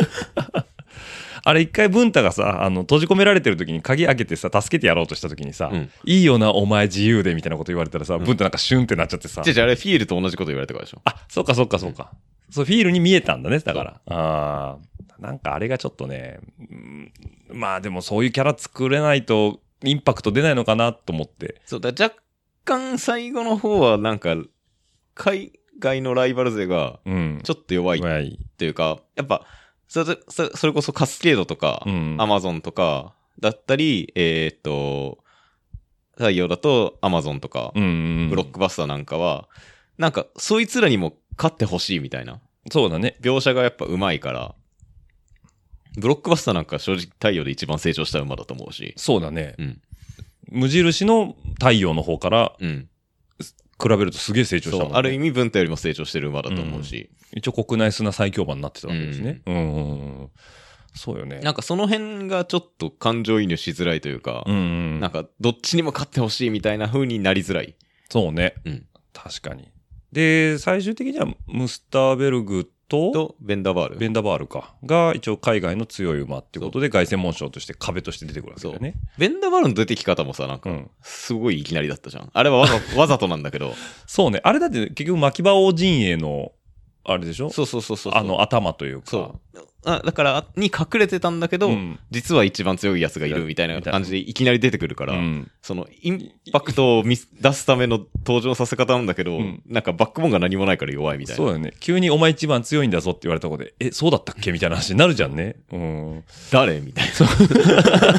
[SPEAKER 4] あれ一回文太がさ、あの、閉じ込められてる時に鍵開けてさ、助けてやろうとした時にさ、
[SPEAKER 5] うん
[SPEAKER 4] いいよな、お前自由でみたいなこと言われたらさ、
[SPEAKER 5] ん
[SPEAKER 4] 文太なんかシュンってなっちゃってさ、
[SPEAKER 5] じゃじゃあれフィールと同じこと言われたからでしょ。
[SPEAKER 4] あ、そっかそっかそっか。そう、フィールに見えたんだね、だから。ああ。なんかあれがちょっとね、うんまあでもそういうキャラ作れないとインパクト出ないのかなと思って。
[SPEAKER 5] そう、だから若干最後の方はなんか、海外のライバル勢が
[SPEAKER 4] うん。
[SPEAKER 5] ちょっと弱いっ
[SPEAKER 4] はい。
[SPEAKER 5] ていうか、やっぱ、それそれそれこそカスケードとか、
[SPEAKER 4] うん
[SPEAKER 5] アマゾンとかだったり、えーっと、太陽だとアマゾンとか、
[SPEAKER 4] うんうん。
[SPEAKER 5] ブロックバスターなんかは、なんか、そいつらにも勝ってほしいみたいな。
[SPEAKER 4] そうだね。
[SPEAKER 5] 描写がやっぱ上手いから、ブロックバスターなんか正直太陽で一番成長した馬だと思うし。
[SPEAKER 4] そうだね。
[SPEAKER 5] うん。
[SPEAKER 4] 無印の太陽の方から
[SPEAKER 5] うん。
[SPEAKER 4] 比べるとすげえ成長した
[SPEAKER 5] そ
[SPEAKER 4] も
[SPEAKER 5] う。
[SPEAKER 4] ん、ね。
[SPEAKER 5] ある意味、文太よりも成長してる馬だと思うし。
[SPEAKER 4] 一応国内砂最強版になってたわけですね。うん。うんうんそうよね。
[SPEAKER 5] なんかその辺がちょっと感情移入しづらいというか、
[SPEAKER 4] うんうん。
[SPEAKER 5] なんかどっちにも勝ってほしいみたいな風になりづらい。
[SPEAKER 4] そうね。
[SPEAKER 5] うん
[SPEAKER 4] 確かに。で、最終的にはムスターベルグ
[SPEAKER 5] と、ベンダーバール。
[SPEAKER 4] ベンダバールか。が、一応海外の強い馬っていうことで、凱旋門賞として壁として出てくるわけだよね。
[SPEAKER 5] ベンダーバールの出てき方もさ、なん
[SPEAKER 4] う
[SPEAKER 5] か、
[SPEAKER 4] ん。
[SPEAKER 5] すごいいきなりだったじゃん。あれはわざわざとなんだけど。
[SPEAKER 4] そうね。あれだって結局、牧場王陣営の、あれでしょ
[SPEAKER 5] そうそうそうそう。
[SPEAKER 4] あの、頭というか。
[SPEAKER 5] そう。あだから、に隠れてたんだけど、
[SPEAKER 4] うん
[SPEAKER 5] 実は一番強いやつがいるみたいな感じでいきなり出てくるから、
[SPEAKER 4] うん
[SPEAKER 5] そのインパクトを見せ出すための登場させ方なんだけど、
[SPEAKER 4] うん
[SPEAKER 5] なんかバックボーンが何もないから弱いみたい
[SPEAKER 4] そう
[SPEAKER 5] な。
[SPEAKER 4] だよね。急にお前一番強いんだぞって言われたことで、え、そうだったっけみたいな話になるじゃんね。うん。
[SPEAKER 5] 誰み たいな。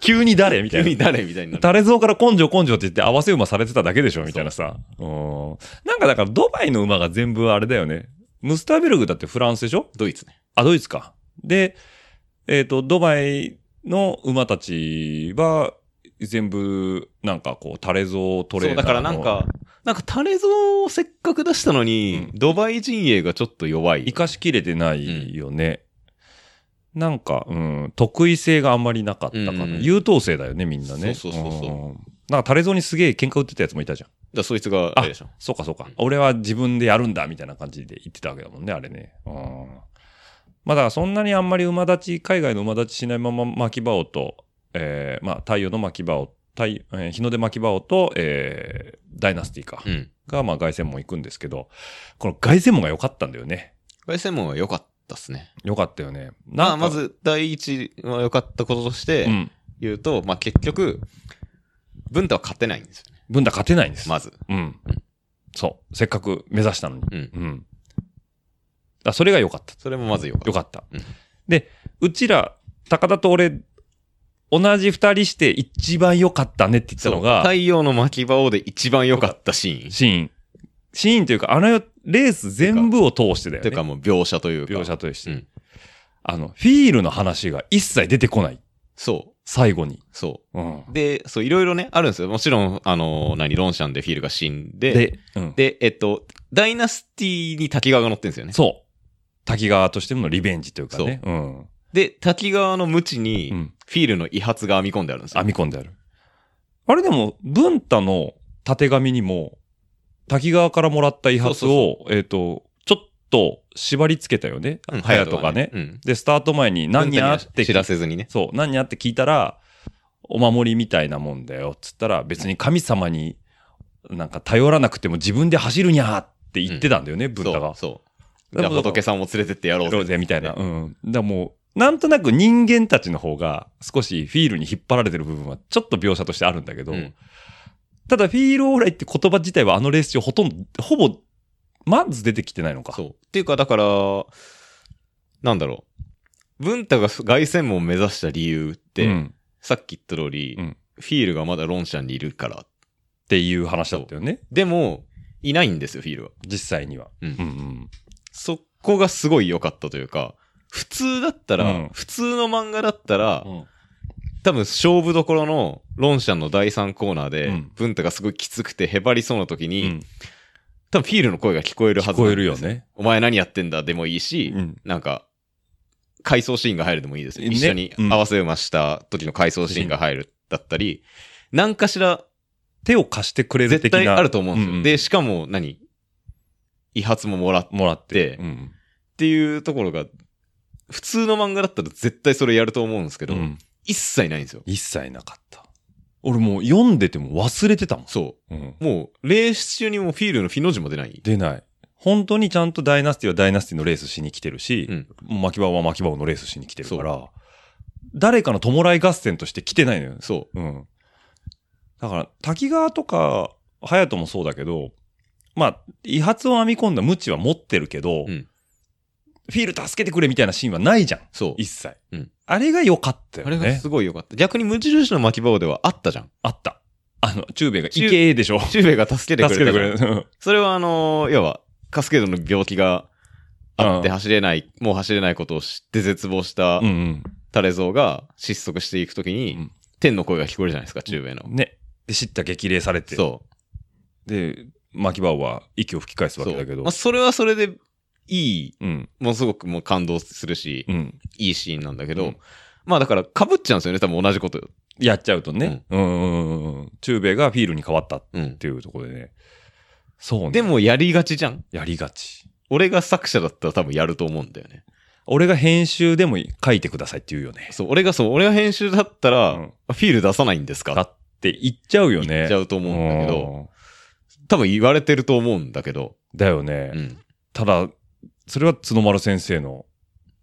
[SPEAKER 4] 急に誰みた
[SPEAKER 5] 急
[SPEAKER 4] い
[SPEAKER 5] に
[SPEAKER 4] な。
[SPEAKER 5] 誰みたいになる。
[SPEAKER 4] 誰ぞから根性根性って言って合わせ馬されてただけでしょみたいなさ。うん。なんかだからドバイの馬が全部あれだよね。ムスターベルグだってフランスでしょ
[SPEAKER 5] ドイツね。
[SPEAKER 4] あ、ドイツか。で、えっ、と、ドバイの馬たちは、全部、なんかこう、タレゾウトレーナ
[SPEAKER 5] そう、
[SPEAKER 4] ーの
[SPEAKER 5] だからなん、か、なんかタレゾウをせっかく出したのに、ドバイ陣営がちょっと弱
[SPEAKER 4] 生
[SPEAKER 5] い。
[SPEAKER 4] かしきれてないよね。なんか、うん、得意性があんまりなかったかな。
[SPEAKER 5] うんうん
[SPEAKER 4] 優等生だよね、みんなね。
[SPEAKER 5] そうそうそうそうん
[SPEAKER 4] なんかタレゾウにすげえ喧嘩売ってたやつもいたじゃん。
[SPEAKER 5] だそいつが、
[SPEAKER 4] あ
[SPEAKER 5] あれでしょ。
[SPEAKER 4] そうかそうか。俺は自分でやるんだ、みたいな感じで言ってたわけだもんね、あれね。うん。まあだからそんなにあんまり馬立ち、海外の馬立ちしないまま巻き場をと、えー、まあ太陽の巻き場を、太えー日の出巻き場をと、えー、ダイナスティか
[SPEAKER 5] う。ん。
[SPEAKER 4] が、まあ凱旋門行くんですけど、この凱旋門が良かったんだよね。
[SPEAKER 5] 凱旋門は良かったっすね。
[SPEAKER 4] 良かったよね。
[SPEAKER 5] ま
[SPEAKER 4] な
[SPEAKER 5] あ、
[SPEAKER 4] んか
[SPEAKER 5] ま、ず第一は良かったこととして、
[SPEAKER 4] うん。
[SPEAKER 5] 言うと、まあ、結局、文太は勝てないんですよね。
[SPEAKER 4] 分太勝てないんです。
[SPEAKER 5] まず。
[SPEAKER 4] うん。そう。せっかく目指したのに。
[SPEAKER 5] うん。
[SPEAKER 4] うん。あ、それが良かった。
[SPEAKER 5] それもまずよかった。
[SPEAKER 4] よかった。
[SPEAKER 5] うん
[SPEAKER 4] で、うちら、高田と俺、同じ二人して一番良かったねって言ったの
[SPEAKER 5] そう
[SPEAKER 4] が、
[SPEAKER 5] 太陽の巻き場王で一番良かったシーン。
[SPEAKER 4] シーン。シーンというか、あのレース全部を通してだよ
[SPEAKER 5] とい
[SPEAKER 4] ね。
[SPEAKER 5] うかもう描写というか。
[SPEAKER 4] 描写として。
[SPEAKER 5] うん
[SPEAKER 4] あの、フィールの話が一切出てこない。
[SPEAKER 5] そう。
[SPEAKER 4] 最後に。
[SPEAKER 5] そ
[SPEAKER 4] うん
[SPEAKER 5] う。で、そう、いろいろね、あるんですよ。もちろん、あの、何、ロンシャンでフィールが死んで、で、
[SPEAKER 4] で、うん
[SPEAKER 5] えっと、ダイナスティに滝川が乗ってるんですよね。
[SPEAKER 4] そう。滝川としてのリベンジというかね。うん。
[SPEAKER 5] で、滝川の無知
[SPEAKER 4] う
[SPEAKER 5] に、
[SPEAKER 4] ん。
[SPEAKER 5] フィールの遺髪が編み込んであるんですよ。
[SPEAKER 4] 編み込んである。あれでも、文太の縦紙にも、滝川からもらった遺髪を、
[SPEAKER 5] そうそ
[SPEAKER 4] えっ、と、ちょっと縛り付けたよね。
[SPEAKER 5] うん
[SPEAKER 4] 隼人がね。
[SPEAKER 5] うん。
[SPEAKER 4] で、スタート前に何にあって、
[SPEAKER 5] 知らせずにね。
[SPEAKER 4] そう、何にあって聞いたら、お守りみたいなもんだよ。つったら、別に神様になんか頼らなくても自分で走るにゃーって言ってたんだよね、ブッダが。
[SPEAKER 5] そうそう。
[SPEAKER 4] だか
[SPEAKER 5] じゃ
[SPEAKER 4] ら
[SPEAKER 5] あ仏さんも連れてってやろう
[SPEAKER 4] ロ
[SPEAKER 5] ぜ。
[SPEAKER 4] ゼみたいな。うん。だからもう、なんとなく人間たちの方が少しフィールに引っ張られてる部分はちょっと描写としてあるんだけど、
[SPEAKER 5] うん
[SPEAKER 4] ただフィールオーライって言葉自体はあのレース中ほとんど、ほぼ、まず出てきてないのか。
[SPEAKER 5] そう。っていうか、だから、なんだろう。文太が凱旋門を目指した理由って、
[SPEAKER 4] うん
[SPEAKER 5] さっき言った通り、
[SPEAKER 4] うん
[SPEAKER 5] フィールがまだロンシャンにいるから。
[SPEAKER 4] っていう話だったよね。
[SPEAKER 5] でも、いないんですよ、フィールは。
[SPEAKER 4] 実際には。
[SPEAKER 5] うん
[SPEAKER 4] うんうん
[SPEAKER 5] そこがすごい良かったというか、普通だったら、
[SPEAKER 4] うん
[SPEAKER 5] 普通の漫画だったら、多分勝負どころのロンシャンの第3コーナーで、
[SPEAKER 4] うん
[SPEAKER 5] 文太がすごいきつくてへばりそうな時
[SPEAKER 4] う
[SPEAKER 5] に、
[SPEAKER 4] ん
[SPEAKER 5] 多分フィールの声が聞こえるは
[SPEAKER 4] 聞
[SPEAKER 5] ずな
[SPEAKER 4] こ
[SPEAKER 5] ん
[SPEAKER 4] え
[SPEAKER 5] です
[SPEAKER 4] るよ。ね。
[SPEAKER 5] お前何やってんだでもいいし、
[SPEAKER 4] うん
[SPEAKER 5] なんか、回想シーンが入るでもいいですよ。
[SPEAKER 4] ね
[SPEAKER 5] 一緒に合わせました時の回想シーンが入るだったり、何かしら
[SPEAKER 4] 手を貸してくれる
[SPEAKER 5] 絶
[SPEAKER 4] 的な。
[SPEAKER 5] 対あると思うんですよ。
[SPEAKER 4] うんうん
[SPEAKER 5] で、しかも何遺発ももらっ
[SPEAKER 4] もらって。
[SPEAKER 5] で
[SPEAKER 4] うん
[SPEAKER 5] っていうところが、普通の漫画だったら絶対それやると思うんですけど、
[SPEAKER 4] うん
[SPEAKER 5] 一切ないんですよ。
[SPEAKER 4] 一切なかった。俺もう読んでても忘れてたもん。
[SPEAKER 5] そ
[SPEAKER 4] うん
[SPEAKER 5] う。もう、レース中にもうフィールのフィの字も出ない。
[SPEAKER 4] 出ない。本当にちゃんとダイナスティはダイナスティのレースしに来てるし、
[SPEAKER 5] うん
[SPEAKER 4] 巻き場は巻き場のレースしに来てるから、誰かの弔い合戦として来てないのよ。
[SPEAKER 5] そ
[SPEAKER 4] うん。だから、滝川とか、隼人もそうだけど、まあ、威発を編み込んだ無知は持ってるけど、
[SPEAKER 5] うん
[SPEAKER 4] フィール助けてくれみたいなシーンはないじゃん。
[SPEAKER 5] う。そう。
[SPEAKER 4] 一切。
[SPEAKER 5] うん
[SPEAKER 4] あれが良かったよ
[SPEAKER 5] あ
[SPEAKER 4] ね。
[SPEAKER 5] れがすごい良かった。逆に無印の巻き場ではあったじゃん。
[SPEAKER 4] あった。あの、中米が、い
[SPEAKER 5] 中
[SPEAKER 4] けでしょ。
[SPEAKER 5] 中兵衛が助けてくれた
[SPEAKER 4] 助け
[SPEAKER 5] じゃ
[SPEAKER 4] て
[SPEAKER 5] ん
[SPEAKER 4] くれる。うん
[SPEAKER 5] それはあのー要は、カスケードの病気があって走れない、もう走れないことを知って絶望した
[SPEAKER 4] うん
[SPEAKER 5] タレゾウが失速していくときに、
[SPEAKER 4] うん
[SPEAKER 5] 天の声が聞こえるじゃないですか、中米の
[SPEAKER 4] う。ん。ね。で、知った激励されて。
[SPEAKER 5] そ
[SPEAKER 4] で、マキバオは息を吹き返すわ
[SPEAKER 5] う。そ
[SPEAKER 4] けだけ
[SPEAKER 5] う。
[SPEAKER 4] ど
[SPEAKER 5] まあ、。それはそれでいい、
[SPEAKER 4] うん。
[SPEAKER 5] もうすごくもう感動するし、
[SPEAKER 4] うん。
[SPEAKER 5] いいシーンなんだけ
[SPEAKER 4] う
[SPEAKER 5] ど
[SPEAKER 4] ん、
[SPEAKER 5] まあだから被っちゃうんですよね、多分同じこと。
[SPEAKER 4] やっちゃうとね。うんうんうんうん。中米がフィールに変わったっ
[SPEAKER 5] うん。
[SPEAKER 4] ていうところでね。そうね。
[SPEAKER 5] で、もやりがちじゃん。
[SPEAKER 4] やりがち。
[SPEAKER 5] 俺が作者だったら多分やると思うんだよね。
[SPEAKER 4] 俺が編集でも書いてくださいって言うよね。
[SPEAKER 5] そう、俺がそう、俺が編集だったら、
[SPEAKER 4] うん
[SPEAKER 5] フィール出さないんですか
[SPEAKER 4] だって言っちゃうよね。
[SPEAKER 5] 言っちゃうと思うんだけど、
[SPEAKER 4] うん。
[SPEAKER 5] 多分言われてると思うんだけど、
[SPEAKER 4] だよね。
[SPEAKER 5] うん。
[SPEAKER 4] ただ、それは角丸先生の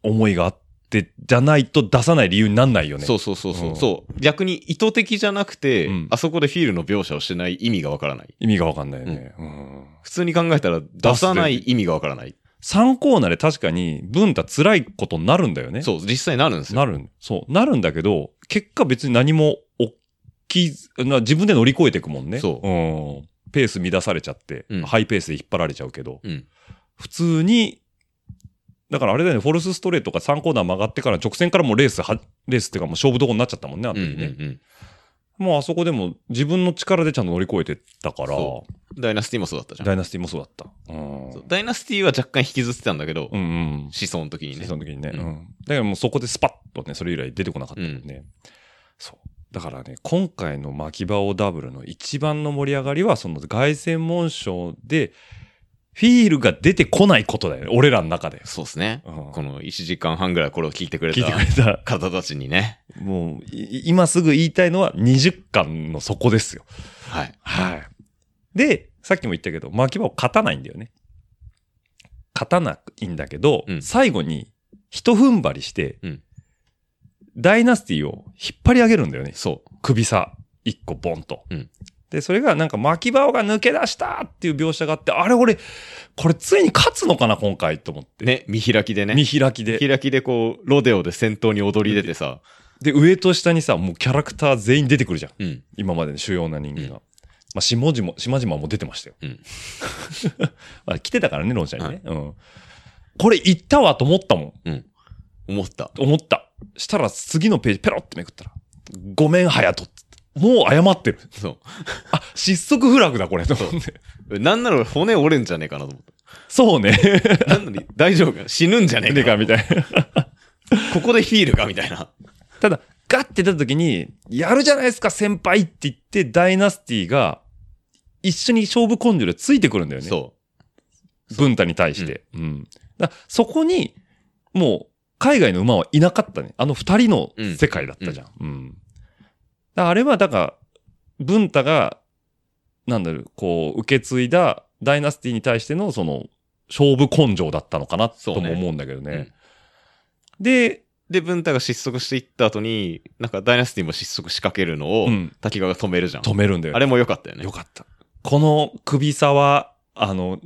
[SPEAKER 4] 思いがあって、じゃないと出さない理由になんないよね。
[SPEAKER 5] そうそうそうそうう。
[SPEAKER 4] ん
[SPEAKER 5] そう逆に意図的じゃなくて、
[SPEAKER 4] うん
[SPEAKER 5] あそこでフィールの描写をしない意味がわからない。
[SPEAKER 4] 意味がわかんないよね。うん
[SPEAKER 5] 普通に考えたら出さない意味がわからない。
[SPEAKER 4] 3コーナーで確かに文太辛いことになるんだよね。
[SPEAKER 5] そう、実際なるんですよ。
[SPEAKER 4] なるん、そう、なるんだけど、結果別に何も起きず、な自分で乗り越えていくもんね。
[SPEAKER 5] そ
[SPEAKER 4] うん。ペース乱されちゃって、
[SPEAKER 5] うん
[SPEAKER 4] ハイペースで引っ張られちゃうけど、
[SPEAKER 5] うん。
[SPEAKER 4] 普通に、だからあれだよね、フォルスストレートが3コーナー曲がってから直線からもうレースは、レースっていうかもう勝負どころになっちゃったもんね、あ
[SPEAKER 5] うん
[SPEAKER 4] の
[SPEAKER 5] うん
[SPEAKER 4] 時ね。
[SPEAKER 5] うん。
[SPEAKER 4] もうあそこでも自分の力でちゃんと乗り越えてったから、
[SPEAKER 5] そダイナスティもそうだったじゃん。
[SPEAKER 4] ダイナスティもそうだった。うん。
[SPEAKER 5] そう
[SPEAKER 4] う
[SPEAKER 5] ダイナスティは若干引きずってたんだけど、
[SPEAKER 4] んうん。
[SPEAKER 5] 思想の時にね
[SPEAKER 4] そ。の時にね。う
[SPEAKER 5] う
[SPEAKER 4] んん。だからもうそこでスパッとね、それ以来出てこなかったもんね。そう。だからね、今回の巻き場をダブルの一番の盛り上がりは、その凱旋門賞で、フィールが出てこないことだよね。俺らの中で。
[SPEAKER 5] そうですね。
[SPEAKER 4] うん
[SPEAKER 5] この1時間半ぐらいこれを聞いてくれ
[SPEAKER 4] 聞いてく
[SPEAKER 5] た
[SPEAKER 4] れた。
[SPEAKER 5] 方たちにね。
[SPEAKER 4] もう、い今すぐ言いたいのは20巻の底ですよ。
[SPEAKER 5] はい。
[SPEAKER 4] はい。で、さっきも言ったけど、巻き場を勝たないんだよね。勝たないんだけど、
[SPEAKER 5] うん
[SPEAKER 4] 最後に、一踏ん張りして、
[SPEAKER 5] うん
[SPEAKER 4] ダイナスティを引っ張り上げるんだよね。
[SPEAKER 5] そう。
[SPEAKER 4] 首差、一個ボンと。
[SPEAKER 5] うん
[SPEAKER 4] で、それがなんか巻き場が抜け出したっていう描写があって、あれ俺、これついに勝つのかな、今回と思って。
[SPEAKER 5] ね、見開きでね。
[SPEAKER 4] 見開き
[SPEAKER 5] 見
[SPEAKER 4] で。
[SPEAKER 5] 開きでこう、ロデオで先頭に踊り出てさ。
[SPEAKER 4] で、上と下にさ、もうキャラクター全員出てくるじゃん。
[SPEAKER 5] うん。
[SPEAKER 4] 今までの主要な人間が。
[SPEAKER 5] うん
[SPEAKER 4] まあ、下々、島々も出てましたよ。
[SPEAKER 5] うん
[SPEAKER 4] ま あ、来てたからね、ロンシャにね。うん。これ行ったわと思ったもん。
[SPEAKER 5] 思った。
[SPEAKER 4] 思った。したら次のページペロってめくったら、ごめん、ハヤトっつって。もう謝ってる。
[SPEAKER 5] そ
[SPEAKER 4] あ、失速フラグだ、これ。と思って。
[SPEAKER 5] う。なんなら骨折れんじゃねえかなと思っ
[SPEAKER 4] そうね。
[SPEAKER 5] た。なんなら大丈夫か死ぬんじゃねえかみたいな。ここでヒールかみたいな。
[SPEAKER 4] ただ、ガッて出た時に、やるじゃないですか、先輩って言って、ダイナスティが、一緒に勝負根性でついてくるんだよね。
[SPEAKER 5] そ
[SPEAKER 4] 文太に対して。うん。だそこに、もう、海外の馬はいなかったね。あの二人の世界だったじゃん。うん。らあれは、だから、文太が、なんだろう、こう、受け継いだダイナスティに対しての、その、勝負根性だったのかな、とも思うんだけどね。
[SPEAKER 5] そうね
[SPEAKER 4] で、
[SPEAKER 5] で、文太が失速していった後に、なんかダイナスティも失速しかけるのを、
[SPEAKER 4] うん
[SPEAKER 5] 滝川が止めるじゃん。
[SPEAKER 4] 止めるんだよね。
[SPEAKER 5] あれも良かったよね。
[SPEAKER 4] よかった。この首差は、あの、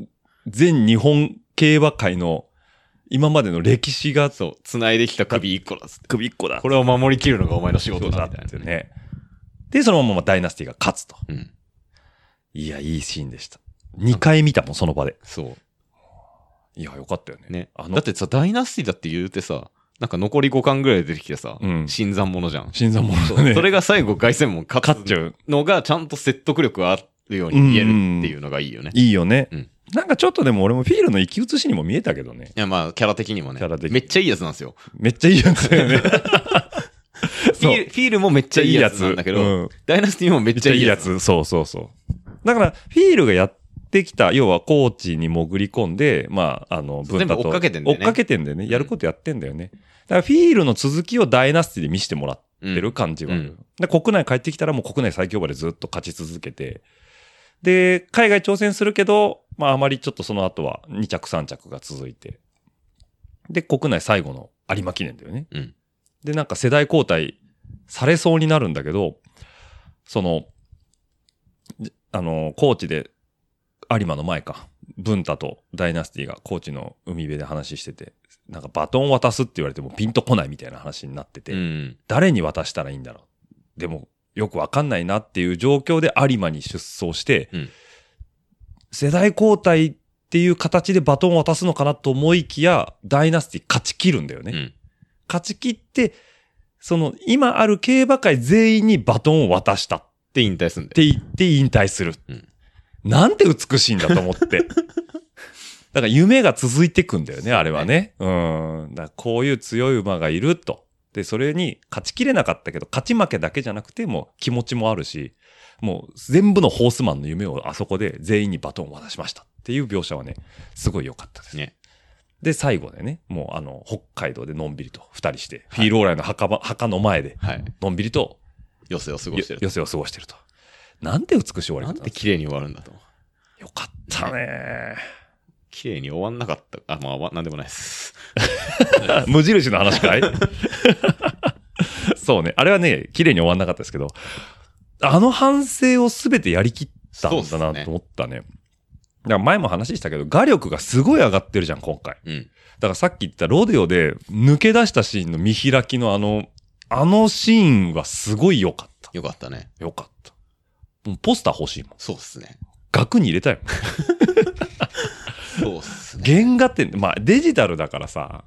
[SPEAKER 4] 全日本競馬界の今までの歴史が
[SPEAKER 5] そう、繋いできた首一個だっつって。
[SPEAKER 4] 首っこだ。
[SPEAKER 5] これを守りきるのがお前の仕事だみたい
[SPEAKER 4] って
[SPEAKER 5] な。
[SPEAKER 4] ね。で、そのままダイナスティが勝つと。
[SPEAKER 5] うん。
[SPEAKER 4] いや、いいシーンでした。2回見たもん、その場で。
[SPEAKER 5] そ
[SPEAKER 4] いや、よかったよね。
[SPEAKER 5] う。ね。
[SPEAKER 4] あの
[SPEAKER 5] だってさ、ダイナスティだって言うてさ、なんか残り5巻ぐらいで出てきてさ、
[SPEAKER 4] うん
[SPEAKER 5] 新参者じゃん。
[SPEAKER 4] 新参者
[SPEAKER 5] そ
[SPEAKER 4] だね。
[SPEAKER 5] うそれが最後、凱旋門勝
[SPEAKER 4] 勝っ
[SPEAKER 5] つ
[SPEAKER 4] ちゃう。
[SPEAKER 5] のが、ちゃんと説得力があるように言えるっていうのがいいよね。い
[SPEAKER 4] いいよね。
[SPEAKER 5] うん
[SPEAKER 4] なんかちょっとでも俺もフィールの生き写しにも見えたけどね。
[SPEAKER 5] や、まあ、キャラ的にもね
[SPEAKER 4] キャラ的。に
[SPEAKER 5] めっちゃいいやつなんですよ。
[SPEAKER 4] めっちゃいいやつだよ ね。
[SPEAKER 5] フ
[SPEAKER 4] そう
[SPEAKER 5] ィールフィールもめっちゃいいやつなんだけど、
[SPEAKER 4] うん
[SPEAKER 5] ダイナスティもめっ
[SPEAKER 4] めっ
[SPEAKER 5] ち
[SPEAKER 4] ち
[SPEAKER 5] ゃ
[SPEAKER 4] ゃ
[SPEAKER 5] い
[SPEAKER 4] い
[SPEAKER 5] い
[SPEAKER 4] い
[SPEAKER 5] や
[SPEAKER 4] や
[SPEAKER 5] つ。
[SPEAKER 4] つ。そうそうそう。だから、フィールがやってきた、要はコーチに潜り込んで、まあ、あの、
[SPEAKER 5] そう
[SPEAKER 4] 文太と
[SPEAKER 5] 全部追っかけてんだよね
[SPEAKER 4] 追っかけてんだよね。やることやってんだよね。だから、フィールの続きをダイナスティで見せてもらってる感じはある。で、国内帰ってきたらもう国内最強馬でずっと勝ち続けて、で、海外挑戦するけど、まあ、あまりちょっとその後は2着3着が続いて、で、国内最後の有馬記念だよね。
[SPEAKER 5] うん
[SPEAKER 4] で、なんか世代交代されそうになるんだけど、その、じあの、高知で、有馬の前か、文太とダイナスティが高知の海辺で話してて、なんかバトン渡すって言われてもピンとこないみたいな話になってて、
[SPEAKER 5] うん。
[SPEAKER 4] 誰に渡したらいいんだろう。でも、よくわかんないなっていう状況で有馬に出走して、
[SPEAKER 5] うん
[SPEAKER 4] 世代交代っていう形でバトンを渡すのかなと思いきや、ダイナスティ勝ち切るんだよね。
[SPEAKER 5] うん
[SPEAKER 4] 勝ち切って、その今ある競馬界全員にバトンを渡したっ
[SPEAKER 5] で、引退すんで。
[SPEAKER 4] て言って引退する。
[SPEAKER 5] うん
[SPEAKER 4] なんて美しいんだと思 って。だから夢が続いてくんだよね、あれはね。うん。だからこういう強い馬がいると。で、それに勝ちきれなかったけど、勝ち負けだけじゃなくて、もう気持ちもあるし、もう全部のホースマンの夢をあそこで全員にバトンを渡しましたっていう描写はね、すごい良かったです。
[SPEAKER 5] ね
[SPEAKER 4] で、最後でね、もうあの、北海道でのんびりと二人して、フィールオーライの墓場墓の前で、
[SPEAKER 5] はい。
[SPEAKER 4] のんびりと
[SPEAKER 5] 余生を過ご
[SPEAKER 4] よ
[SPEAKER 5] してる。
[SPEAKER 4] 寄せを過ごしてると。なんて美しい終わり方
[SPEAKER 5] なん
[SPEAKER 4] なんで
[SPEAKER 5] て
[SPEAKER 4] すか
[SPEAKER 5] 綺麗に終わるんだと。
[SPEAKER 4] よかったね。
[SPEAKER 5] 綺麗に終わんなかった。あ、まあ、わなんでもないです。
[SPEAKER 4] 無印の話かい そうね。あれはね、綺麗に終わんなかったですけど、あの反省を全てやりきったん
[SPEAKER 5] そう
[SPEAKER 4] だ
[SPEAKER 5] っす
[SPEAKER 4] な
[SPEAKER 5] ね
[SPEAKER 4] と思ったね。だから前も話したけど、画力がすごい上がってるじゃん、今回。
[SPEAKER 5] うん。
[SPEAKER 4] だからさっき言ったロデオで抜け出したシーンの見開きのあの、あのシーンはすごい良かった。
[SPEAKER 5] よかったね。
[SPEAKER 4] 良かった。もうポスター欲しいもん。
[SPEAKER 5] そうっすね。
[SPEAKER 4] 額に入れたいもん。
[SPEAKER 5] そうっすね。
[SPEAKER 4] 原画って、まあデジタルだからさ、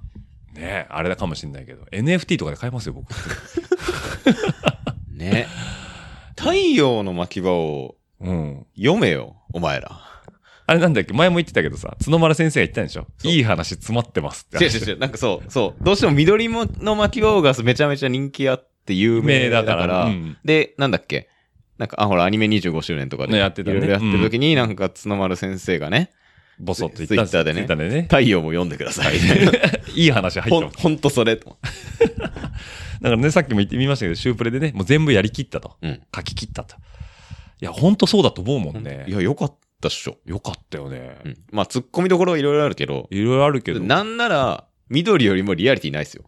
[SPEAKER 4] ねえあれだかもしんないけど、NFT とかで買えますよ、僕。
[SPEAKER 5] ね。太陽の巻き場を
[SPEAKER 4] うん。
[SPEAKER 5] 読めよ、お前ら。
[SPEAKER 4] あれなんだっけ前も言ってたけどさ、角丸先生が言ったんでしょ
[SPEAKER 5] そう
[SPEAKER 4] いい話詰まってますって
[SPEAKER 5] 違う
[SPEAKER 4] 話。
[SPEAKER 5] 違う違う。なんかそう、そう。どうしても緑もの巻き場がめちゃめちゃ人気あって有名
[SPEAKER 4] 名
[SPEAKER 5] だ
[SPEAKER 4] だ
[SPEAKER 5] か。
[SPEAKER 4] かららうん
[SPEAKER 5] で、なんだっけなんか、あ、ほら、アニメ25周年とかで、
[SPEAKER 4] ねやってたね
[SPEAKER 5] いろいろやってる時に、なんか、角丸先生がね、
[SPEAKER 4] ボソッと言ったんすよ。
[SPEAKER 5] ツイッター
[SPEAKER 4] ツイッターでね。
[SPEAKER 5] 太陽も読んでくださいみたいな。
[SPEAKER 4] いい話入っ
[SPEAKER 5] ほ
[SPEAKER 4] て
[SPEAKER 5] ん
[SPEAKER 4] ます。
[SPEAKER 5] ほんとそれと。
[SPEAKER 4] だからね、さっきも言ってみましたけど、シュープレでね、もう全部やりきったと。
[SPEAKER 5] うん。
[SPEAKER 4] 書き切ったと。いや、ほんとそうだと思うもん
[SPEAKER 5] い
[SPEAKER 4] ね。
[SPEAKER 5] や、よかったっしょ。
[SPEAKER 4] よかったよね
[SPEAKER 5] う。ん。まあ、突っ込みどころはいろいろあるけど、
[SPEAKER 4] いろいろあるけど、
[SPEAKER 5] なんなら、緑よりもリアリティないですよ。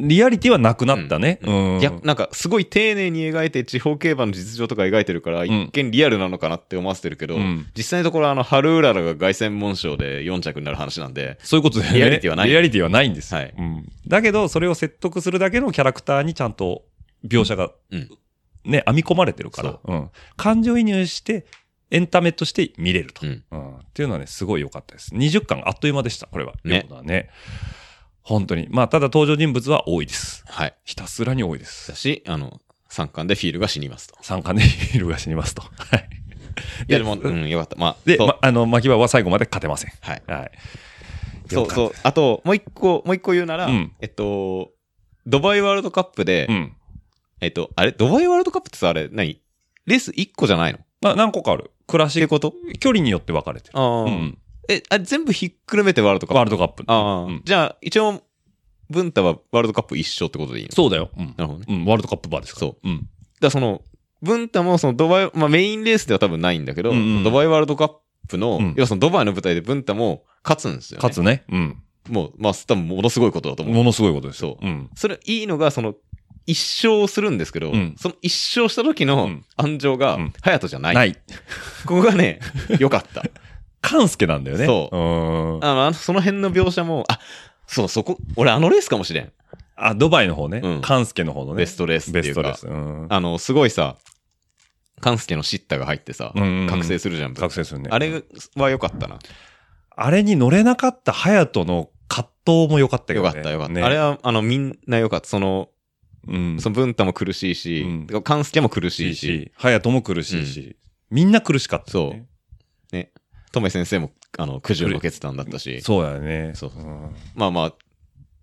[SPEAKER 4] リアリティはなくなったね。うん。
[SPEAKER 5] いや、なんか、すごい丁寧に描いて、地方競馬の実情とか描いてるから、
[SPEAKER 4] ん
[SPEAKER 5] 一見リアルなのかなって思わせてるけど、
[SPEAKER 4] うん
[SPEAKER 5] 実際のところ、あの、春うららが凱旋門賞で4着になる話なんで、
[SPEAKER 4] そういうことで、ね、
[SPEAKER 5] リアリティはない
[SPEAKER 4] リアリティはないんですよ。
[SPEAKER 5] はい
[SPEAKER 4] うんだけど、それを説得するだけのキャラクターにちゃんと描写が、
[SPEAKER 5] うん
[SPEAKER 4] ね、編み込まれてるから
[SPEAKER 5] そ、
[SPEAKER 4] うん感情移入して、エンタメとして見れると、
[SPEAKER 5] うん
[SPEAKER 4] うんっていうのはね、すごい良かったです。20巻あっという間でした、これは。
[SPEAKER 5] ね
[SPEAKER 4] 横田はね。本当に。まあ、ただ登場人物は多いです。
[SPEAKER 5] はい。
[SPEAKER 4] ひたすらに多いです
[SPEAKER 5] だ。し、あの、三冠でフィールが死にますと。
[SPEAKER 4] 参加ね、ヒルが死にますと。はい。
[SPEAKER 5] いや、でも、うん、よかった。まあ、
[SPEAKER 4] で、
[SPEAKER 5] そう
[SPEAKER 4] ま、あの、巻き場は最後まで勝てません。
[SPEAKER 5] はい。
[SPEAKER 4] はい。
[SPEAKER 5] そ
[SPEAKER 4] よ
[SPEAKER 5] う
[SPEAKER 4] かった
[SPEAKER 5] そう。あと、もう一個、もう一個言うなら、
[SPEAKER 4] うん
[SPEAKER 5] えっと、ドバイワールドカップで、
[SPEAKER 4] うん。
[SPEAKER 5] えっと、あれ、ドバイワールドカップってさ、あれ、何レース1個じゃないのっ
[SPEAKER 4] まあ、何個かある。暮ら
[SPEAKER 5] て
[SPEAKER 4] し
[SPEAKER 5] いう、こと
[SPEAKER 4] 距離によって分かれてる。
[SPEAKER 5] ああ、
[SPEAKER 4] うん。
[SPEAKER 5] え、あれ全部ひっくるめてワールドカップ
[SPEAKER 4] ワールドカップ。
[SPEAKER 5] ああ、
[SPEAKER 4] うん
[SPEAKER 5] じゃあ、一応、文太はワールドカップ一勝ってことでいいの
[SPEAKER 4] そうだよ。うん
[SPEAKER 5] なるほどね。
[SPEAKER 4] うん、ワールドカップバーですから。。
[SPEAKER 5] そう
[SPEAKER 4] ん。
[SPEAKER 5] らその、文太もそのドバイ、まあメインレースでは多分ないんだけど、
[SPEAKER 4] うんうん
[SPEAKER 5] ドバイワールドカップの、
[SPEAKER 4] うん
[SPEAKER 5] 要はそのドバイの舞台で文太も勝つんですよ、ね。
[SPEAKER 4] 勝つね。うん。
[SPEAKER 5] もう、まあ多分ものすごいことだと思う。
[SPEAKER 4] ものすごいことですよ
[SPEAKER 5] そう
[SPEAKER 4] うん。
[SPEAKER 5] それいいのが、その、一勝するんですけど、
[SPEAKER 4] うん
[SPEAKER 5] その一勝した時
[SPEAKER 4] う
[SPEAKER 5] の
[SPEAKER 4] ん
[SPEAKER 5] 安城が
[SPEAKER 4] うん、
[SPEAKER 5] 隼人じゃない。
[SPEAKER 4] ない。
[SPEAKER 5] ここが ね、良か った。
[SPEAKER 4] 勘助なんだよね。
[SPEAKER 5] そう
[SPEAKER 4] うん。
[SPEAKER 5] あの、あのその辺の描写も、あ、そう、そこ、俺あのレースかもしれん。
[SPEAKER 4] あ、ドバイの方ね
[SPEAKER 5] うん。
[SPEAKER 4] 勘助の方のね。
[SPEAKER 5] ベストレースって
[SPEAKER 4] ベス
[SPEAKER 5] いうか。
[SPEAKER 4] トです。うん。
[SPEAKER 5] あの、すごいさ、勘助のシッタが入ってさ、
[SPEAKER 4] うんうんうん
[SPEAKER 5] 覚醒するじゃん。
[SPEAKER 4] 覚醒するね。
[SPEAKER 5] あれは良かったな。
[SPEAKER 4] あれに乗れなかった隼人の葛藤も良かったけど
[SPEAKER 5] 良
[SPEAKER 4] ね。
[SPEAKER 5] かった、良かった。
[SPEAKER 4] ね
[SPEAKER 5] あれは、あの、みんな良かった。その、
[SPEAKER 4] うん。
[SPEAKER 5] その文太も苦しいし
[SPEAKER 4] うん、
[SPEAKER 5] てか勘助も苦し
[SPEAKER 4] し
[SPEAKER 5] いし、
[SPEAKER 4] し、隼人も苦しいし、みんな苦しかったよね、
[SPEAKER 5] とめ先生も、あの、苦渋の決断だったし、
[SPEAKER 4] そうだよね。
[SPEAKER 5] そうそうんまあま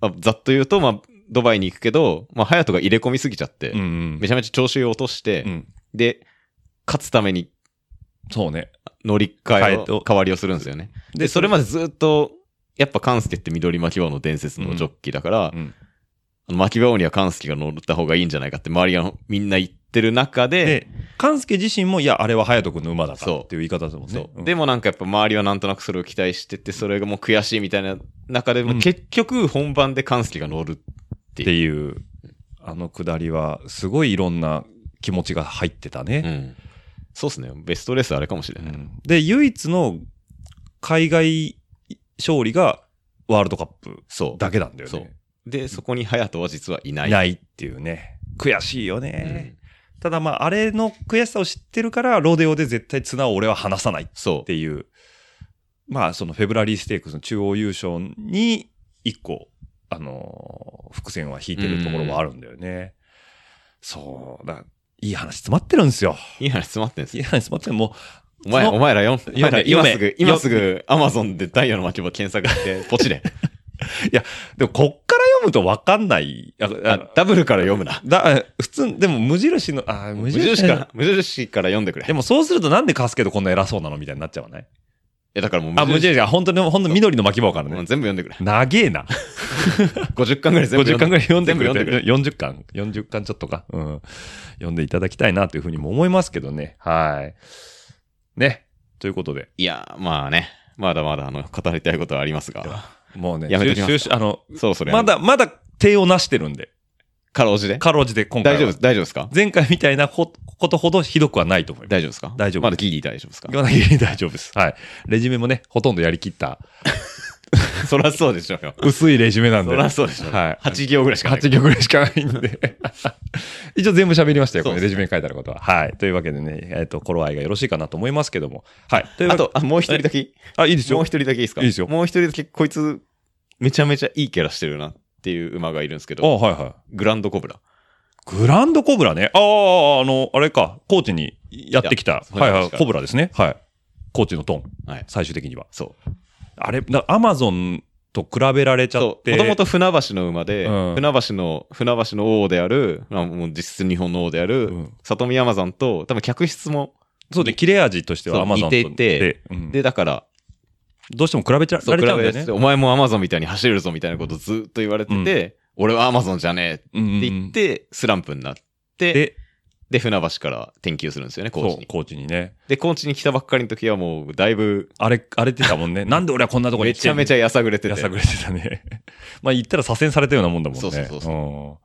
[SPEAKER 5] あ、あざっと言うと、まあ、ドバイに行くけど、まあ、隼人が入れ込みすぎちゃって、
[SPEAKER 4] うんうん
[SPEAKER 5] めちゃめちゃ調子を落として、
[SPEAKER 4] うん
[SPEAKER 5] で、勝つために
[SPEAKER 4] そうね。
[SPEAKER 5] 乗り換え
[SPEAKER 4] 変え
[SPEAKER 5] を
[SPEAKER 4] と、
[SPEAKER 5] 代わりをするんですよね。で、それまでずっと、やっぱカンスケって緑巻き場の伝説のジョッキーだから、
[SPEAKER 4] うん
[SPEAKER 5] あの巻き場にはカンスケが乗った方がいいんじゃないかって周りがみんな言ってる中で、
[SPEAKER 4] で、勘助自身も、いや、あれは隼人君の馬だから
[SPEAKER 5] そう
[SPEAKER 4] っていう言い方ですもんね。
[SPEAKER 5] そう
[SPEAKER 4] うん
[SPEAKER 5] でもなんかやっぱ周りはなんとなくそれを期待してて、それがもう悔しいみたいな中で、
[SPEAKER 4] うん
[SPEAKER 5] 結局本番でカンスケが乗る。
[SPEAKER 4] っていう、あのくだりは、すごいいろんな気持ちが入ってた
[SPEAKER 5] う
[SPEAKER 4] ね。
[SPEAKER 5] ん。そうっすね。ベストレースあれかもしれない。
[SPEAKER 4] うんで、唯一の海外勝利がワールドカップ
[SPEAKER 5] そう。
[SPEAKER 4] だけなんだよ
[SPEAKER 5] そう
[SPEAKER 4] ね。
[SPEAKER 5] で、そこに隼人は実はいない。
[SPEAKER 4] ないっていうね。悔しいよ
[SPEAKER 5] う
[SPEAKER 4] ね。
[SPEAKER 5] ん
[SPEAKER 4] ただまあ、あれの悔しさを知ってるから、ロデオで絶対綱を俺は離さないっ
[SPEAKER 5] そう。
[SPEAKER 4] ていう、まあ、そのフェブラリーステークスの中央優勝に一個、あのー伏線は引いてるところはあるんだよね。そう、だいい話詰まってるんですよ。
[SPEAKER 5] いい話詰まってんす
[SPEAKER 4] い
[SPEAKER 5] よ
[SPEAKER 4] い話詰まってる。も
[SPEAKER 5] お前、
[SPEAKER 4] その
[SPEAKER 5] お前 らよ、
[SPEAKER 4] いや
[SPEAKER 5] お前ら今すぐ
[SPEAKER 4] 読、め
[SPEAKER 5] 今すぐ、アマゾンでダイヤの巻き場検索して、ポ チで。
[SPEAKER 4] う、でもこっから読むとわかんない。あ
[SPEAKER 5] あ
[SPEAKER 4] あ
[SPEAKER 5] ダブルから読むな。
[SPEAKER 4] だ普通、でも無印の、あ無
[SPEAKER 5] 無
[SPEAKER 4] 印
[SPEAKER 5] 印から
[SPEAKER 4] か。、
[SPEAKER 5] 無印から読んでくれ。
[SPEAKER 4] でもそうするとなんでカスケとこんな偉そうなのみたいになっちゃわない
[SPEAKER 5] え、だからもう
[SPEAKER 4] あ、無印が本当に、本当に緑の巻き場から
[SPEAKER 5] もう
[SPEAKER 4] ね。
[SPEAKER 5] 全部読んでくれ。
[SPEAKER 4] 長えな。
[SPEAKER 5] 50巻ぐらい全部
[SPEAKER 4] 50巻ぐらい読んで
[SPEAKER 5] 全
[SPEAKER 4] く
[SPEAKER 5] 部
[SPEAKER 4] れ
[SPEAKER 5] 読ん
[SPEAKER 4] て
[SPEAKER 5] でくれ。
[SPEAKER 4] 40巻、40巻ちょっとか、うん。読んでいただきたいなというふうにも思いますけどね。はい。ね。ということで、
[SPEAKER 5] いや、まあね。まだまだ、あの、語りたいことはありますが。
[SPEAKER 4] もうね、
[SPEAKER 5] やめときます
[SPEAKER 4] 収
[SPEAKER 5] か
[SPEAKER 4] 集あの、
[SPEAKER 5] そろそろや
[SPEAKER 4] ま
[SPEAKER 5] め、
[SPEAKER 4] だ、まだ手をなしてるんで、
[SPEAKER 5] かろうじで。
[SPEAKER 4] かろうじて今回
[SPEAKER 5] 大
[SPEAKER 4] は。
[SPEAKER 5] 丈夫です、大丈夫ですか
[SPEAKER 4] 前回みたいなこことほどひどくはないと思います。
[SPEAKER 5] 大丈夫ですか
[SPEAKER 4] 大丈夫
[SPEAKER 5] まだギリ大丈夫ですか
[SPEAKER 4] 言わなきゃ大丈夫です。はい。レジュメもね、ほとんどやりきった、
[SPEAKER 5] そらそうでしょうよ。
[SPEAKER 4] 薄いレジュメなん
[SPEAKER 5] そ
[SPEAKER 4] で。
[SPEAKER 5] らそうでしょうよ。
[SPEAKER 4] はい
[SPEAKER 5] 8行ぐらいしかない
[SPEAKER 4] 8曲ぐらいしかないん で。一応全部喋りましたよ、こ
[SPEAKER 5] そう
[SPEAKER 4] れ
[SPEAKER 5] で
[SPEAKER 4] レ
[SPEAKER 5] す
[SPEAKER 4] ジュメに書いてあることは。はい。というわけでね、えっ、と、頃合いがよろしいかなと思いますけども。はい。というわ
[SPEAKER 5] あ
[SPEAKER 4] け
[SPEAKER 5] と、あ、もう一人だけいい。
[SPEAKER 4] あ、いいです
[SPEAKER 5] もう
[SPEAKER 4] よ
[SPEAKER 5] 一。人だけいいですか
[SPEAKER 4] いいですよ
[SPEAKER 5] もう一人だけ、こいつ、めちゃめちゃいいキャラしてるなっていう馬がいるんです
[SPEAKER 4] あ、
[SPEAKER 5] けど、
[SPEAKER 4] はいはい。
[SPEAKER 5] グランドコブラ。
[SPEAKER 4] グランドコブラね。ああ、あの、あれか、コーチにやってきた。
[SPEAKER 5] いや
[SPEAKER 4] はいは
[SPEAKER 5] そうです
[SPEAKER 4] い、
[SPEAKER 5] か
[SPEAKER 4] コブラですね。はい。コーチのトン、
[SPEAKER 5] はい。
[SPEAKER 4] 最終的には。
[SPEAKER 5] そう。
[SPEAKER 4] あれ、だアマゾンと比べられちゃ
[SPEAKER 5] そ
[SPEAKER 4] っ
[SPEAKER 5] う。
[SPEAKER 4] て。
[SPEAKER 5] もともと船橋の馬で、
[SPEAKER 4] うん
[SPEAKER 5] 船橋の、船橋の王である、まあ、もう実質日本の王である、
[SPEAKER 4] うん
[SPEAKER 5] 里見山さんと、多分客室も、
[SPEAKER 4] そうで、切れ味として
[SPEAKER 5] そ
[SPEAKER 4] はア
[SPEAKER 5] う
[SPEAKER 4] マゾンと
[SPEAKER 5] 似ていて
[SPEAKER 4] でうん
[SPEAKER 5] で、だから、
[SPEAKER 4] どうしても比べちゃ
[SPEAKER 5] そ
[SPEAKER 4] ら
[SPEAKER 5] う、
[SPEAKER 4] れ
[SPEAKER 5] 比
[SPEAKER 4] ちゃうんだ
[SPEAKER 5] べ
[SPEAKER 4] よ
[SPEAKER 5] て、
[SPEAKER 4] ね。
[SPEAKER 5] お前もアマゾンみたいに走れるぞみたいなことずっと言われてて、俺はアマゾンじゃね
[SPEAKER 4] うんうんう
[SPEAKER 5] えっ
[SPEAKER 4] ん
[SPEAKER 5] て言って、スランプになって、で、
[SPEAKER 4] で、
[SPEAKER 5] 船橋から転球するんですよね、コーチ
[SPEAKER 4] そう、
[SPEAKER 5] に。
[SPEAKER 4] コーチにね。
[SPEAKER 5] で、コーチに来たばっかりの時はもう、だいぶ、
[SPEAKER 4] あれ、荒れてたもん ね。なんで俺はこんなとこに
[SPEAKER 5] め
[SPEAKER 4] 来
[SPEAKER 5] ち
[SPEAKER 4] て
[SPEAKER 5] ゃ
[SPEAKER 4] んの
[SPEAKER 5] めちゃやさぐれてて。
[SPEAKER 4] やさぐれてたね。 まあ言ったら左遷されたようなもんだもんね。
[SPEAKER 5] そうそうそうそ
[SPEAKER 4] ん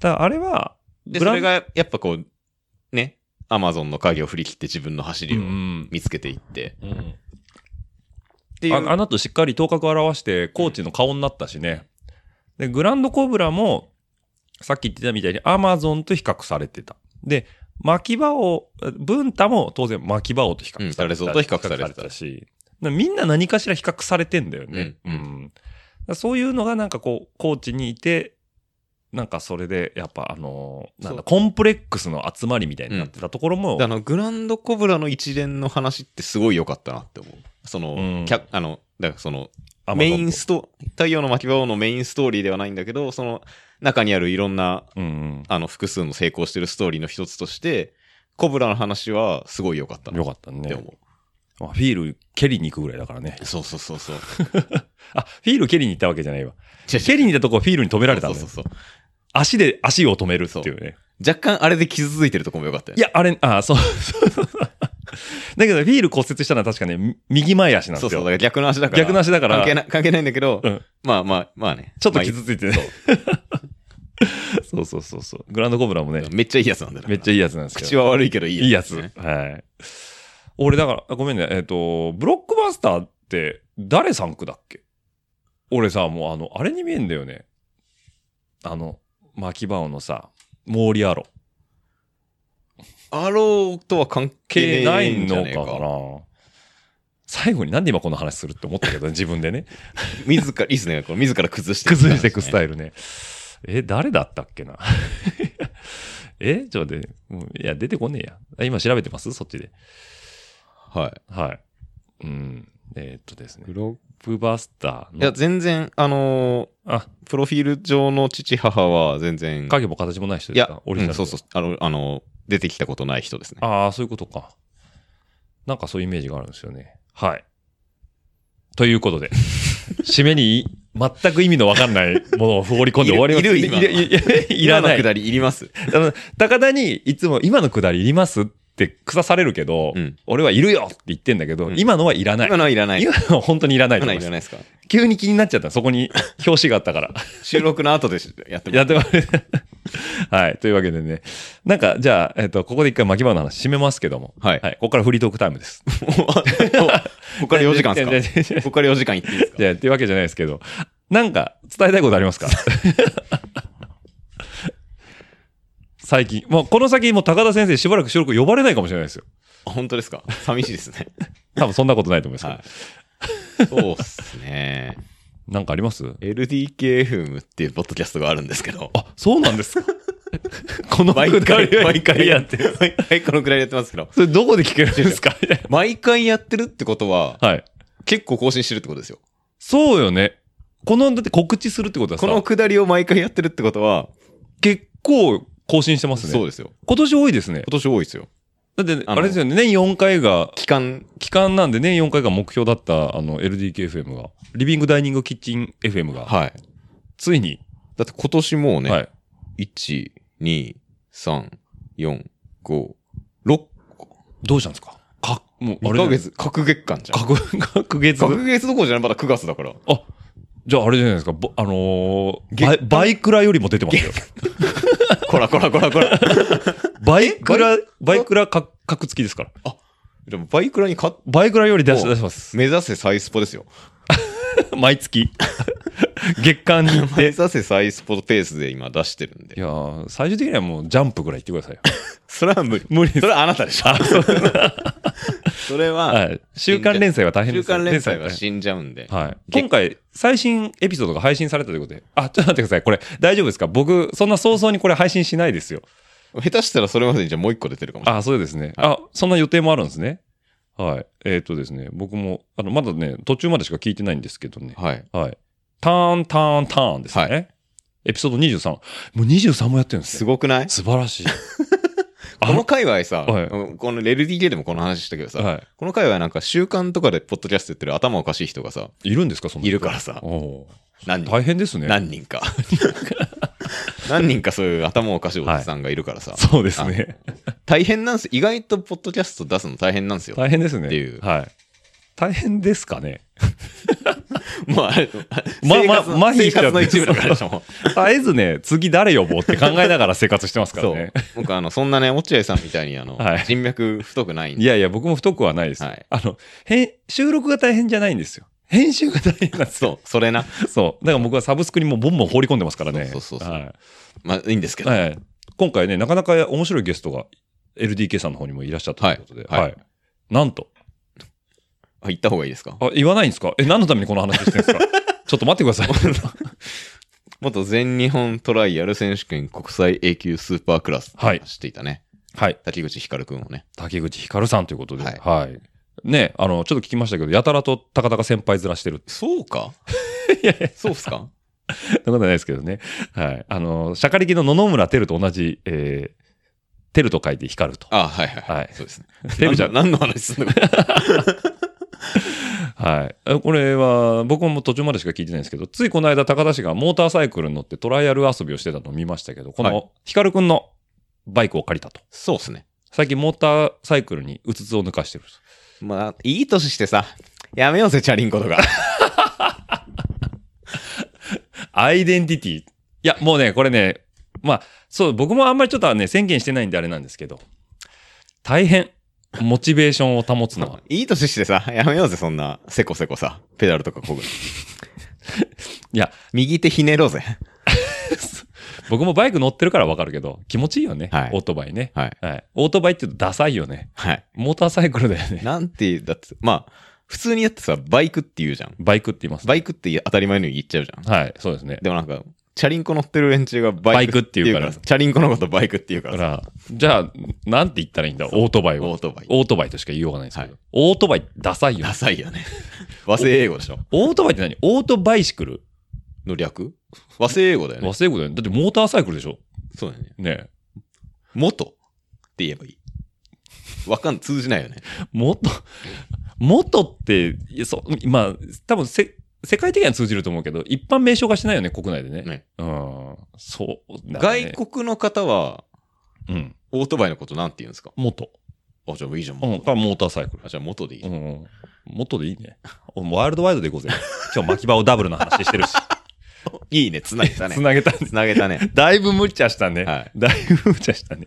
[SPEAKER 4] だからあれは、
[SPEAKER 5] で、
[SPEAKER 4] ブ
[SPEAKER 5] そ
[SPEAKER 4] ラン
[SPEAKER 5] れがやっぱこう、ね、アマゾンの影を振り切って自分の走
[SPEAKER 4] う
[SPEAKER 5] りを
[SPEAKER 4] ん
[SPEAKER 5] 見つけていって、っ
[SPEAKER 4] うん
[SPEAKER 5] ていう。
[SPEAKER 4] ああの後しっかり頭角を表してコーチの顔になったしね、でグランドコブラもさっき言ってたみたいにアマゾンと比較されてたで巻き場を文太も当然巻き場をと比較されて
[SPEAKER 5] うん
[SPEAKER 4] た,、
[SPEAKER 5] 誰ぞと比較されてた
[SPEAKER 4] しだからみんな何かしら比較されてんだよね、
[SPEAKER 5] うん
[SPEAKER 4] だからそういうのがなんかこうコーチにいてなんかそれでやっぱあのーなんだコンプレックスの集まりみたいになってたところも、
[SPEAKER 5] であの、グランドコブラの一連の話ってすごい良かったなって思う。その、
[SPEAKER 4] うん
[SPEAKER 5] 客あの、だからその、
[SPEAKER 4] Amazon
[SPEAKER 5] メイン
[SPEAKER 4] と
[SPEAKER 5] スト、太陽の巻き場のメインストーリーではないんだけど、その中にあるいろんな、
[SPEAKER 4] うんうん
[SPEAKER 5] あの、複数の成功してるストーリーの一つとして、コブラの話はすごい良かったな
[SPEAKER 4] よ
[SPEAKER 5] っ
[SPEAKER 4] かった
[SPEAKER 5] て
[SPEAKER 4] ね
[SPEAKER 5] 思う。。
[SPEAKER 4] まあフィール蹴りに行くぐらいだからね。
[SPEAKER 5] そうそうそうそう。
[SPEAKER 4] あ、フィール蹴りに行ったわけじゃないわ。
[SPEAKER 5] 違う違う
[SPEAKER 4] 蹴りに行ったとこフィールに止められたんだ
[SPEAKER 5] そ
[SPEAKER 4] よ
[SPEAKER 5] う。そうそう。
[SPEAKER 4] 足で足を止めるっていうね。
[SPEAKER 5] 若干あれで傷ついてるとこもよかったよ
[SPEAKER 4] い
[SPEAKER 5] ね。
[SPEAKER 4] や、あれ、あ、そう、 そうそうだけど、フィール骨折したのは確かね、み右前足なん
[SPEAKER 5] そ
[SPEAKER 4] で
[SPEAKER 5] う
[SPEAKER 4] す
[SPEAKER 5] そ
[SPEAKER 4] よ。
[SPEAKER 5] う、だから逆の足だから。
[SPEAKER 4] 逆の足だから
[SPEAKER 5] 関係な関係ないんだけど、
[SPEAKER 4] うん
[SPEAKER 5] まあまあ、まあね。
[SPEAKER 4] ちょっと
[SPEAKER 5] まあいい
[SPEAKER 4] 傷ついてね。そうそうそうそう。グランドコブラもね、
[SPEAKER 5] めっちゃいいやつなんだよ。
[SPEAKER 4] めっちゃいいやつなんですけど。
[SPEAKER 5] 口は悪いけどいい
[SPEAKER 4] いいや
[SPEAKER 5] やつ、
[SPEAKER 4] つ。はい。俺、だから、ごめんね、えっ、と、ブロックバスターって、誰3区だっけ俺さ、もう、あの、あれに見えんだよね。あの、マキバオのさ、モーリアロ。
[SPEAKER 5] アローとは関係
[SPEAKER 4] 系な
[SPEAKER 5] ない
[SPEAKER 4] い
[SPEAKER 5] んじゃ
[SPEAKER 4] の
[SPEAKER 5] ねえ
[SPEAKER 4] か
[SPEAKER 5] か。
[SPEAKER 4] な。最後になんで今この話するって思った けど、自分でね。
[SPEAKER 5] 自ら、いいっすね。これ自ら崩していく
[SPEAKER 4] 崩していくス
[SPEAKER 5] イ
[SPEAKER 4] タイルね。え、誰だったっけな えちょっと待ってうんいや、出てこねえやあ。今調べてますそっちで。
[SPEAKER 5] ル。はい。
[SPEAKER 4] はい。うん。えーっとですね。
[SPEAKER 5] ブ
[SPEAKER 4] ブ
[SPEAKER 5] ロ
[SPEAKER 4] ロックバスターの。
[SPEAKER 5] いや、全然、あの
[SPEAKER 4] あ、
[SPEAKER 5] ープロフィール上の父、母は全然。
[SPEAKER 4] 影も形もない人
[SPEAKER 5] い
[SPEAKER 4] ですか
[SPEAKER 5] や、
[SPEAKER 4] オリジナル。
[SPEAKER 5] うんそうそう。あの、あの、出てきたことない人ですね。
[SPEAKER 4] ああ、そういうことか。なんかそういうイメージがあるんですよね。はい。ということ で、締めに全く意味のわかんないものを放り込んで終わります。
[SPEAKER 5] いるいる今の
[SPEAKER 4] いいいいら
[SPEAKER 5] 今
[SPEAKER 4] な
[SPEAKER 5] の
[SPEAKER 4] い
[SPEAKER 5] く。だりいります。
[SPEAKER 4] あの、高田にいつも今のくだりいりますって腐されるけど、
[SPEAKER 5] うん
[SPEAKER 4] 俺はいるよって言ってんだけど、
[SPEAKER 5] うん
[SPEAKER 4] 今のはいらない。
[SPEAKER 5] 今のはいらない。
[SPEAKER 4] 今のは本当にいらないと
[SPEAKER 5] 今の
[SPEAKER 4] 思
[SPEAKER 5] はいい
[SPEAKER 4] ま
[SPEAKER 5] ら
[SPEAKER 4] す
[SPEAKER 5] ないですか
[SPEAKER 4] 急に気になっちゃった。そこに表紙があった から。
[SPEAKER 5] 収録の後でしやっても
[SPEAKER 4] や
[SPEAKER 5] らう
[SPEAKER 4] ってもらえはい。というわけでね。なんか、じゃあ、えっと、ここで一回巻き場の話締めますけども。
[SPEAKER 5] はい
[SPEAKER 4] ここからフリートークタイムです。
[SPEAKER 5] ここから4時間
[SPEAKER 4] いや
[SPEAKER 5] で
[SPEAKER 4] い
[SPEAKER 5] す
[SPEAKER 4] やいやい
[SPEAKER 5] か
[SPEAKER 4] や
[SPEAKER 5] ここから4時間いっていいです
[SPEAKER 4] い
[SPEAKER 5] か
[SPEAKER 4] や、っていうわけじゃないですけど、なんか伝えたいことあり ますか最近。もうこの先、もう高田先生しばらく収録呼ばれないかもしれないですよ。
[SPEAKER 5] あ本当ですか寂しいですね。
[SPEAKER 4] 多分そんなことないと思いますけど。
[SPEAKER 5] はい。そうっすね。
[SPEAKER 4] なんかあります
[SPEAKER 5] LDKFM っていうポッドキャストがあるんですけど。
[SPEAKER 4] あ、そうなんです かこの
[SPEAKER 5] 毎回、毎回
[SPEAKER 4] や
[SPEAKER 5] や
[SPEAKER 4] っ
[SPEAKER 5] ってて
[SPEAKER 4] る
[SPEAKER 5] る。。毎回このくらいやってますけど。
[SPEAKER 4] それどこで聞けるんですか
[SPEAKER 5] 毎回やってるってことは、
[SPEAKER 4] はい。
[SPEAKER 5] 結構更新してるってことですよ。
[SPEAKER 4] そうよね。この、だって告知するってことはさ、
[SPEAKER 5] このくだりを毎回やってるってことは、
[SPEAKER 4] 結構更新してますね。
[SPEAKER 5] そうですよ。
[SPEAKER 4] 今年多いですね
[SPEAKER 5] 今。年多いですよ。
[SPEAKER 4] だって、
[SPEAKER 5] あ
[SPEAKER 4] あ
[SPEAKER 5] の
[SPEAKER 4] れですよね、年4回が、
[SPEAKER 5] 期間、
[SPEAKER 4] 期間なんで年4回が目標だった、あの、LDKFM が、リビングダイニングキッチン FM が、
[SPEAKER 5] はい。
[SPEAKER 4] ついに、
[SPEAKER 5] だって今年もうね、
[SPEAKER 4] はい。
[SPEAKER 5] 1、2、3、4、5、6、
[SPEAKER 4] どうしたんですかか、もう、あ
[SPEAKER 5] 2
[SPEAKER 4] れ
[SPEAKER 5] ヶ月、隔月間じゃん。
[SPEAKER 4] 各、各月。
[SPEAKER 5] 隔月どころじゃないまだ9月だから。
[SPEAKER 4] あ、じゃああれじゃないですか、ぼあのー、
[SPEAKER 5] 月
[SPEAKER 4] バイバイクラよりも出てますよ。
[SPEAKER 5] こらこらこらこら。
[SPEAKER 4] バイクラ
[SPEAKER 5] え、
[SPEAKER 4] バイクラか格付きですから。
[SPEAKER 5] でもバイクラにか
[SPEAKER 4] バイクラより出し
[SPEAKER 5] お
[SPEAKER 4] 出します。
[SPEAKER 5] 目指せサイスポですよ。
[SPEAKER 4] 毎 月。月間に行っ
[SPEAKER 5] 目
[SPEAKER 4] て。
[SPEAKER 5] 指せサイスポペースで今出してるん
[SPEAKER 4] い
[SPEAKER 5] で。
[SPEAKER 4] やー最終的にはもうジャンプぐらい行ってくださいよ。
[SPEAKER 5] それは無理。
[SPEAKER 4] 無理です
[SPEAKER 5] それ。はあなたでしょ。それ は、
[SPEAKER 4] はい。週刊連載は大変で
[SPEAKER 5] 週
[SPEAKER 4] すよ。
[SPEAKER 5] 刊連載は
[SPEAKER 4] 連載
[SPEAKER 5] 死んじゃうんで。
[SPEAKER 4] ははい。
[SPEAKER 5] 結
[SPEAKER 4] 今回、最新エピソードが配信されたということで。あ、ちょっと待ってください。これ、大丈夫ですか僕、そんな早々にこれ配信しないですよ。
[SPEAKER 5] 下手したらそれまでにじゃあもう一個出てるかもしれない。
[SPEAKER 4] あ、そうですね。
[SPEAKER 5] は
[SPEAKER 4] あ、そんな予定もあるんですね。はい。えっ、とですね、僕も、あの、まだね、途中までしか聞いてないんですけどね。
[SPEAKER 5] はい。
[SPEAKER 4] はい。ターン、ターン、ターンですね。
[SPEAKER 5] は
[SPEAKER 4] エピソード23。もう23もやってるんですすね。
[SPEAKER 5] ごくない
[SPEAKER 4] 素晴らしい。
[SPEAKER 5] この界隈さ、
[SPEAKER 4] はい
[SPEAKER 5] うんこのレル DK でもこの話したけどさ、
[SPEAKER 4] は
[SPEAKER 5] この界隈なんか週刊とかでポッドキャストやってる頭おかしい人がさ、
[SPEAKER 4] い。いるんですか、その人
[SPEAKER 5] いるからさ
[SPEAKER 4] おー
[SPEAKER 5] 何人,、
[SPEAKER 4] 大変ですね。
[SPEAKER 5] 何人 か。何人かそういう頭おかしいおじさんがいるからさ、
[SPEAKER 4] そうですね。
[SPEAKER 5] 大変なんです。意外とポッドキャスト出すの大変なんです よ。
[SPEAKER 4] 大変ですね。
[SPEAKER 5] っていう
[SPEAKER 4] はい。大変ですかね。
[SPEAKER 5] もうあれ、
[SPEAKER 4] ま
[SPEAKER 5] 生活の
[SPEAKER 4] ま麻痺
[SPEAKER 5] 生
[SPEAKER 4] しちゃ
[SPEAKER 5] 活
[SPEAKER 4] って
[SPEAKER 5] の一部だからでしょ。もう
[SPEAKER 4] 絶えずね、次誰呼ぼうって考えながら生活してますから
[SPEAKER 5] そ
[SPEAKER 4] ね
[SPEAKER 5] う。。僕、あの、そんなね、落合さんみたいに、あの、
[SPEAKER 4] はい
[SPEAKER 5] 人脈太くないん
[SPEAKER 4] い
[SPEAKER 5] で。
[SPEAKER 4] やいや、僕も太くはないです。
[SPEAKER 5] はい
[SPEAKER 4] あの、編、収録が大変じゃないんですよ。編集が大変なんですよ。
[SPEAKER 5] そう、 それな。
[SPEAKER 4] そう。だから僕はサブスクにもうボンボン放り込んでますからね。
[SPEAKER 5] そうそうそうそう
[SPEAKER 4] は
[SPEAKER 5] まあ、いいんですけ
[SPEAKER 4] い。
[SPEAKER 5] ど。
[SPEAKER 4] はい今回ね、なかなか面白いゲストが LDK さんの方にもいらっしゃったということで。
[SPEAKER 5] はいはい
[SPEAKER 4] なんと。
[SPEAKER 5] あ、行った方がいいですか
[SPEAKER 4] あ、言わないんですかえ、何のためにこの話してるんですかちょっと待ってくだ さい。
[SPEAKER 5] 元全日本トライアル選手権国際 A 級スーパークラス
[SPEAKER 4] はい
[SPEAKER 5] 知っていたね。
[SPEAKER 4] はい。
[SPEAKER 5] 滝口光くんをね。
[SPEAKER 4] 竹口ひかるさんということで。
[SPEAKER 5] は
[SPEAKER 4] はいい。ね、あの、ちょっと聞きましたけど、やたらとたかたか先輩面してる
[SPEAKER 5] そ うかそうっすか
[SPEAKER 4] そんなことないですけどね。はい。あの、釈迦力の野々村テルと同じ、えー、テルと書いて光ると。
[SPEAKER 5] あはいはいは
[SPEAKER 4] はいい。
[SPEAKER 5] そうですね。
[SPEAKER 4] テルじゃん。
[SPEAKER 5] 何の何の話すんのこれ
[SPEAKER 4] はいえ。これは、僕も途中までしか聞いてないんですけど、ついこの間、高田氏がモーターサイクルに乗ってトライアル遊びをしてたのを見ましたけど、こ
[SPEAKER 5] は
[SPEAKER 4] の光くんのバイクを借りたと。
[SPEAKER 5] そうっすね。
[SPEAKER 4] 最近モーターサイクルにうつつを抜かしてるんです。
[SPEAKER 5] まあ、いい年してさ、やめようぜ、チャリンコとか。
[SPEAKER 4] アイデンティティ。いや、もうね、これね、まあ、そう、僕もあんまりちょっとね、宣言してないんであれなんですけど、大変。モチベーションを保つ のは。
[SPEAKER 5] いい年してさ、 やめようぜ、そんな、せこせこさ、ペダルとかこぐ。
[SPEAKER 4] いや、
[SPEAKER 5] 右手ひねろうぜ。
[SPEAKER 4] 僕もバイク乗ってるからわかるけど、気持ちいいよね。
[SPEAKER 5] はい
[SPEAKER 4] オートバイね。
[SPEAKER 5] はい。
[SPEAKER 4] はい。オートバイって言うとダサいよね。
[SPEAKER 5] はい。
[SPEAKER 4] モーターサイクルだよね。
[SPEAKER 5] なんて、だって、まあ、普通にやってさ、バイクって言うじゃん。
[SPEAKER 4] バイクって言います。
[SPEAKER 5] バイクって当たり前のように言っちゃうじゃん。
[SPEAKER 4] はい、そうですね。
[SPEAKER 5] でもなんか、チャリンコ乗ってる連中がバイク
[SPEAKER 4] バイクって言うから
[SPEAKER 5] チャリンコのことバイクって言うか
[SPEAKER 4] だから
[SPEAKER 5] さ、
[SPEAKER 4] ら、じゃあ、なんて言ったらいいんだオートバイを。
[SPEAKER 5] オートバイ
[SPEAKER 4] オートバイとしか言いようがないんですけど。
[SPEAKER 5] はい
[SPEAKER 4] オートバイ、ダサいよね
[SPEAKER 5] ダ。サいよね。 和製英語でしょ
[SPEAKER 4] オートバイって何オートバイシクル
[SPEAKER 5] の略和製英語だよね
[SPEAKER 4] 和。製英語だよね。だってモーターサイクルでしょ
[SPEAKER 5] そうだよね。
[SPEAKER 4] ね
[SPEAKER 5] 元って言えばいい。わかん、通じないよね。
[SPEAKER 4] え。 元、元って、いやそう、まあ、多分せ、世界的には通じると思うけど、一般名称化してないよね、国内でね。
[SPEAKER 5] ね
[SPEAKER 4] うん。そうだね。
[SPEAKER 5] 外国の方は、
[SPEAKER 4] 国うん。
[SPEAKER 5] オートバイのことなんて言うんですか
[SPEAKER 4] 元。
[SPEAKER 5] あ、じゃあいいじゃん。
[SPEAKER 4] うん。
[SPEAKER 5] 元
[SPEAKER 4] かモーターサイクル。
[SPEAKER 5] あ、じゃあ元でいいじ
[SPEAKER 4] う
[SPEAKER 5] ゃん。
[SPEAKER 4] ん。元でいいね。 ワールドワイドでいこうぜ。今日、巻き場をダブルの話してるし。
[SPEAKER 5] いいね、繋げ たね
[SPEAKER 4] つ。なげたね
[SPEAKER 5] 繋げた ね。
[SPEAKER 4] だいぶ無茶したね。
[SPEAKER 5] はい
[SPEAKER 4] だいぶ無茶したね。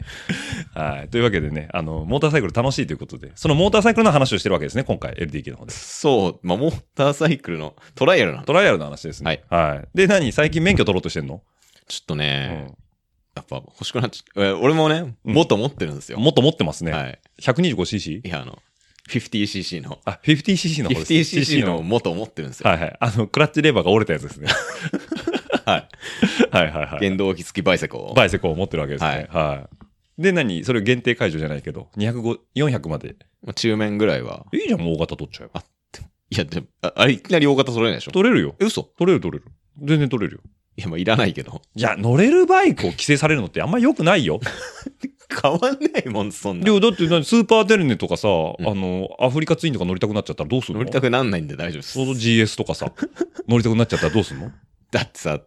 [SPEAKER 4] はい。というわけでね、あの、モーターサイクル楽しいということで、そのモーターサイクルの話をしてるわけですね、今回、LDK の方で。
[SPEAKER 5] そう、まあ、モーターサイクルのトライアルなの。ちょ
[SPEAKER 4] トライアルの話ですね。はい。で、何最近免許取ろうとしてんの、
[SPEAKER 5] っとね、やっぱ欲しくなっちゃう。え俺もね、
[SPEAKER 4] うん
[SPEAKER 5] 元持ってるんです
[SPEAKER 4] う
[SPEAKER 5] よ。
[SPEAKER 4] ん。もっと持ってますね。
[SPEAKER 5] はい。
[SPEAKER 4] 125cc?
[SPEAKER 5] いや、あの、50cc の、
[SPEAKER 4] あ、50cc の方です。
[SPEAKER 5] 50cc の。元を持ってるんですよ。
[SPEAKER 4] はいはい。あの、クラッチレバーが折れたやつですね。
[SPEAKER 5] はい。
[SPEAKER 4] はいはいはい。
[SPEAKER 5] 原動機付きバイセコを。
[SPEAKER 4] バイセコを持ってるわけですね。はい。で、何それ限定解除じゃないけど、205、400まで。
[SPEAKER 5] まあ中面ぐらいは。
[SPEAKER 4] いいじゃん、もう大型取っちゃえば。
[SPEAKER 5] いや、でも、ああれ、いきなり大型揃えないでしょ
[SPEAKER 4] 取れるよ。
[SPEAKER 5] え嘘
[SPEAKER 4] 取れる取れる。全然取れるよ。
[SPEAKER 5] いや、まあ、いらないけど。
[SPEAKER 4] じゃあ、乗れるバイクを規制されるのってあんま良くないよ。
[SPEAKER 5] 変わんないもん、そん
[SPEAKER 4] で
[SPEAKER 5] な。
[SPEAKER 4] もだって何、スーパーテルネとかさ、
[SPEAKER 5] ん
[SPEAKER 4] あの、アフリカツインとか乗りたくなっちゃったらどうするの
[SPEAKER 5] 乗りたくなんないんで大丈夫です
[SPEAKER 4] そ。の GS とかさ、乗りたくなっちゃったらどうする の
[SPEAKER 5] だってさ、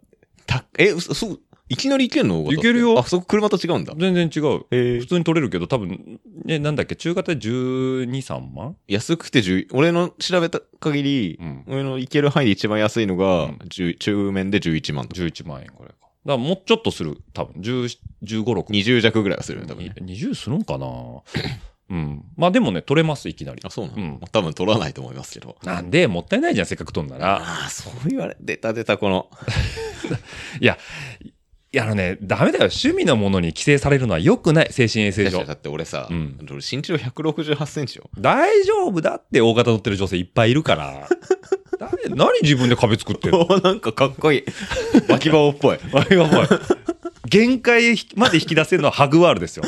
[SPEAKER 5] た、え、嘘そう、いきなり行けるの大型って
[SPEAKER 4] いけるよ
[SPEAKER 5] あ、そこ車と違うんだ。
[SPEAKER 4] 全然違う。
[SPEAKER 5] へ
[SPEAKER 4] 普通に取れるけど、多分、ね、なんだっけ、中型で12、3万
[SPEAKER 5] 安くて10、俺の調べた限り、
[SPEAKER 4] うん
[SPEAKER 5] 俺の行ける範囲で一番安いのが、
[SPEAKER 4] うん
[SPEAKER 5] 10中面で11万とか。
[SPEAKER 4] ?11 万円ぐらいか。だからもうちょっとする。多分、10 15、6。
[SPEAKER 5] 20弱ぐらいはするよね、多分ね。
[SPEAKER 4] に20するんか なうん。まあでもね、取れます、いきなり
[SPEAKER 5] あ、。そうなの、
[SPEAKER 4] うん
[SPEAKER 5] まあ多分取らないと思いますけど。
[SPEAKER 4] なんで、もったいないじゃん、せっかく取んなら。
[SPEAKER 5] ああ、そう言われ、出た出た、この。
[SPEAKER 4] いや、あのね、ダメだよ。趣味のものに規制されるのは良くない。精神衛生
[SPEAKER 5] いや
[SPEAKER 4] 上
[SPEAKER 5] だ。って俺さ、
[SPEAKER 4] うん
[SPEAKER 5] 俺身長168センチよ。
[SPEAKER 4] 大丈夫だって大型乗ってる女性いっぱいいる から。だ何自分で壁作ってるの
[SPEAKER 5] おなんかかっこいい。脇バオっぽい。
[SPEAKER 4] あれはもう限界まで引き出せるのはハグワールですよ。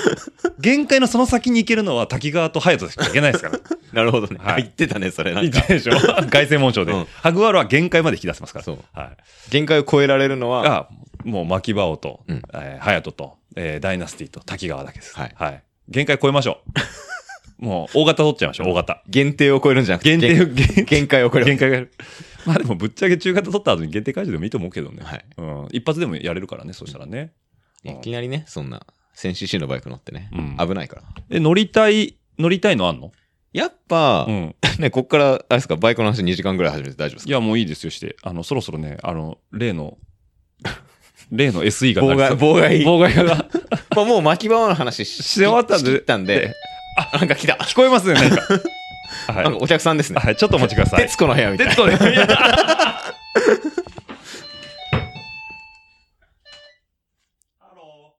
[SPEAKER 4] 限界のその先に行けるのは滝川と隼人しか行けないですから。
[SPEAKER 5] なるほどね。
[SPEAKER 4] はい
[SPEAKER 5] あ言ってたね、それ。 な
[SPEAKER 4] 言
[SPEAKER 5] んか
[SPEAKER 4] ってるでしょ凱旋門賞で、
[SPEAKER 5] うん
[SPEAKER 4] ハグワールは限界まで引き出せますから。
[SPEAKER 5] そう
[SPEAKER 4] はい。
[SPEAKER 5] 限界を超えられるのは、
[SPEAKER 4] が、もう牧場王と、
[SPEAKER 5] うん
[SPEAKER 4] えー隼人と、えーダイナスティと滝川だけです。
[SPEAKER 5] はい
[SPEAKER 4] 限界超えましょう。 もう大型取っちゃいましょう、大型。
[SPEAKER 5] 限定を超えるんじゃなくて、
[SPEAKER 4] 限定、限定
[SPEAKER 5] 限限界を超える。
[SPEAKER 4] 限界がある。まあでもぶっちゃけ中型取った後に限定解除でもいいと思うけどね。
[SPEAKER 5] はい
[SPEAKER 4] うん。一発でもやれるからね、そしたらね。
[SPEAKER 5] いきなりね、そんな、1000cc のバイク乗ってね、
[SPEAKER 4] うん
[SPEAKER 5] 危ないから。
[SPEAKER 4] え、乗りたい、乗りたいのあんの
[SPEAKER 5] やっぱ、
[SPEAKER 4] ん。
[SPEAKER 5] ね、こっから、あれですか、バイクの話2時間ぐらい始めて大丈夫
[SPEAKER 4] い
[SPEAKER 5] で
[SPEAKER 4] や、もういいですよ、して。あの、そろそろね、あの、例の、例の SE が
[SPEAKER 5] 妨害
[SPEAKER 4] なりそう
[SPEAKER 5] 妨害
[SPEAKER 4] 妨害が。
[SPEAKER 5] すかまあもう巻き場の話し
[SPEAKER 4] し終わったんで
[SPEAKER 5] しきったんで、あ、なんか来た。
[SPEAKER 4] 聞こえますね、なんか。
[SPEAKER 5] なんか
[SPEAKER 4] は
[SPEAKER 5] お客さんです
[SPEAKER 4] い。
[SPEAKER 5] ね。
[SPEAKER 4] はい、ちょっとお待ちください。
[SPEAKER 5] 徹子の部屋みたいな。
[SPEAKER 4] 徹子で。いや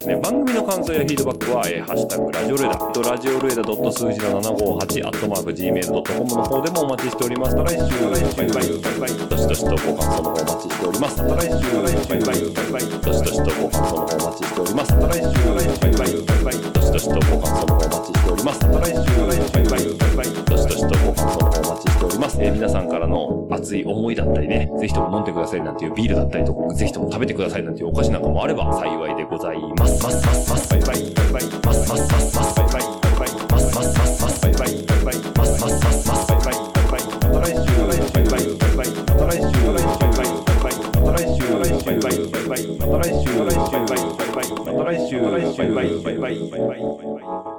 [SPEAKER 4] ね、番組の感想やフィードバックは、えーハッシュタグラジオルエダ、えっとラジオルエダ数字の758、アットマーク Gmail.com の方でもお待ちしております。また来週、バイバイ、バイバイ、どしどしとご感想の方お待ちしております。また来週、バイバイ、バイバイ、どしどしとご感想の方お待ちしております。また来週、バイバイ、バイバイ、どしどしとご感想の方お待ちしております。また来週、バイバイ、バイバイ、どしどしとご感想の方お待ちしております。えー皆さんからの熱い思いだったりね、ぜひとも飲んでくださいなんていうビールだったりとか、ぜひとも食べてくださいなんていうお菓子なんかもあれば幸いでございます。ますますますバイバイバイバイますますますますバイバイバイバイますますますますバイバイバイバイますますますますバイバイバイバイまた来週バイバイバイバイまた来週バイバイバイバイまた来週バイバイバイバイ
[SPEAKER 6] また来週また来週また来週また来週また来週